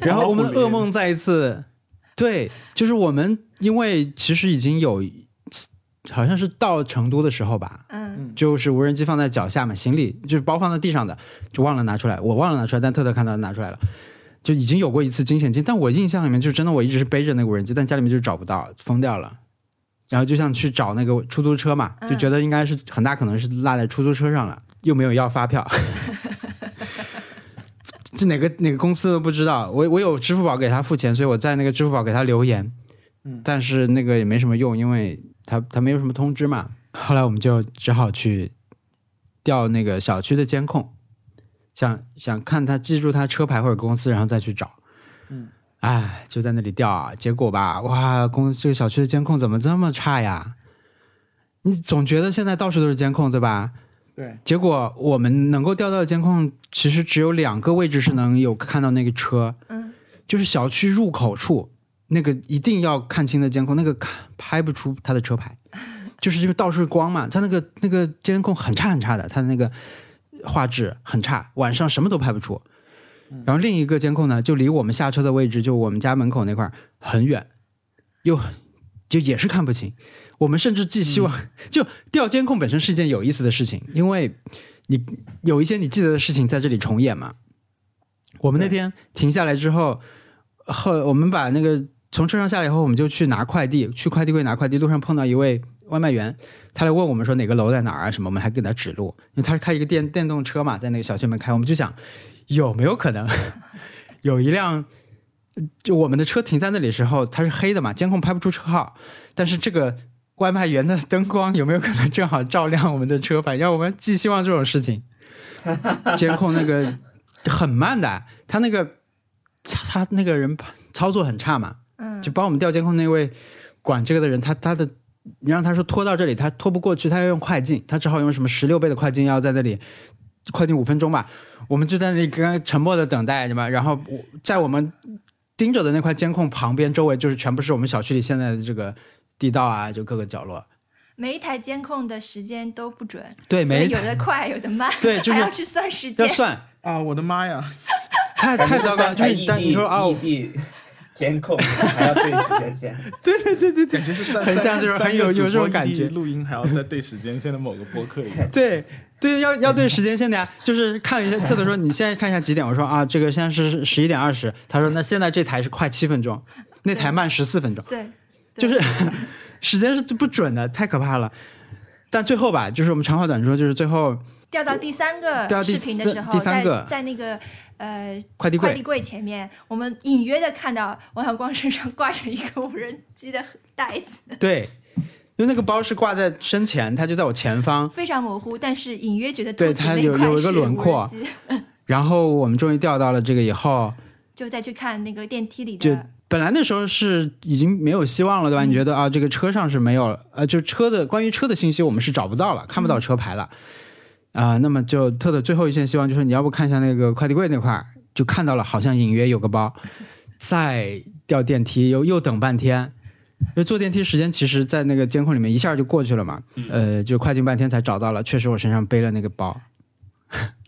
Speaker 3: 然后我
Speaker 1: 啊
Speaker 3: 们的噩梦再一次，对，就是我们因为其实已经有好像是到成都的时候吧，
Speaker 4: 嗯
Speaker 3: 就是无人机放在脚下嘛，行李就是包放在地上的，就忘了拿出来，我忘了拿出来，但特特看到拿出来了。就已经有过一次惊险记，但我印象里面就是真的，我一直是背着那个无人机，但家里面就是找不到，疯掉了。然后就想去找那个出租车嘛，就觉得应该是很大可能是落在出租车上了，又没有要发票， 这哪个哪个公司都不知道。我我有支付宝给他付钱，所以我在那个支付宝给他留言，
Speaker 1: 嗯
Speaker 3: 但是那个也没什么用，因为他他没有什么通知嘛。后来我们就只好去调那个小区的监控，想想看他记住他车牌或者公司，然后再去找。
Speaker 1: 嗯，
Speaker 3: 哎，就在那里调啊，结果吧，哇，公这个小区的监控怎么这么差呀？你总觉得现在到处都是监控，对吧？
Speaker 1: 对，
Speaker 3: 结果我们能够调到的监控，其实只有两个位置是能有看到那个车，
Speaker 4: 嗯
Speaker 3: 就是小区入口处那个一定要看清的监控，那个 看拍不出他的车牌， 就是因为到处是光嘛，他那个那个监控很差很差的，他的那个画质很差，晚上什么都拍不出。然后另一个监控呢，就离我们下车的位置，就我们家门口那块儿很远，又很就也是看不清。我们甚至寄希望， 就调监控本身是一件有意思的事情，因为你有一些你记得的事情在这里重演嘛。我们那天停下来之后，后我们把那个从车上下来以后，我们就去拿快递，去快递柜拿快递，路上碰到一位外卖员，他来问我们说哪个楼在哪儿啊什么，我们还给他指路，因为他是开一个电电动车嘛，在那个小区门开，我们就想有没有可能 有一辆。就我们的车停在那里的时候，它是黑的嘛，监控拍不出车号，但是这个外卖员的灯光有没有可能正好照亮我们的车牌？让我们寄希望这种事情。监控那个很慢的，他那个他他那个人操作很差嘛，
Speaker 4: 嗯，
Speaker 3: 就帮我们调监控那位管这个的人，他他的你让他说拖到这里，他拖不过去，他要用快进，他只好用什么十六倍的快进，要在那里快进五分钟吧。我们就在那里刚刚沉默的等待，什么，然后我在我们盯着的那块监控旁边周围，就是全部是我们小区里现在的这个地道啊，就各个角落。
Speaker 4: 每一台监控的时间都不准，
Speaker 3: 对，
Speaker 4: 所
Speaker 3: 每
Speaker 4: 以
Speaker 3: 一
Speaker 4: 有的快，有的慢，
Speaker 3: 对就是
Speaker 4: 还要去算时
Speaker 3: 要
Speaker 4: 间。
Speaker 3: 算，
Speaker 6: 啊，我的妈 呀！
Speaker 3: 太太糟糕了。就是
Speaker 2: 异
Speaker 3: 但
Speaker 2: 地
Speaker 3: 你说啊，
Speaker 2: 异
Speaker 3: 我
Speaker 2: 地监控还要对时间 线，
Speaker 6: 感觉是三
Speaker 3: 很像
Speaker 6: 三
Speaker 3: 这种
Speaker 6: 三
Speaker 3: 很有
Speaker 6: 个主
Speaker 3: 有这种
Speaker 6: 播异
Speaker 3: 感
Speaker 6: 地
Speaker 3: 觉，
Speaker 6: 录音还要在对时间线的某个播客一样
Speaker 3: 对对，要要对时间线的呀。就是看了一下，特特说你现在看一下几点，我说啊，这个现在是十一点二十。他说那现在这台是快七分钟，那台慢十四分钟，
Speaker 4: 对，
Speaker 3: 就是 时间是不准的，太可怕了。但最后吧，就是我们长话短说，就是最后
Speaker 4: 调到第三
Speaker 3: 调到
Speaker 4: 个
Speaker 3: 第
Speaker 4: 视频的时
Speaker 3: 三
Speaker 4: 候，
Speaker 3: 第三个
Speaker 4: 在在那个呃
Speaker 3: 快递
Speaker 4: 快
Speaker 3: 柜
Speaker 4: 递柜前面，我们隐约的看到王小光身上挂着一个无人机的袋子，
Speaker 3: 对，因为那个包是挂在身前，它就在我前方。
Speaker 4: 非常模糊，但是隐约觉得
Speaker 3: 对
Speaker 4: 肚脐
Speaker 3: 它
Speaker 4: 那
Speaker 3: 有
Speaker 4: 块
Speaker 3: 有一
Speaker 4: 是
Speaker 3: 个轮
Speaker 4: 无人
Speaker 3: 廓
Speaker 4: 机，
Speaker 3: 然后我们终于调到了这个以后，
Speaker 4: 就再去看那个电梯里
Speaker 3: 就
Speaker 4: 的，
Speaker 3: 本来那时候是已经没有希望了，对吧？你觉得啊，这个车上是没有了，呃，就车的关于车的信息我们是找不到了，看不到车牌了，啊、那么就特的最后一线希望就是你要不看一下那个快递柜那块儿，就看到了，好像隐约有个包，再调电梯又又等半天。因为坐电梯时间，其实，在那个监控里面一下就过去了嘛，呃，就快进半天才找到了，确实我身上背了那个包，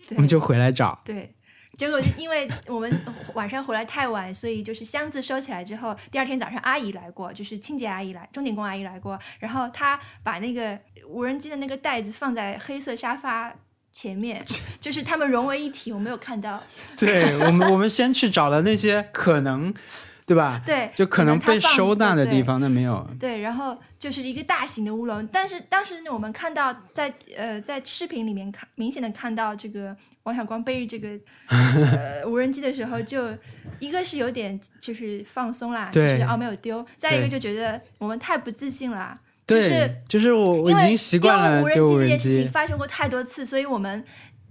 Speaker 4: 对
Speaker 3: 我们就回来找，
Speaker 4: 对。结果就因为我们晚上回来太晚，所以就是箱子收起来之后，第二天早上阿姨来过，就是清洁阿姨来，钟点工阿姨来过，然后她把那个无人机的那个袋子放在黑色沙发前面， 就是他们融为一体，我没有看到。
Speaker 3: 对我们，我们先去找了那些可能，对吧？
Speaker 4: 对，
Speaker 3: 就可能
Speaker 4: 它
Speaker 3: 被
Speaker 4: 放
Speaker 3: 收纳的
Speaker 4: 对
Speaker 3: 地方，那没有。
Speaker 4: 对，然后就是一个大型的乌龙，但是当时我们看到在呃在视频里面看明显的看到这个王小光背着这个呃无人机的时候就，一个是有点就是放松啦，就
Speaker 3: 对
Speaker 4: 是哦没有丢，再一个
Speaker 3: 对
Speaker 4: 就觉得我们太不自信啦，就是
Speaker 3: 对，就是我我
Speaker 4: 因
Speaker 3: 已
Speaker 4: 为
Speaker 3: 经习惯了
Speaker 4: 丢
Speaker 3: 丢
Speaker 4: 无
Speaker 3: 无
Speaker 4: 人机这
Speaker 3: 人
Speaker 4: 件事情
Speaker 3: 机，
Speaker 4: 发生过太多次，所以我们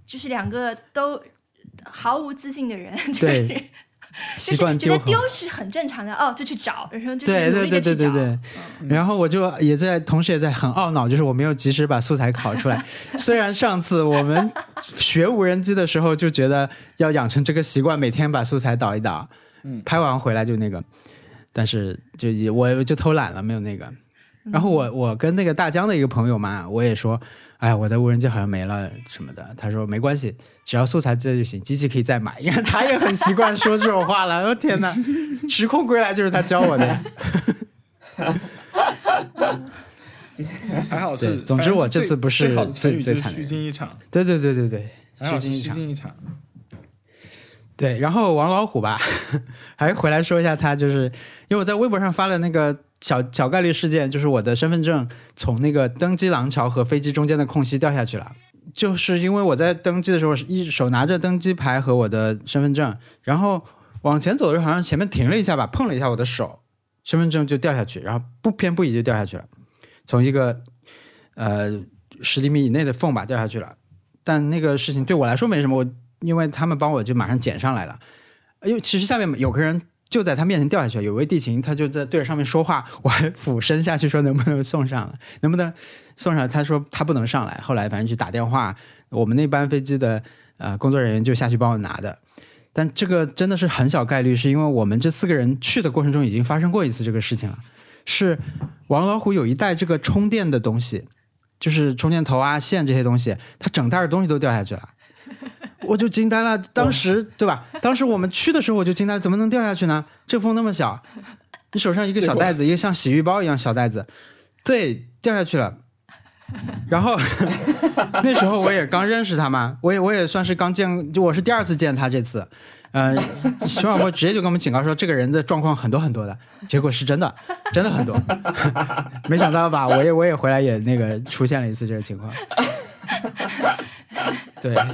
Speaker 4: 就是两个都毫无自信的人， 就是
Speaker 3: 对
Speaker 4: 就
Speaker 3: 习
Speaker 4: 是
Speaker 3: 惯
Speaker 4: 觉得
Speaker 3: 丢
Speaker 4: 丢
Speaker 3: 很。
Speaker 4: 是很正常的，哦就去找，然后就是
Speaker 3: 对
Speaker 4: 努
Speaker 3: 对
Speaker 4: 力的去
Speaker 3: 对对对
Speaker 4: 找，嗯
Speaker 3: 对，然后我就也在，同时也在很懊恼，就是我没有及时把素材拷出 来。虽然上次我们学无人机的时候就觉得要养成这个习惯，每天把素材导一导，
Speaker 6: 嗯
Speaker 3: 拍完回来就那个，但是就也我就偷懒了，没有那个。
Speaker 4: 嗯
Speaker 3: 然后我我跟那个大疆的一个朋友嘛，我也说，哎，我的无人机好像没了什么的。他说没关系，只要素材在就行，机器可以再买。你看他也很习惯说这种话了。我、天哪，时空归来就是他教我的。
Speaker 6: 还好
Speaker 3: 对
Speaker 6: 是。
Speaker 3: 总之
Speaker 6: 反正
Speaker 3: 我
Speaker 6: 是
Speaker 3: 这
Speaker 6: 最
Speaker 3: 次不是
Speaker 6: 最好的成语就
Speaker 3: 最最
Speaker 6: 是
Speaker 3: 惨的
Speaker 6: 虚惊一场，
Speaker 3: 对对对对对
Speaker 6: 还好是
Speaker 3: 虚
Speaker 6: 虚
Speaker 3: 惊一场
Speaker 6: 惊一场。
Speaker 3: 对。然后王老虎吧， 还回来说一下他，就是因为我在微博上发了那个小小概率事件，就是我的身份证从那个登机廊桥和飞机中间的空隙掉下去了。就是因为我在登机的时候，一手拿着登机牌和我的身份证，然后往前走的时候，好像前面停了一下吧，碰了一下我的手，身份证就掉下去，然后不偏不倚就掉下去了，从一个呃十厘米以内的缝吧掉下去了。但那个事情对我来说没什么，我因为他们帮我就马上捡上来了。因为其实下面有个人就在他面前掉下去了，有位地勤他就在对着上面说话，我还俯身下去说能不能送上来， 能不能送上来？他说他不能上来，后来反正去打电话，我们那班飞机的呃工作人员就下去帮我拿的。但这个真的是很小概率，是因为我们这四个人去的过程中已经发生过一次这个事情了。是王老虎有一袋这个充电的东西，就是充电头啊、线这些东西，他整袋儿东西都掉下去了，我就惊呆了。当时对吧？当时我们去的时候我就惊呆了，怎么能掉下去呢？这风那么小，你手上一个小袋子，一个像洗浴包一样小袋子，对，掉下去了。然后 那时候我也刚认识他嘛，我也我也算是刚见，就我是第二次见他这次。呃，熊小波直接就跟我们警告说，这个人的状况很多很多的，结果是真的， 真的很多。没想到吧，我也我也回来也那个出现了一次这个情况。对，好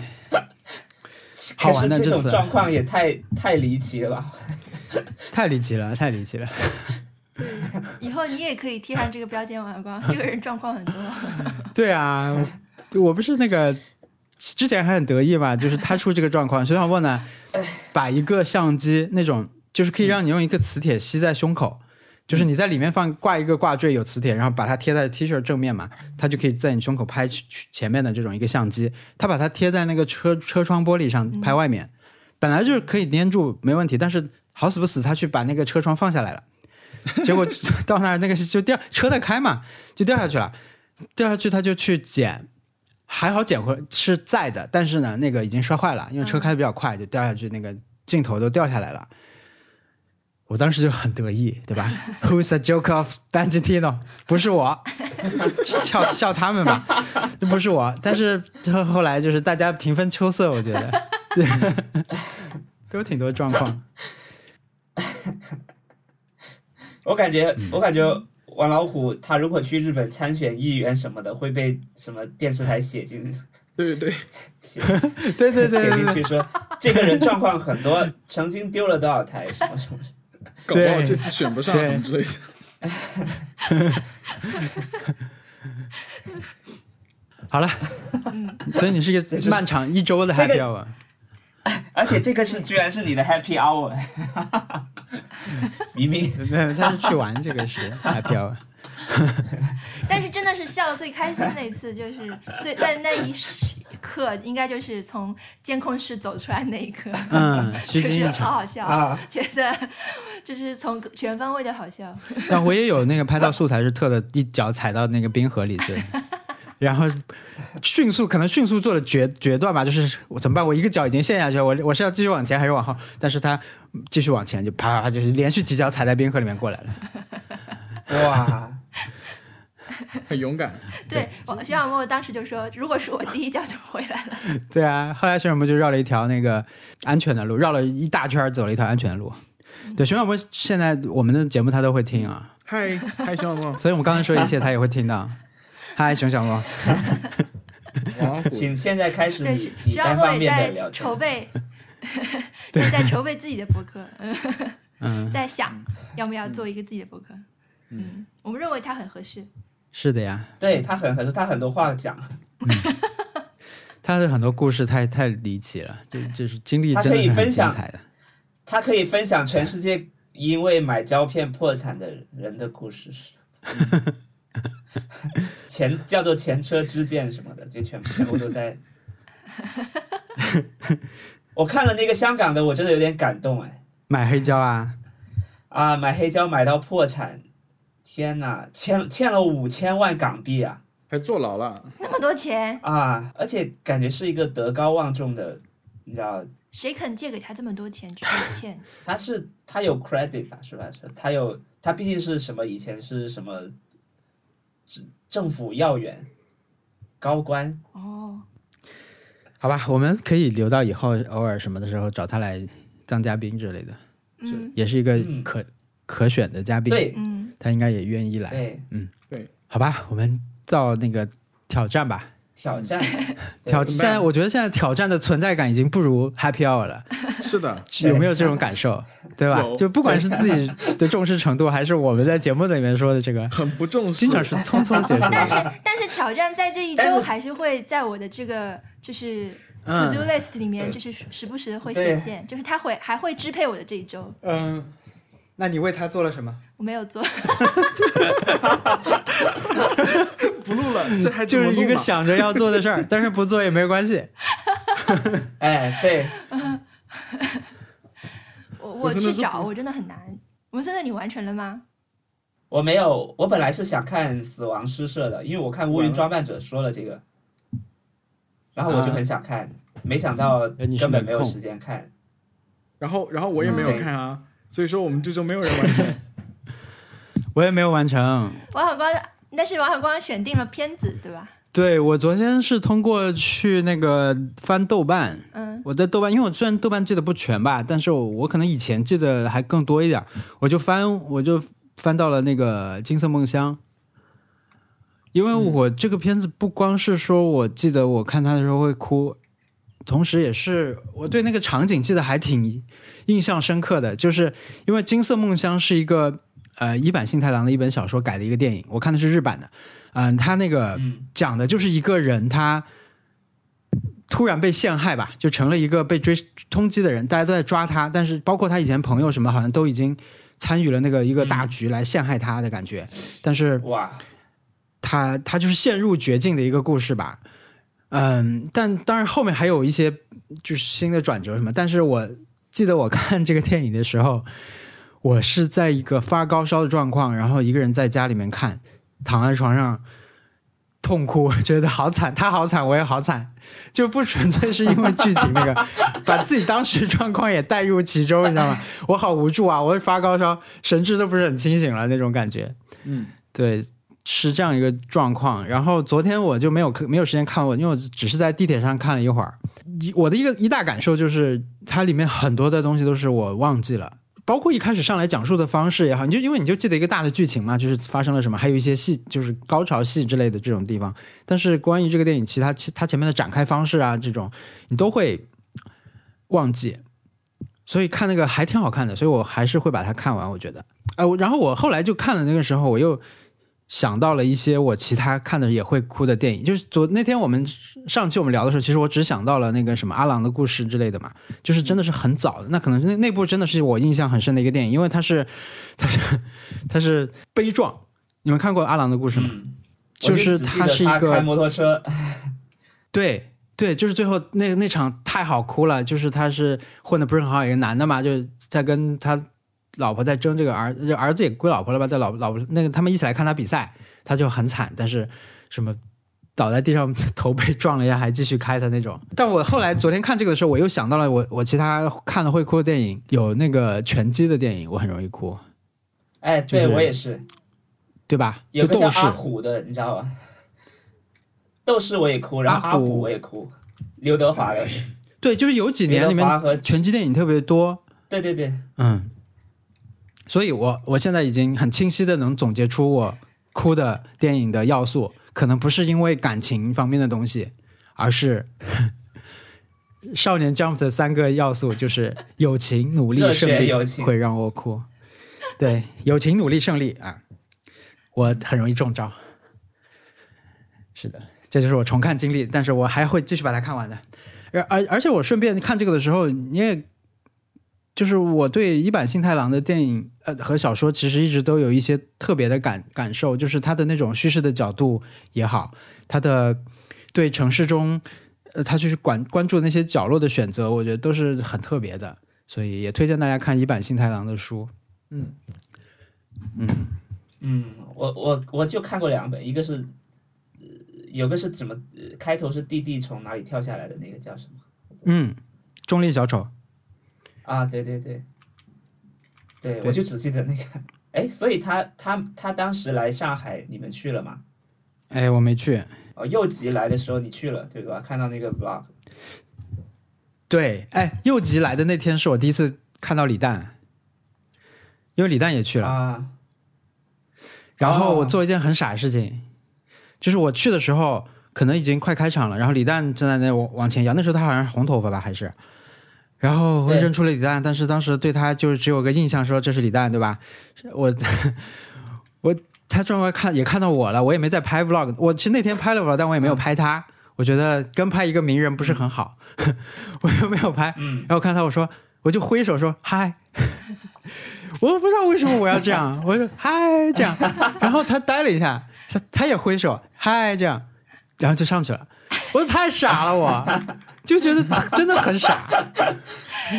Speaker 2: 可
Speaker 3: 玩
Speaker 2: 是
Speaker 3: 的
Speaker 2: 这
Speaker 3: 这
Speaker 2: 种
Speaker 3: 次
Speaker 2: 状况也太太离奇了吧？
Speaker 3: 太离奇了，太离奇了。
Speaker 4: 以后你也可以贴上这个标签，王小光， 这个人状况很多。
Speaker 3: 对啊，我不是那个之前还很得意嘛，就是他出这个状况， 熊小波呢把一个相机那种就是可以让你用一个磁铁吸在胸口，就是你在里面放挂一个挂坠有磁铁，然后把它贴在 T 恤正面嘛，它就可以在你胸口拍去去前面的这种一个相机，它把它贴在那个车车窗玻璃上拍外面，本来就是可以粘住没问题，但是好死不死他去把那个车窗放下来了，结果到那儿那个就掉车在开嘛，就掉下去了，掉下去他就去捡。还好捡回是在的，但是呢，那个已经摔坏了，因为车开的比较快，就掉下去，那个镜头都掉下来了。我当时就很得意，对吧？Who's a joke of Bangino？不是我，笑笑他们吧，不是我。但是后后来就是大家平分秋色，我觉得都挺多状况。
Speaker 2: 我感觉，
Speaker 3: 嗯
Speaker 2: 我感觉王老虎他如果去日本参选议员什么的，会被什么电视台写进
Speaker 6: 对对对，
Speaker 2: 写
Speaker 3: 对对
Speaker 2: 写
Speaker 3: 对对
Speaker 2: 进
Speaker 3: 对
Speaker 2: 去说这个人状况很多，曾经丢了多少台什么什么。
Speaker 6: 搞不好
Speaker 3: 对
Speaker 6: 这次选不上
Speaker 3: 对
Speaker 6: 什么之类的。
Speaker 3: 好了，所以你是一
Speaker 2: 这就
Speaker 3: 个
Speaker 2: 是
Speaker 3: 漫长一周的
Speaker 2: 这个
Speaker 3: happy hour。
Speaker 2: 而且这个是居然是你的 Happy Hour，明明
Speaker 3: 没有，他是去玩这个是 happy hour。
Speaker 4: 但是真的是笑的最开心那一次，就是最在那一时刻，应该就是从监控室走出来那一刻，
Speaker 3: 嗯，
Speaker 4: 就
Speaker 3: 虚惊
Speaker 4: 是
Speaker 3: 一
Speaker 4: 好
Speaker 3: 场。
Speaker 4: 好笑，
Speaker 2: 啊，
Speaker 4: 觉得就是从全方位的好笑。
Speaker 3: 但呃我也有那个拍到素材是特的，一脚踩到那个冰河里去，然后迅速可能迅速做了决决断吧，就是我怎么办？我一个脚已经陷下去了，我我是要继续往前还是往后？但是他继续往前，就啪啪啪，就是连续几脚踩在冰河里面过来 了。
Speaker 2: 哇，
Speaker 6: 很勇敢，
Speaker 4: 对，我徐小莫当时就说，如果是我第一脚就回来了，
Speaker 3: 对啊，后来熊小波就绕了一条那个安全的路，绕了一大圈儿走了一条安全的路。对，熊小波现在我们的节目他都会听啊，
Speaker 6: 嗨嗨，熊小梦，
Speaker 3: 所以我们刚才说一切他也会听 到。嗨，熊小波。
Speaker 6: 王老虎，
Speaker 2: 请现在开始
Speaker 4: 对，
Speaker 2: 你
Speaker 4: 徐
Speaker 2: 你
Speaker 4: 徐小
Speaker 2: 单
Speaker 4: 莫
Speaker 2: 方
Speaker 4: 也
Speaker 2: 面的聊天
Speaker 4: 在筹备，也在筹备自己的博客，嗯
Speaker 3: 嗯，
Speaker 4: 在想要不要做一个自己的博客。嗯，我们认为它很合适。
Speaker 3: 是的呀，
Speaker 2: 对他很很他很多话讲，
Speaker 3: 他的很多故事太太离奇了，就就是经历
Speaker 2: 他
Speaker 3: 真
Speaker 2: 可以
Speaker 3: 的是很
Speaker 2: 分
Speaker 3: 精
Speaker 2: 享
Speaker 3: 彩的。
Speaker 2: 他可以分享全世界因为买胶片破产的人的故事，嗯前叫做前车之鉴什么的，就全全部都在。我看了那个香港的，我真的有点感动哎。
Speaker 3: 买黑胶啊，
Speaker 2: 啊，买黑胶买到破产，天呐，欠欠了五千万港币啊
Speaker 6: 还坐牢了，
Speaker 4: 那么多钱，
Speaker 2: 啊！而且感觉是一个德高望重的，你知道，
Speaker 4: 谁肯借给他这么多钱去道歉？
Speaker 2: 他是他有 credit 吧，是吧？是他有他毕竟是什么以前是什么政政府要员、高官，
Speaker 4: 哦，
Speaker 3: 好吧，我们可以留到以后偶尔什么的时候找他来当嘉宾之类的，
Speaker 4: 嗯
Speaker 3: 也是一个
Speaker 2: 嗯
Speaker 3: 可、可选的嘉宾，
Speaker 2: 对
Speaker 4: 嗯，
Speaker 3: 他应该也愿意来。
Speaker 2: 对，
Speaker 3: 好吧，我们到那个挑战吧。
Speaker 2: 挑战，对
Speaker 3: 挑
Speaker 6: 怎
Speaker 3: 现
Speaker 6: 么办
Speaker 3: 在我觉得现在挑战的存在感已经不如 Happy Hour 了，
Speaker 6: 是的，
Speaker 2: 对
Speaker 3: 有没有这种感受？对吧？
Speaker 6: 有
Speaker 3: 就不管是自己的重视程度，还是我们在节目里面说的这 个，
Speaker 6: 很不重视，
Speaker 3: 经常是匆匆结束的。
Speaker 4: 但是但是挑战在这一
Speaker 2: 但是
Speaker 4: 周还是会在我的这个就是 to
Speaker 3: 嗯
Speaker 4: do list 里面，就是时不时的会
Speaker 2: 对
Speaker 4: 显现，就是他会还会支配我的这一周，
Speaker 3: 嗯，那你为他做了什么？
Speaker 4: 我没有做，
Speaker 6: 不录了，这还怎
Speaker 3: 嗯就
Speaker 6: 么录
Speaker 3: 是一个
Speaker 6: 嘛
Speaker 3: 想着要做的事 儿，但是不做也没关系。
Speaker 2: 哎，对，
Speaker 4: 我
Speaker 6: 我
Speaker 4: 我
Speaker 6: 真的
Speaker 4: 去
Speaker 6: 是
Speaker 4: 找，
Speaker 6: 不
Speaker 4: 我真的很难。文森特，你完成了吗？
Speaker 2: 我没有，我本来是想看《死亡诗社》的，因为我看《乌云装扮者》说了这个，然后我就很想看，没想到
Speaker 3: 哎你是
Speaker 2: 根本
Speaker 3: 没
Speaker 2: 没有
Speaker 3: 空
Speaker 2: 时间看。
Speaker 6: 然后然后我也没有看啊，所以说我们这周没有人完成，
Speaker 3: 我也没有完成。
Speaker 4: 王小光，但是王小光选定了片子，对吧？
Speaker 3: 对我昨天是通过去那个翻豆瓣，
Speaker 4: 嗯
Speaker 3: 我在豆瓣，因为我虽然豆瓣记得不全吧，但是我我可能以前记得还更多一点儿，我就翻我就翻到了那个《金色梦乡》，因为我这个片子不光是说我记得我看它的时候会哭，同时也是我对那个场景记得还挺印象深刻的，就是因为《金色梦乡》是一个呃一坂幸太郎的一本小说改的一个电影，我看的是日版的，嗯、他那个
Speaker 2: 嗯
Speaker 3: 讲的就是一个人他突然被陷害吧，就成了一个被追通缉的人，大家都在抓他，但是包括他以前朋友什么，好像都已经参与了那个一个大局来陷害他的感觉，但是
Speaker 2: 嗯哇，
Speaker 3: 他他就是陷入绝境的一个故事吧。嗯，但当然后面还有一些就是新的转折什么，但是我记得我看这个电影的时候，我是在一个发高烧的状况，然后一个人在家里面看，躺在床上痛哭， 觉得好惨，他好惨，我也好惨，就不纯粹是因为剧情那个，把自己当时状况也带入其中，你知道吗？我好无助啊，我发高烧，神志都不是很清醒了那种感觉。
Speaker 7: 嗯，
Speaker 3: 对，是这样一个状况。然后昨天我就没有没有时间看我，因为我只是在地铁上看了一会儿。一我的一个一大感受就是，它里面很多的东西都是我忘记了。包括一开始上来讲述的方式也好，你就因为你就记得一个大的剧情嘛，就是发生了什么，还有一些戏，就是高潮戏之类的这种地方。但是关于这个电影，其他其它前面的展开方式啊，这种你都会忘记，所以看那个还挺好看的，所以我还是会把它看完。我觉得，哎、我然后我后来就看了那个时候，我又想到了一些我其他看的也会哭的电影，就是昨那天我们上期我们聊的时候，其实我只想到了那个什么《阿郎的故事》之类的嘛，就是真的是很早的，那可能那那部真的是我印象很深的一个电影，因为它是 它是它是悲壮，你们看过《阿郎的故事》吗？
Speaker 2: 嗯，
Speaker 3: 就
Speaker 2: 我
Speaker 3: 是
Speaker 2: 只记
Speaker 3: 它
Speaker 2: 得
Speaker 3: 是一
Speaker 2: 他
Speaker 3: 个
Speaker 2: 开摩托车，
Speaker 3: 对对，就是最后那那场太好哭了，就是他是混的不是很好，一个男的嘛，就是在跟他老婆在争这个儿，这儿子也归老婆了吧，在老老婆那个他们一起来看他比赛，他就很惨，但是什么。倒在地上，头被撞了一下，还继续开他那种。但我后来昨天看这个的时候，我又想到了我我其他看了会哭的电影，有那个拳击的电影，我很容易哭，
Speaker 2: 哎，
Speaker 3: 就
Speaker 2: 对、
Speaker 3: 是
Speaker 2: 我也是，
Speaker 3: 对吧？
Speaker 2: 有
Speaker 3: 就
Speaker 2: 个
Speaker 3: 斗
Speaker 2: 叫
Speaker 3: 士
Speaker 2: 阿虎的，你知道吧？斗士我也哭，然后
Speaker 3: 阿
Speaker 2: 阿
Speaker 3: 虎哎
Speaker 2: 虎我也哭，刘德华的，
Speaker 3: 对，就是有几
Speaker 2: 刘
Speaker 3: 年里
Speaker 2: 德
Speaker 3: 面
Speaker 2: 华和
Speaker 3: 拳击电影特别多，
Speaker 2: 对对对，
Speaker 3: 嗯，所以我我现在已经很清晰的能总结出我哭的电影的要素，可能不是因为感情方面的东西，而是 少年 Jump 的三个要素，就是友情、努力、
Speaker 2: 热血
Speaker 3: 胜利
Speaker 2: 友，情
Speaker 3: 会让我哭。对，友情、努力、胜利啊，我很容易中招。是的，这就是我重看经历，但是我还会继续把它看完的。而而而且我顺便看这个的时候，你也就是我对一坂幸太郎的电影呃和小说，其实一直都有一些特别的感感受，就是他的那种叙事的角度也好，他的对城市中呃他去管关注那些角落的选择，我觉得都是很特别的，所以也推荐大家看一坂幸太郎的书。
Speaker 2: 嗯，我我我就看过两本，一个是，呃有个是什么，呃开头是弟弟从哪里跳下来的那个叫什么
Speaker 3: 嗯，中立小丑，
Speaker 2: 啊？对对对，对
Speaker 3: 对
Speaker 2: 我就只记得那个，哎，所以他他他当时来上海，你们去了吗？
Speaker 3: 哎，我没去。
Speaker 2: 哦，右吉来的时候你去了对吧？看到那个 vlog，
Speaker 3: 对，哎，右吉来的那天是我第一次看到李诞，因为李诞也去了。
Speaker 2: 啊，
Speaker 3: 然后我
Speaker 2: 哦
Speaker 3: 做了一件很傻的事情，就是我去的时候可能已经快开场了，然后李诞正在那往往前摇，那时候他好像是红头发吧还是，然后我
Speaker 2: 对
Speaker 3: 认出了李诞，但是当时对他就只有个印象，说这是李诞对吧？我 我他转过来看也看到我了，我也没在拍 vlog，我其实那天拍了 vlog，但我也没有拍他。我觉得跟拍一个名人不是很好， 我又没有拍。然后我看他，我说我就挥手说嗨， 我不知道为什么我要这样， 我就嗨这样， 然后他呆了一下，他他也挥手嗨这样，然后就上去了， 我太傻了 我。就觉得 真的很傻，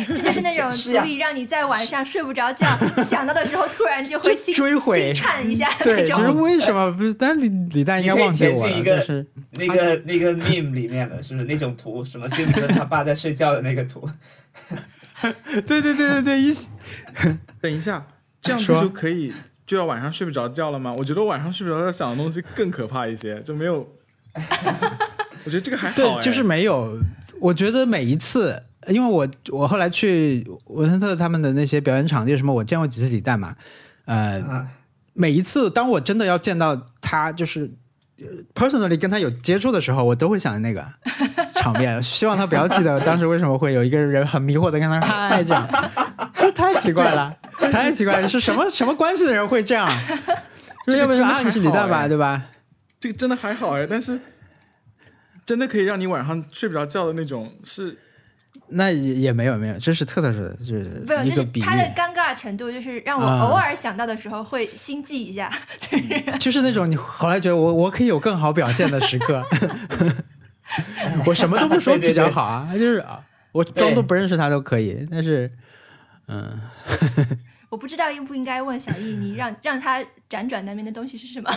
Speaker 4: 这就是那种
Speaker 2: 是呀
Speaker 4: 足以让你在晚上睡不着觉，想到的时候突然就会
Speaker 3: 就
Speaker 4: 心
Speaker 3: 追悔
Speaker 4: 心颤一下那
Speaker 3: 对，就
Speaker 4: 种。
Speaker 3: 是为什么不是？但李李诞应该忘记
Speaker 2: 你
Speaker 3: 我
Speaker 2: 可以
Speaker 3: 了，
Speaker 2: 填进一个
Speaker 3: 但
Speaker 2: 那个、
Speaker 3: 是
Speaker 2: 那个 meme 里面的是不是那种图？什么辛普森他爸在睡觉的那个图？
Speaker 3: 对对对对对，一
Speaker 1: 等一下，这样子
Speaker 3: 说
Speaker 1: 就可以就要晚上睡不着觉了吗？我觉得晚上睡不着觉想的东西更可怕一些，就没有。 我觉得这个还好、
Speaker 3: 对，
Speaker 1: 哎
Speaker 3: 就是没有。我觉得每一次，因为我我后来去文森特他们的那些表演场地什么，我见过几次李诞嘛，呃，
Speaker 2: 啊，
Speaker 3: 每一次当我真的要见到他，就是呃 personally 跟他有接触的时候，我都会想 那个场面，希望他不要记得当时为什么会有一个人很迷惑的跟他说
Speaker 1: 啊
Speaker 3: 嗨这样，这太奇怪了，太奇怪了，是什么什么关系的人会 这样？
Speaker 1: 这个
Speaker 3: 要不然
Speaker 1: 真
Speaker 3: 就
Speaker 1: 的
Speaker 3: 啊，你是李诞
Speaker 1: 还好
Speaker 3: 吧，
Speaker 1: 哎
Speaker 3: 对吧？
Speaker 1: 这个真的还好哎，但是真的可以让你晚上睡不着觉的那种是
Speaker 3: 那也也没有没有，这是特特说的，就是
Speaker 4: 不，
Speaker 3: 一
Speaker 4: 就
Speaker 3: 个
Speaker 4: 是
Speaker 3: 比喻，
Speaker 4: 他的尴尬程度，就是让我
Speaker 3: 啊
Speaker 4: 偶尔想到的时候会心悸一下， 就是
Speaker 3: 就是那种你后来觉得我我可以有更好表现的时 刻，我什么都不说
Speaker 2: 对对对
Speaker 3: 比较好啊，就是啊，我装作不认识他都可 以，但是嗯，
Speaker 4: 我不知道应不应该问小易， 你让让他辗转难眠的东西是什么？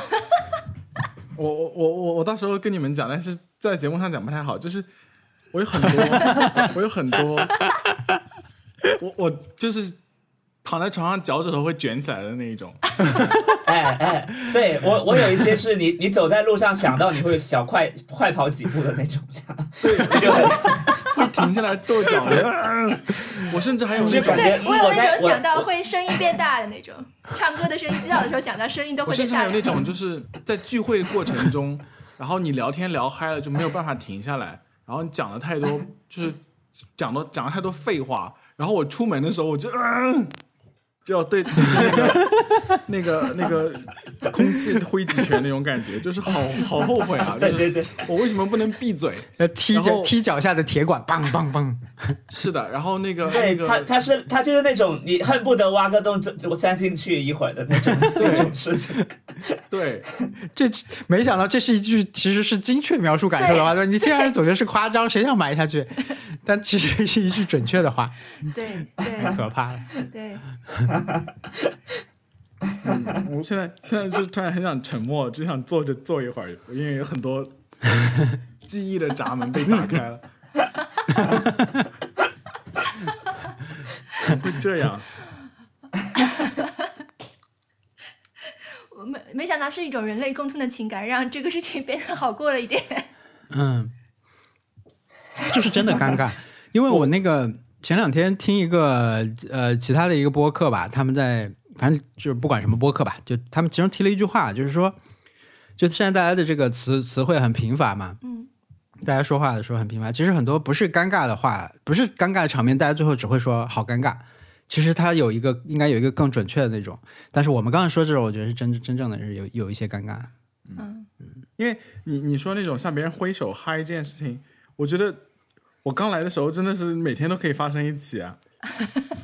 Speaker 1: 我我我我我到时候跟你们讲，但是在节目上讲不太好，就是我有很多，我有很多，我我就是躺在床上脚趾头会卷起来的那一种，
Speaker 2: 哎哎，对我我有一些是你你走在路上想到你会小快快跑几步的那种，对， 就很
Speaker 1: 会停下来跺脚的。我甚至还有那
Speaker 2: 就
Speaker 1: 种
Speaker 2: 感，
Speaker 4: 对
Speaker 2: 觉
Speaker 4: 我有
Speaker 2: 在
Speaker 4: 那种
Speaker 2: 我
Speaker 4: 想到会声音变大的那种， 唱歌的声音、洗澡的时候想到声音都
Speaker 1: 我
Speaker 4: 会
Speaker 1: 甚
Speaker 4: 变
Speaker 1: 至
Speaker 4: 大
Speaker 1: 还有
Speaker 4: 的。
Speaker 1: 那种就是在聚会过程中，然后你聊天聊嗨了就没有办法停下来，然后你讲了太多，就是讲了讲了太多废话，然后我出门的时候我就嗯。就要对那个那个那个空气挥几拳那种感觉，就是好好后悔啊！就
Speaker 2: 对对
Speaker 1: 是
Speaker 2: 对，
Speaker 1: 我为什么不能闭嘴？
Speaker 3: 要踢
Speaker 1: 然
Speaker 3: 脚
Speaker 1: 后
Speaker 3: 踢脚下的铁管，梆梆梆，
Speaker 1: 是的，然后那个
Speaker 2: 对
Speaker 1: 那
Speaker 2: 他
Speaker 1: 个
Speaker 2: 他是他就是那种你恨不得挖个洞就就钻进去一会儿的那种那种事情，
Speaker 1: 对，
Speaker 3: 这没想到这是一句其实是精确描述感受的话，对吧你听上去总觉得是夸张，谁想埋下去？但其实是一句准确 的话，
Speaker 4: 对
Speaker 3: 太
Speaker 4: 对
Speaker 3: 可怕了。
Speaker 4: 对，
Speaker 1: 我现在现在就突然很想沉默，只想坐着坐一会儿，因为有很多记忆的闸门被打开了。 会这样，
Speaker 4: 我没没想到是一种人类共通的情感，让这个事情变得好过了一点。
Speaker 3: 嗯，就是真的尴尬， 因为我那个前两天听一个呃其他的一个播客吧，他们在反正就是不管什么播客吧，就他们其中提了一句话，就是说，就现在大家的这个词词汇很贫乏嘛，
Speaker 4: 嗯，
Speaker 3: 大家说话的时候很频繁，其实很多不是尴尬的话，不是尴尬的场面，大家最后只会说好尴尬。其实它有一个应该有一个更准确的那种，但是我们刚才说这种，我觉得是真真正的是有有一些尴尬。
Speaker 4: 嗯，
Speaker 1: 你你说那种向别人挥手嗨这件事情，我觉得我刚来的时候真的是每天都可以发生一起啊。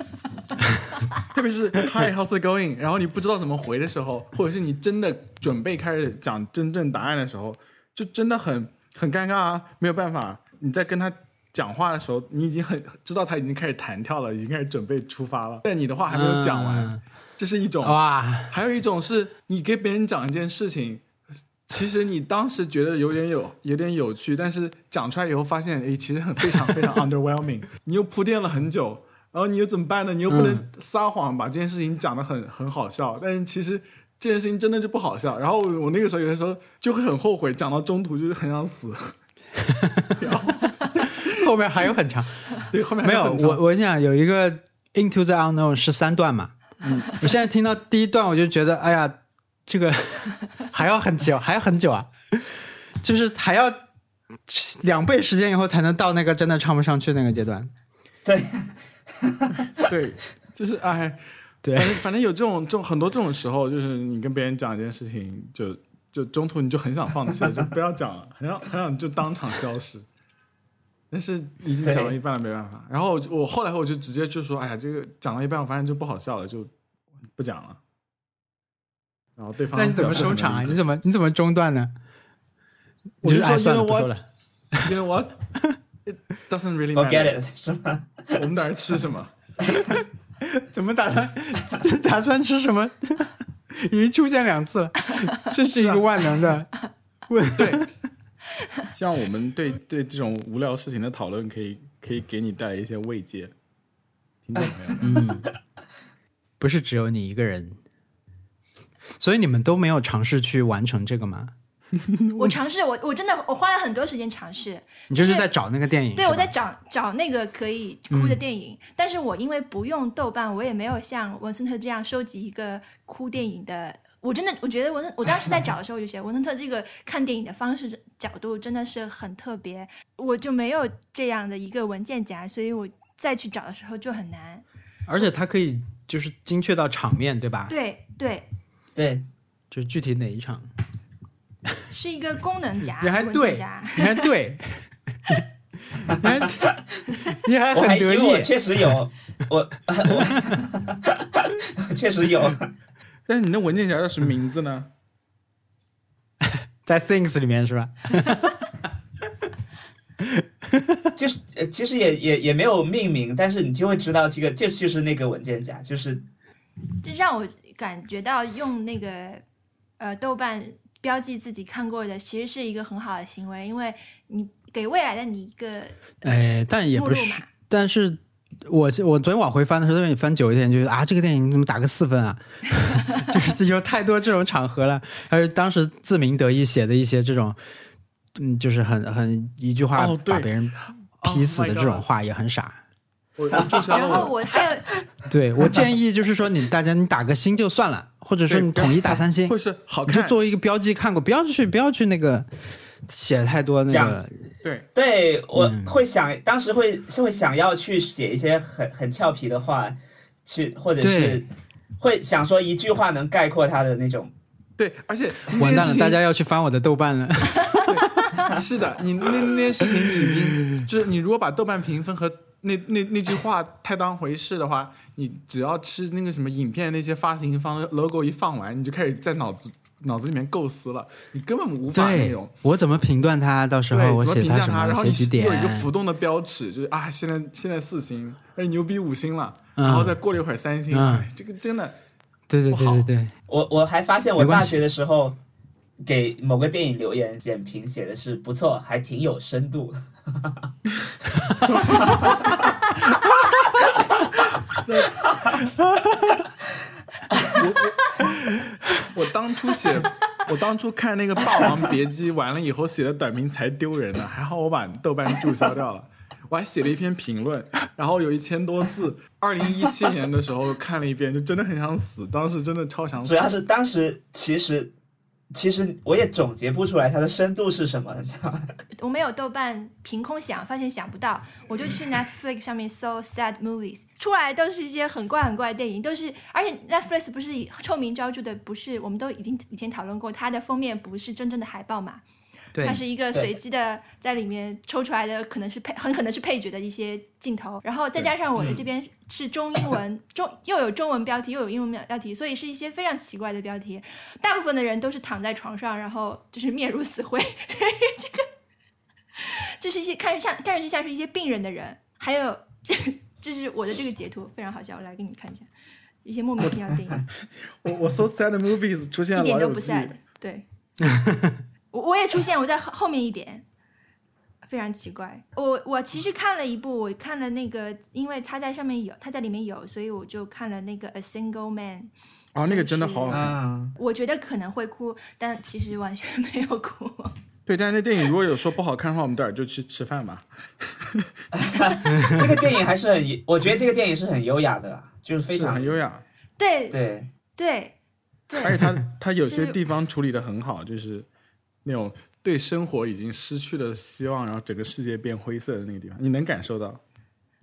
Speaker 1: 特别是 Hi how's it going，然后你不知道怎么回的时候，或者是你真的准备开始讲真正答案的时候，就真的很很尴尬啊，没有办法。你在跟他讲话的时候，你已经很知道他已经开始弹跳了，已经开始准备出发了，但你的话还没有讲完，
Speaker 3: 嗯
Speaker 1: 这是一种
Speaker 3: 哇，
Speaker 1: 还有一种是你给别人讲一件事情，其实你当时觉得有点有有点有趣，但是讲出来以后发现，哎，其实很非常非常 underwhelming。你又铺垫了很久，然后你又怎么办呢？你又不能撒谎把这件事情讲得很很好笑，但是其实这件事情真的就不好笑。然后我那个时候有的时候就会很后悔，讲到中途就是很想死。
Speaker 3: 后面还有很长。
Speaker 1: 对， 后面还
Speaker 3: 没有，
Speaker 1: 很长
Speaker 3: 我我跟你讲，有一个 Into the Unknown 是三段嘛，我现在听到第一段我就觉得，哎呀，这个还要很久，还要很久啊，就是还要两倍时间以后才能到那个真的唱不上去那个阶段。
Speaker 1: 对，就是哎，
Speaker 3: 对
Speaker 1: 反正反正有这种这种很多这种时候，就是你跟别人讲一件事情，就就中途你就很想放弃了，就不要讲了，很想很想就当场消失。但是已经讲到一半了，没办法。然后我就我后来我就直接就说：“哎呀，这个讲到一半，我发现就不好笑了，就不讲了。”然后对方
Speaker 3: 那你怎么收场啊？你怎么你怎么中断呢？
Speaker 1: 我就
Speaker 3: 你
Speaker 1: 说
Speaker 3: 是哎
Speaker 1: you
Speaker 3: 算了
Speaker 1: know
Speaker 3: 不说
Speaker 1: what
Speaker 3: 了，
Speaker 1: ？You know what? It doesn't really
Speaker 2: ，forget
Speaker 1: matter。
Speaker 2: it 是吗？
Speaker 1: 我们在这吃什么？
Speaker 3: 怎么打算 打算吃什么？ 已经出现两 次了，这是一个万能的。
Speaker 1: 希望我们对对这种无聊事情的讨论，可以可以给你带来一些慰藉。听懂没有？
Speaker 3: 嗯，不是只有你一个人，所以你们都没有尝试去完成这个吗？
Speaker 4: 我尝试，我我真的我花了很多时间尝试，
Speaker 3: 你就是
Speaker 4: 是
Speaker 3: 在找那个电影？
Speaker 4: 对
Speaker 3: 是吧嗯
Speaker 4: 我在找找那个可以哭的电影，但是我因为不用豆瓣，我也没有像文森特这样收集一个哭电影的。我真的，我觉得文森，我当时在找的时候，我就觉得文森特这个看电影的方式角度真的是很特别，我就没有这样的一个文件夹，所以我再去找的时候就很难。
Speaker 3: 而且它可以就是精确到场面，对吧？
Speaker 4: 对对，
Speaker 2: 对，
Speaker 3: 就具体哪一场？
Speaker 4: 是一个功能夹，
Speaker 3: 你还
Speaker 4: 文
Speaker 3: 对
Speaker 4: 件夹，
Speaker 3: 你看，对，你还你还
Speaker 2: 我还
Speaker 3: 很
Speaker 2: 因
Speaker 3: 得
Speaker 2: 为我
Speaker 3: 意，
Speaker 2: 确实有，我 我确实有，
Speaker 1: 但是你那文件夹叫什么名字呢？
Speaker 3: 在 Things 里面是吧？
Speaker 2: 就是呃其实也也也没有命名，但是你就会知道这个，这就是那个文件夹，就是
Speaker 4: 这让我感觉到用那个呃豆瓣标记自己看过的，其实是一个很好的行为，因为你给未来的你一个
Speaker 3: 哎，但也
Speaker 4: 目
Speaker 3: 不
Speaker 4: 录
Speaker 3: 是
Speaker 4: 嘛。
Speaker 3: 但是我我昨天往回翻的时候，因为你翻久一点，就觉得啊，这个电影你怎么打个四分 啊？ 就是有太多这种场合了，还有当时自鸣得意写的一些这种，嗯，就是很很一句话
Speaker 1: 哦对
Speaker 3: 把别人劈死的这种话也很傻。
Speaker 1: 我我注销
Speaker 4: 然
Speaker 1: 了
Speaker 4: 后
Speaker 1: 我。
Speaker 4: 我还有
Speaker 3: 对我建议就是说，你大家你打个星就算了，或者说你统一打三星
Speaker 1: 会，是好
Speaker 3: 你就
Speaker 1: 看，
Speaker 3: 作为一个标记看过，不要去不要去那个写太多那个
Speaker 2: 讲对我会想，当时会是会想要去写一些很很俏皮的话，去或者是
Speaker 3: 对
Speaker 2: 会想说一句话能概括他的那种。
Speaker 1: 对，而且
Speaker 3: 完 蛋了，大
Speaker 1: 家。
Speaker 3: 家要去翻我的豆瓣了。
Speaker 1: 是的，你那那些事情你已 经就是你如果把豆瓣评分和那那那句话太当回事的话，你只要吃那个什么影片那些发行方的 logo 一放完，你就开始在脑子脑子里面构思了，你根本无法那
Speaker 3: 对
Speaker 1: 种，
Speaker 3: 我怎么评断他？到时
Speaker 1: 对
Speaker 3: 候我
Speaker 1: 怎么
Speaker 3: 写
Speaker 1: 评价
Speaker 3: 什
Speaker 1: 它，
Speaker 3: 么，
Speaker 1: 然后
Speaker 3: 写
Speaker 1: 你
Speaker 3: 几点
Speaker 1: 有？一个浮动的标尺，就是啊，现在现在四星，哎牛逼五星了，
Speaker 3: 嗯
Speaker 1: 然后再过了一会儿三星，
Speaker 3: 嗯
Speaker 1: 哎这个真的
Speaker 3: 对对
Speaker 1: 不
Speaker 3: 对
Speaker 1: 好嗯
Speaker 3: 对对，
Speaker 2: 我我还发现我
Speaker 3: 没关
Speaker 2: 大
Speaker 3: 系
Speaker 2: 学的时候给某个电影留言简评写的是不错，还挺有深度。
Speaker 1: 我当初写，我当初看那个《霸王别姬》完了以后写的短评才丢人呢，还好我把豆瓣注销掉了。我还写了一篇评论，然后有一千多字。二零一七年的时候看了一遍，就真的很想死，当时真的超想
Speaker 2: 主
Speaker 1: 死。
Speaker 2: 要是当时其实其实我也总结不出来它的深度是什么，你知道吗？
Speaker 4: 我没有豆瓣凭空想，发现想不到，我就去 Netflix 上面搜 sad movies，出来都是一些很怪很怪的电影，都是而且 Netflix 不是以臭名昭著的，不是我们都已经以前讨论过，它的封面不是真正的海报嘛，它是一个随机的，在里面抽出来的，可能是配，很可能是配角的一些镜头，然后再加上我的这边是中英文，中又有中文标题，又有英文标题，所以是一些非常奇怪的标题。大部分的人都是躺在床上，然后就是面如死灰，就是这个，就是一些看着像看上去像是一些病人的人。还有这，这是我的这个截图，非常好笑，我来给你们看一下，一些莫名其妙的电影。
Speaker 1: 我我搜 sad movies 出现
Speaker 4: 一
Speaker 1: 了
Speaker 4: 点
Speaker 1: 老
Speaker 4: 都
Speaker 1: 友
Speaker 4: 不
Speaker 1: 记，
Speaker 4: sad。对，我我也出现，我在后后面一点，非常奇怪。我我其实看了一部，我看了那个，因为他在上面有，他在里面有，所以我就看了那个《A Single Man》，
Speaker 1: 啊，那个真的好好看。
Speaker 2: 啊，
Speaker 4: 我觉得可能会哭，但其实完全没有哭。
Speaker 1: 对，但是那电影如果有说不好看的话，我们待会儿就去吃饭吧。
Speaker 2: 这个电影还是很，我觉得这个电影是很优雅的啦，就是非
Speaker 1: 是的
Speaker 2: 常
Speaker 1: 很优雅，
Speaker 4: 对
Speaker 2: 对。
Speaker 4: 对
Speaker 1: 而且
Speaker 4: 对，
Speaker 1: 它它有
Speaker 4: 就
Speaker 1: 些
Speaker 4: 是
Speaker 1: 地方处理的很好，就是那种对生活已经失去了希望，然后整个世界变灰色的那个地方，你能感受到。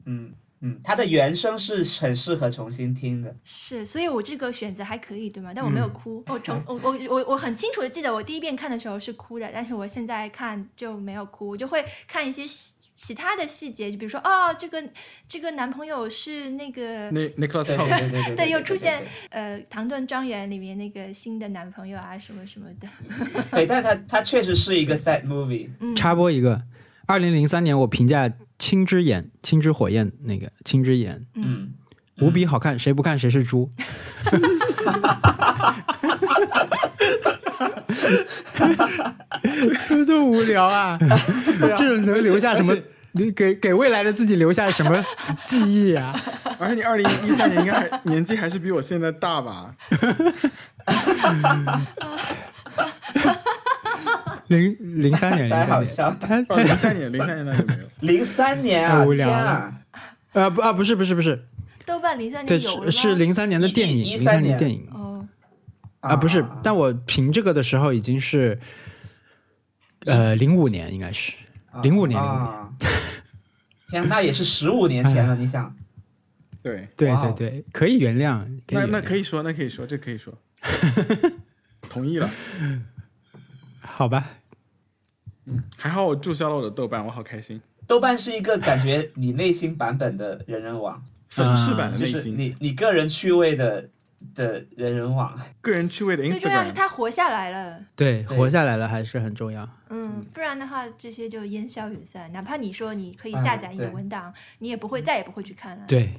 Speaker 2: 嗯，嗯，它的原声是很适合重新听的。
Speaker 4: 是，所以我这个选择还可以，对吗？但我没
Speaker 3: 嗯
Speaker 4: 有哭，我从我我我我很清楚的记得，我第一遍看的时候是哭的，但是我现在看就没有哭，我就会看一些细其他的细节，就比如说哦，这个这个男朋友是那个
Speaker 1: 那 Nicholas
Speaker 2: 对
Speaker 1: Hoult
Speaker 2: 对对对，
Speaker 4: 对又出现呃《唐顿庄园》里面那个新的男朋友啊，什么什么的，
Speaker 2: 对。对，但它它确实是一个 sad movie。
Speaker 4: 嗯，
Speaker 3: 插播一个，二零零三年我评价《青之眼》《青之火焰》那个《青之眼
Speaker 2: 嗯，》
Speaker 3: 无比好看，谁不看谁 是猪。怎么这么无聊啊？这种能留下什么
Speaker 1: 而且？
Speaker 3: 你给给未来的自己留下什么记忆啊？
Speaker 1: 而且你二零一三年应该还年纪还是比我现在大吧？
Speaker 3: 零零三年，零
Speaker 2: 大家
Speaker 3: 三
Speaker 2: 好
Speaker 3: 年，
Speaker 2: 笑。
Speaker 3: 他
Speaker 1: 哦，零三年，零三年那就没有。
Speaker 2: 零三年啊，
Speaker 3: 太无聊
Speaker 2: 天啊！
Speaker 3: 呃不啊不是不是不是，
Speaker 4: 豆瓣零三
Speaker 3: 对
Speaker 4: 年有了
Speaker 3: 是是
Speaker 4: 吗
Speaker 3: 零三年的电影，
Speaker 2: 一
Speaker 3: 零三
Speaker 2: 13年
Speaker 3: 年电影，
Speaker 4: 哦，
Speaker 3: 啊，不是，但我评这个的时候已经是，呃，零五年应该是零五年，零五年，
Speaker 2: 啊天啊，那也是十五年前了。你想，
Speaker 1: 对，
Speaker 3: 对
Speaker 2: 哇
Speaker 3: 对
Speaker 2: 哦
Speaker 3: 对，可以原谅，可以
Speaker 1: 那
Speaker 3: 原
Speaker 1: 那
Speaker 3: 谅
Speaker 1: 可以说，那可以说，这可以说，同意了。
Speaker 3: 好吧？
Speaker 1: 还好我注销了我的豆瓣，我好开心。
Speaker 2: 豆瓣是一个感觉你内心版本的人人网，
Speaker 1: 粉饰版的
Speaker 2: 就
Speaker 1: 啊内
Speaker 2: 是
Speaker 1: 心，
Speaker 2: 你你个人趣味的的人人网。
Speaker 1: 个人趣味的
Speaker 4: 最重要是
Speaker 1: Instagram，
Speaker 4: 他活下来了，
Speaker 3: 对，
Speaker 2: 对
Speaker 3: 活下来了还是很重要。
Speaker 4: 嗯，不然的话这些就烟消云散。哪怕你说你可以下载你的
Speaker 2: 嗯对
Speaker 4: 文档，你也不会再也不会去看了。
Speaker 3: 哎对，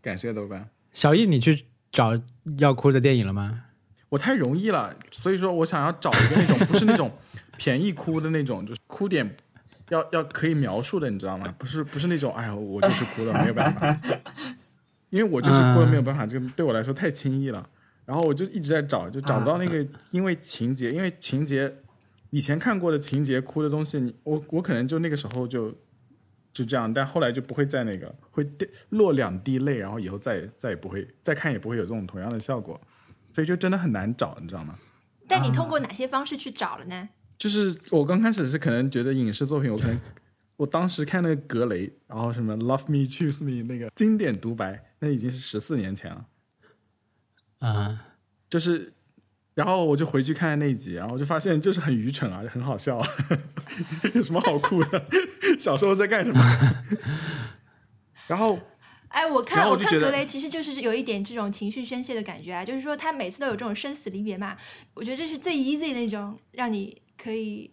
Speaker 1: 感谢豆瓣。
Speaker 3: 小易，你去找要哭的电影了吗？
Speaker 1: 我太容易了，所以说我想要找一个那种不是那种便宜哭的那种，就是哭点要要可以描述的，你知道吗？不是不是那种，哎呀，我就是哭了，没有办法，因为我就是哭了，没有办法，这个对我来说太轻易了。然后我就一直在找，就找不到那个，因为情节，因为情节以前看过的情节哭的东西，你我我可能就那个时候就就这样，但后来就不会再那个会滴落两滴泪，然后以后再也再也不会再看也不会有这种同样的效果。所以就真的很难找，你知道吗？
Speaker 4: 但你通
Speaker 3: 嗯
Speaker 4: 过哪些方式去找了呢？
Speaker 1: 就是我刚开始是可能觉得影视作品，我可能我当时看那个格雷，然后什么 Love Me Choose Me 那个经典独白，那已经是十四年前了，
Speaker 3: 啊、
Speaker 1: 就是。然后我就回去看那一集，然后我就发现就是很愚蠢啊，就很好笑、啊， 有什么好哭的？ 小时候在干什么？ 然后
Speaker 4: 哎，我
Speaker 1: 然
Speaker 4: 看
Speaker 1: 后我就
Speaker 4: 看
Speaker 1: 觉得
Speaker 4: 格雷其实就是有一点这种情绪宣泄的感觉啊，就是说他每次都有这种生死离别嘛，我觉得这是最 easy 的那种让你可以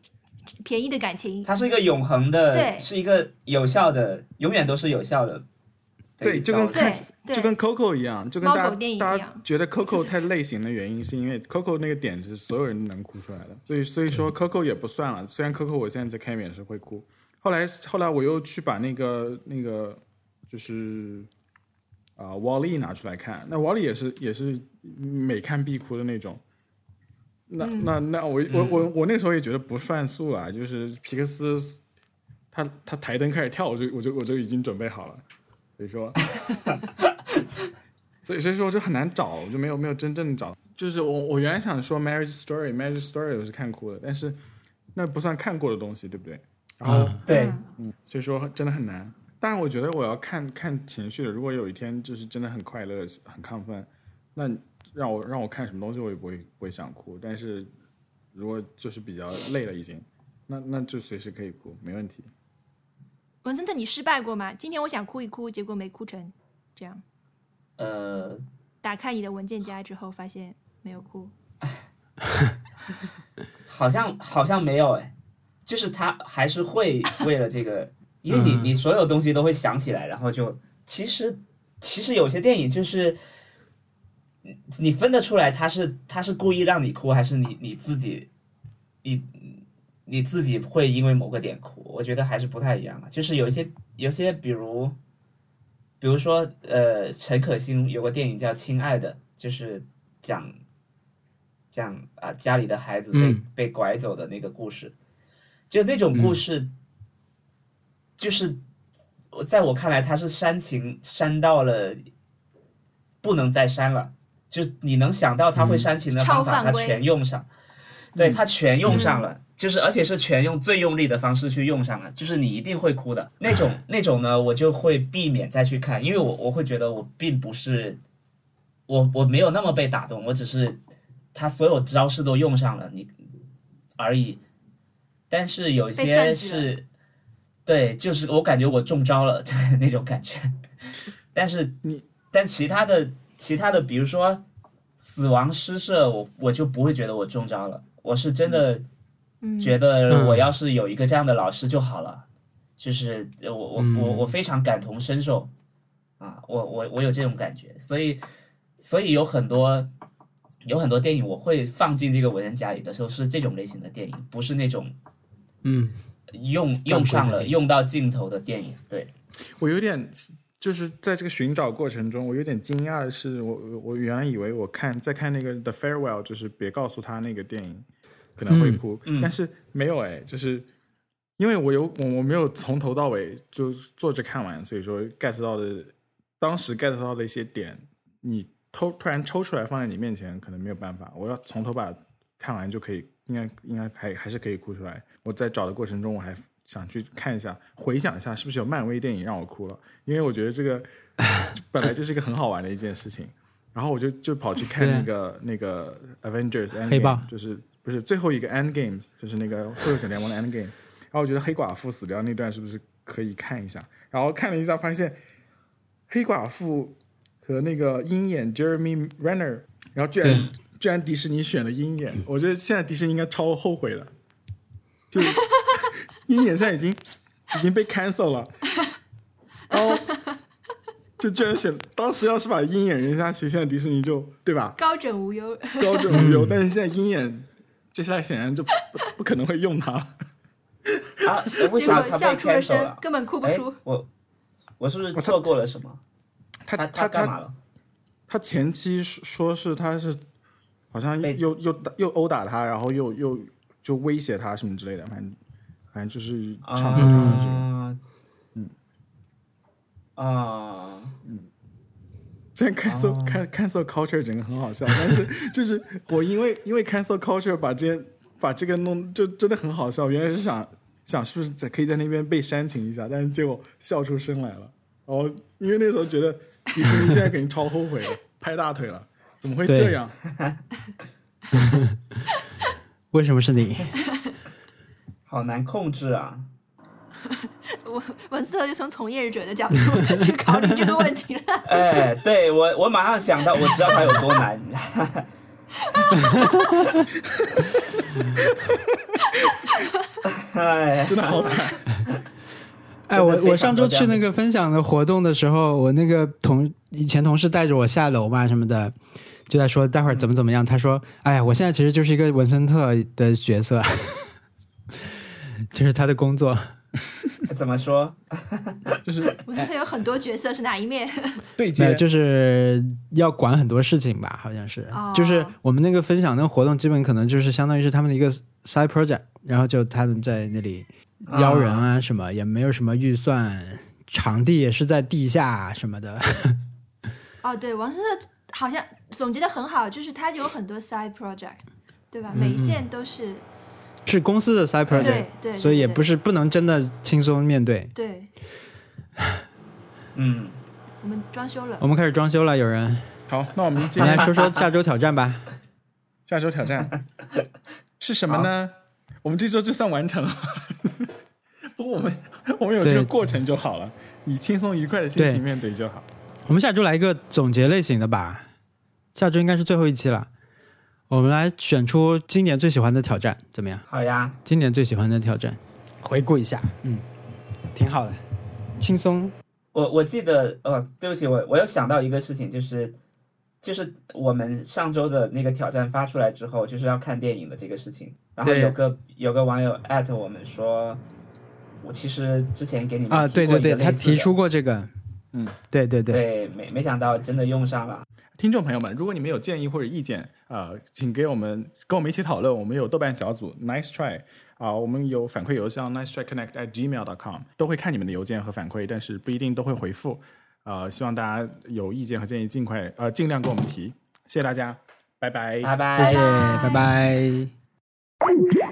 Speaker 4: 便宜的感情。
Speaker 2: 它是一个永恒的，
Speaker 4: 对
Speaker 2: 是一个有效的，永远都是有效的。
Speaker 1: 对就跟
Speaker 4: 对对，
Speaker 1: 就跟 Coco 一样，就跟大
Speaker 4: 猫狗电影
Speaker 1: 家
Speaker 4: 一样
Speaker 1: 大家觉得 Coco 太类型的原因，是因为 Coco 那个点是所有人都能哭出来的，所以所以说 Coco 也不算了。虽然 Coco 我现在在看也是会哭，后来后来我又去把那个那个就是啊、w a l l e 拿出来看，那 Wall-E 也是也是每看必哭的那种。那
Speaker 4: 嗯
Speaker 1: 那那我我我我那时候也觉得不算数啊，就是皮克斯他他台灯开始跳，我就我就我就已经准备好了，所以说，所以所以说我就很难找，我就没有没有真正找。就是我我原来想说《Marriage Story》，《Marriage Story》我是看哭的，但是那不算看过的东西，对不对？然后、
Speaker 2: 对，
Speaker 1: 所以说真的很难。当然，我觉得我要看看情绪的。如果有一天就是真的很快乐、很亢奋，那让我让我看什么东西，我也不会不会想哭。但是如果就是比较累了已经，那那就随时可以哭，没问题。
Speaker 4: 文森特，你失败过吗？今天我想哭一哭，结果没哭成，这样
Speaker 2: 呃，
Speaker 4: 打开你的文件夹之后，发现没有哭。
Speaker 2: 好像好像没有哎，就是他还是会为了这个，因为你你所有东西都会想起来，然后就其实其实有些电影就是你你分得出来他是他是故意让你哭，还是你你自己你你自己会因为某个点哭，我觉得还是不太一样的。就是有一些有些比如比如说呃，陈可辛有个电影叫《亲爱的》，就是讲。讲啊，家里的孩子被、
Speaker 3: 嗯
Speaker 2: 被拐走的那个故事，就那种故事，就是我在我看来，他是煽情煽到了不能再煽了，就是你能想到他会煽情的方
Speaker 4: 超
Speaker 2: 法，
Speaker 4: 犯
Speaker 2: 他
Speaker 4: 规
Speaker 2: 全用上，对他全用上了，就是而且是全用最用力的方式去用上了，就是你一定会哭的那种那种呢，我就会避免再去看，因为我我会觉得我并不是我我没有那么被打动，我只是他所有招式都用上了你而已，但是有
Speaker 4: 被算
Speaker 2: 些
Speaker 4: 计了
Speaker 2: 是。对，就是我感觉我中招了 那种感觉。但是你，但其他的其他的，比如说死亡诗社，我我就不会觉得我中招了。我是真的
Speaker 4: 嗯，
Speaker 2: 觉得我要是有一个这样的老师就好了，就是呃我我
Speaker 4: 嗯
Speaker 2: 我我非常感同身受啊，我我我有这种感觉，所以所以有很多有很多电影我会放进这个文件夹里的时候是这种类型的电影，不是那种
Speaker 3: 嗯，
Speaker 2: 用
Speaker 3: 放
Speaker 2: 用
Speaker 3: 空
Speaker 2: 上
Speaker 3: 的
Speaker 2: 了
Speaker 3: 电影
Speaker 2: 用到镜头的电影，对。
Speaker 1: 我有点就是在这个寻找过程中，我有点惊讶的是，我我我原来以为我看在看那个《The Farewell》，就是别告诉他那个电影可能会哭，
Speaker 2: 嗯嗯
Speaker 1: 但是没有哎，就是因为我有我我没有从头到尾就坐着看完，所以说 get 到的当时 get 到的一些点，你偷突然抽出来放在你面前，可能没有办法，我要从头把它看完就可以，应该应该还还是可以哭出来。我在找的过程中，我还想去看一下，回想一下是不是有漫威电影让我哭了，因为我觉得这个本来就是一个很好玩的一件事情。然后我就就跑去看
Speaker 3: 对啊
Speaker 1: 那个那个 Avengers Endgame，
Speaker 3: 黑豹
Speaker 1: 就是不是最后一个 End Game，就是那个复仇者联盟的 End Game。然后我觉得黑寡妇死掉那段是不是可以看一下。然后看了一下，发现黑寡妇和那个鹰眼 Jeremy Renner，然后居然居然迪士尼选了鹰眼，我觉得现在迪士尼应该超后悔的，就鹰眼现在已经 已经被 cancel 了，然后就居然选，当时要是把鹰眼扔下去，现在迪士尼就对吧？
Speaker 4: 高枕无忧。
Speaker 1: 高枕无忧，但是现在鹰眼接下来显然就不不可能会用 它了。
Speaker 2: 啊，呃为
Speaker 4: 结
Speaker 2: 什么
Speaker 4: 果
Speaker 2: 他
Speaker 4: 笑
Speaker 2: 被
Speaker 4: 出了
Speaker 2: cancel
Speaker 4: 声
Speaker 2: 了，？
Speaker 4: 根本哭不
Speaker 2: 哎
Speaker 4: 出。，
Speaker 2: 我我是不是
Speaker 1: 哦他
Speaker 2: 错过了什么？
Speaker 1: 他
Speaker 2: 他
Speaker 1: 他
Speaker 2: 干
Speaker 1: 他
Speaker 2: 嘛了？
Speaker 1: 他前期说说是他是好像
Speaker 2: 被
Speaker 1: 又又打又殴打他，然后又又就威胁他什么之类的，反正反正就是场面上的这个。
Speaker 2: 啊，嗯啊，
Speaker 1: 虽然 cancel、can cancel culture 整个很好笑，但是就是我因为因为 cancel culture 把这些把这个弄就真的很好笑。原来是想想是不是在可以在那边被煽情一下，但是结果笑出声来了。然后因为那时候觉得迪士尼现在肯定超后悔的，拍大腿了，怎么会这
Speaker 3: 对
Speaker 1: 样？
Speaker 3: 为什么是你？
Speaker 2: 好难控制啊！
Speaker 4: 文文斯特就从从业者的角度 去考虑这个问题了。
Speaker 2: 哎，对我我马上想到，我知道他有多难。哎，
Speaker 1: 真的好惨。
Speaker 3: 哎，我
Speaker 2: 真的非常
Speaker 3: 我上周
Speaker 2: 多这
Speaker 3: 去
Speaker 2: 样的
Speaker 3: 那个分享的活动的时候，我那个同以前同事带着我下楼嘛什么的，就在说待会儿怎么怎么样。他说：“哎呀，我现在其实就是一个文森特的角色， 就是他的工作。
Speaker 2: 怎么说？
Speaker 4: 文斯特有很多角色是哪一面？
Speaker 1: 对
Speaker 3: 那
Speaker 1: 接，
Speaker 3: 就是要管很多事情吧，好像是。
Speaker 4: 哦
Speaker 3: 就是我们那个分享那个活动，基本可能就是相当于是他们的一个 side project，然后就他们在那里邀人啊什么，也没有什么预算，场地也是在地下啊什么的。
Speaker 4: 哦，对，王斯特好像总结的很好，就是他有很多 side project，对吧？每一件都是
Speaker 3: 是公司的 side
Speaker 4: 对
Speaker 3: project，
Speaker 4: 对，
Speaker 3: 所以也
Speaker 4: 对
Speaker 3: 不是不能真的轻松面对。
Speaker 4: 对。
Speaker 2: 嗯，
Speaker 4: 我们装修了
Speaker 3: 我，们开始装修了，有 人，
Speaker 1: 好，那我们
Speaker 3: 你
Speaker 1: 进
Speaker 3: 来
Speaker 1: 来
Speaker 3: 说说下周挑战 吧。
Speaker 1: 下周挑战是什么呢？我们这周就算完成了，不过我们我们有这个
Speaker 3: 对
Speaker 1: 过程就好了，以轻松愉快的心
Speaker 3: 对
Speaker 1: 情面对就好。
Speaker 3: 我们下周来一个总结类型的吧，下周应该是最后一期了。我们来选出今年最喜欢的挑战，怎么样？
Speaker 2: 好呀，
Speaker 3: 今年最喜欢的挑战，回顾一下，嗯，挺好的，轻松。
Speaker 2: 我我记得，呃，对不起，我我又想到一个事情，就是就是我们上周的那个挑战发出来之后，就是要看电影的这个事情。然后
Speaker 3: 对
Speaker 2: 有个有个网友艾特我们说，我其实之前给你们
Speaker 3: 啊，
Speaker 2: 提过
Speaker 3: 对对
Speaker 2: 一个
Speaker 3: 对，
Speaker 2: 类
Speaker 3: 他
Speaker 2: 似
Speaker 3: 提
Speaker 2: 的
Speaker 3: 出过这个，
Speaker 1: 嗯，
Speaker 3: 对对对，
Speaker 2: 对，没没想到真的用上了。
Speaker 1: 听众朋友们，如果你们有建议或者意见，呃，请给我们跟我们一起讨论。我们有豆瓣小组 Nice Try 啊、我们有反馈邮箱 Nice Try Connect at gmail dot com，都会看你们的邮件和反馈，但是不一定都会回复。呃，希望大家有意见和建议尽快呃尽量跟我们提，谢谢大家，拜拜。
Speaker 2: 拜拜。
Speaker 3: 谢谢，拜拜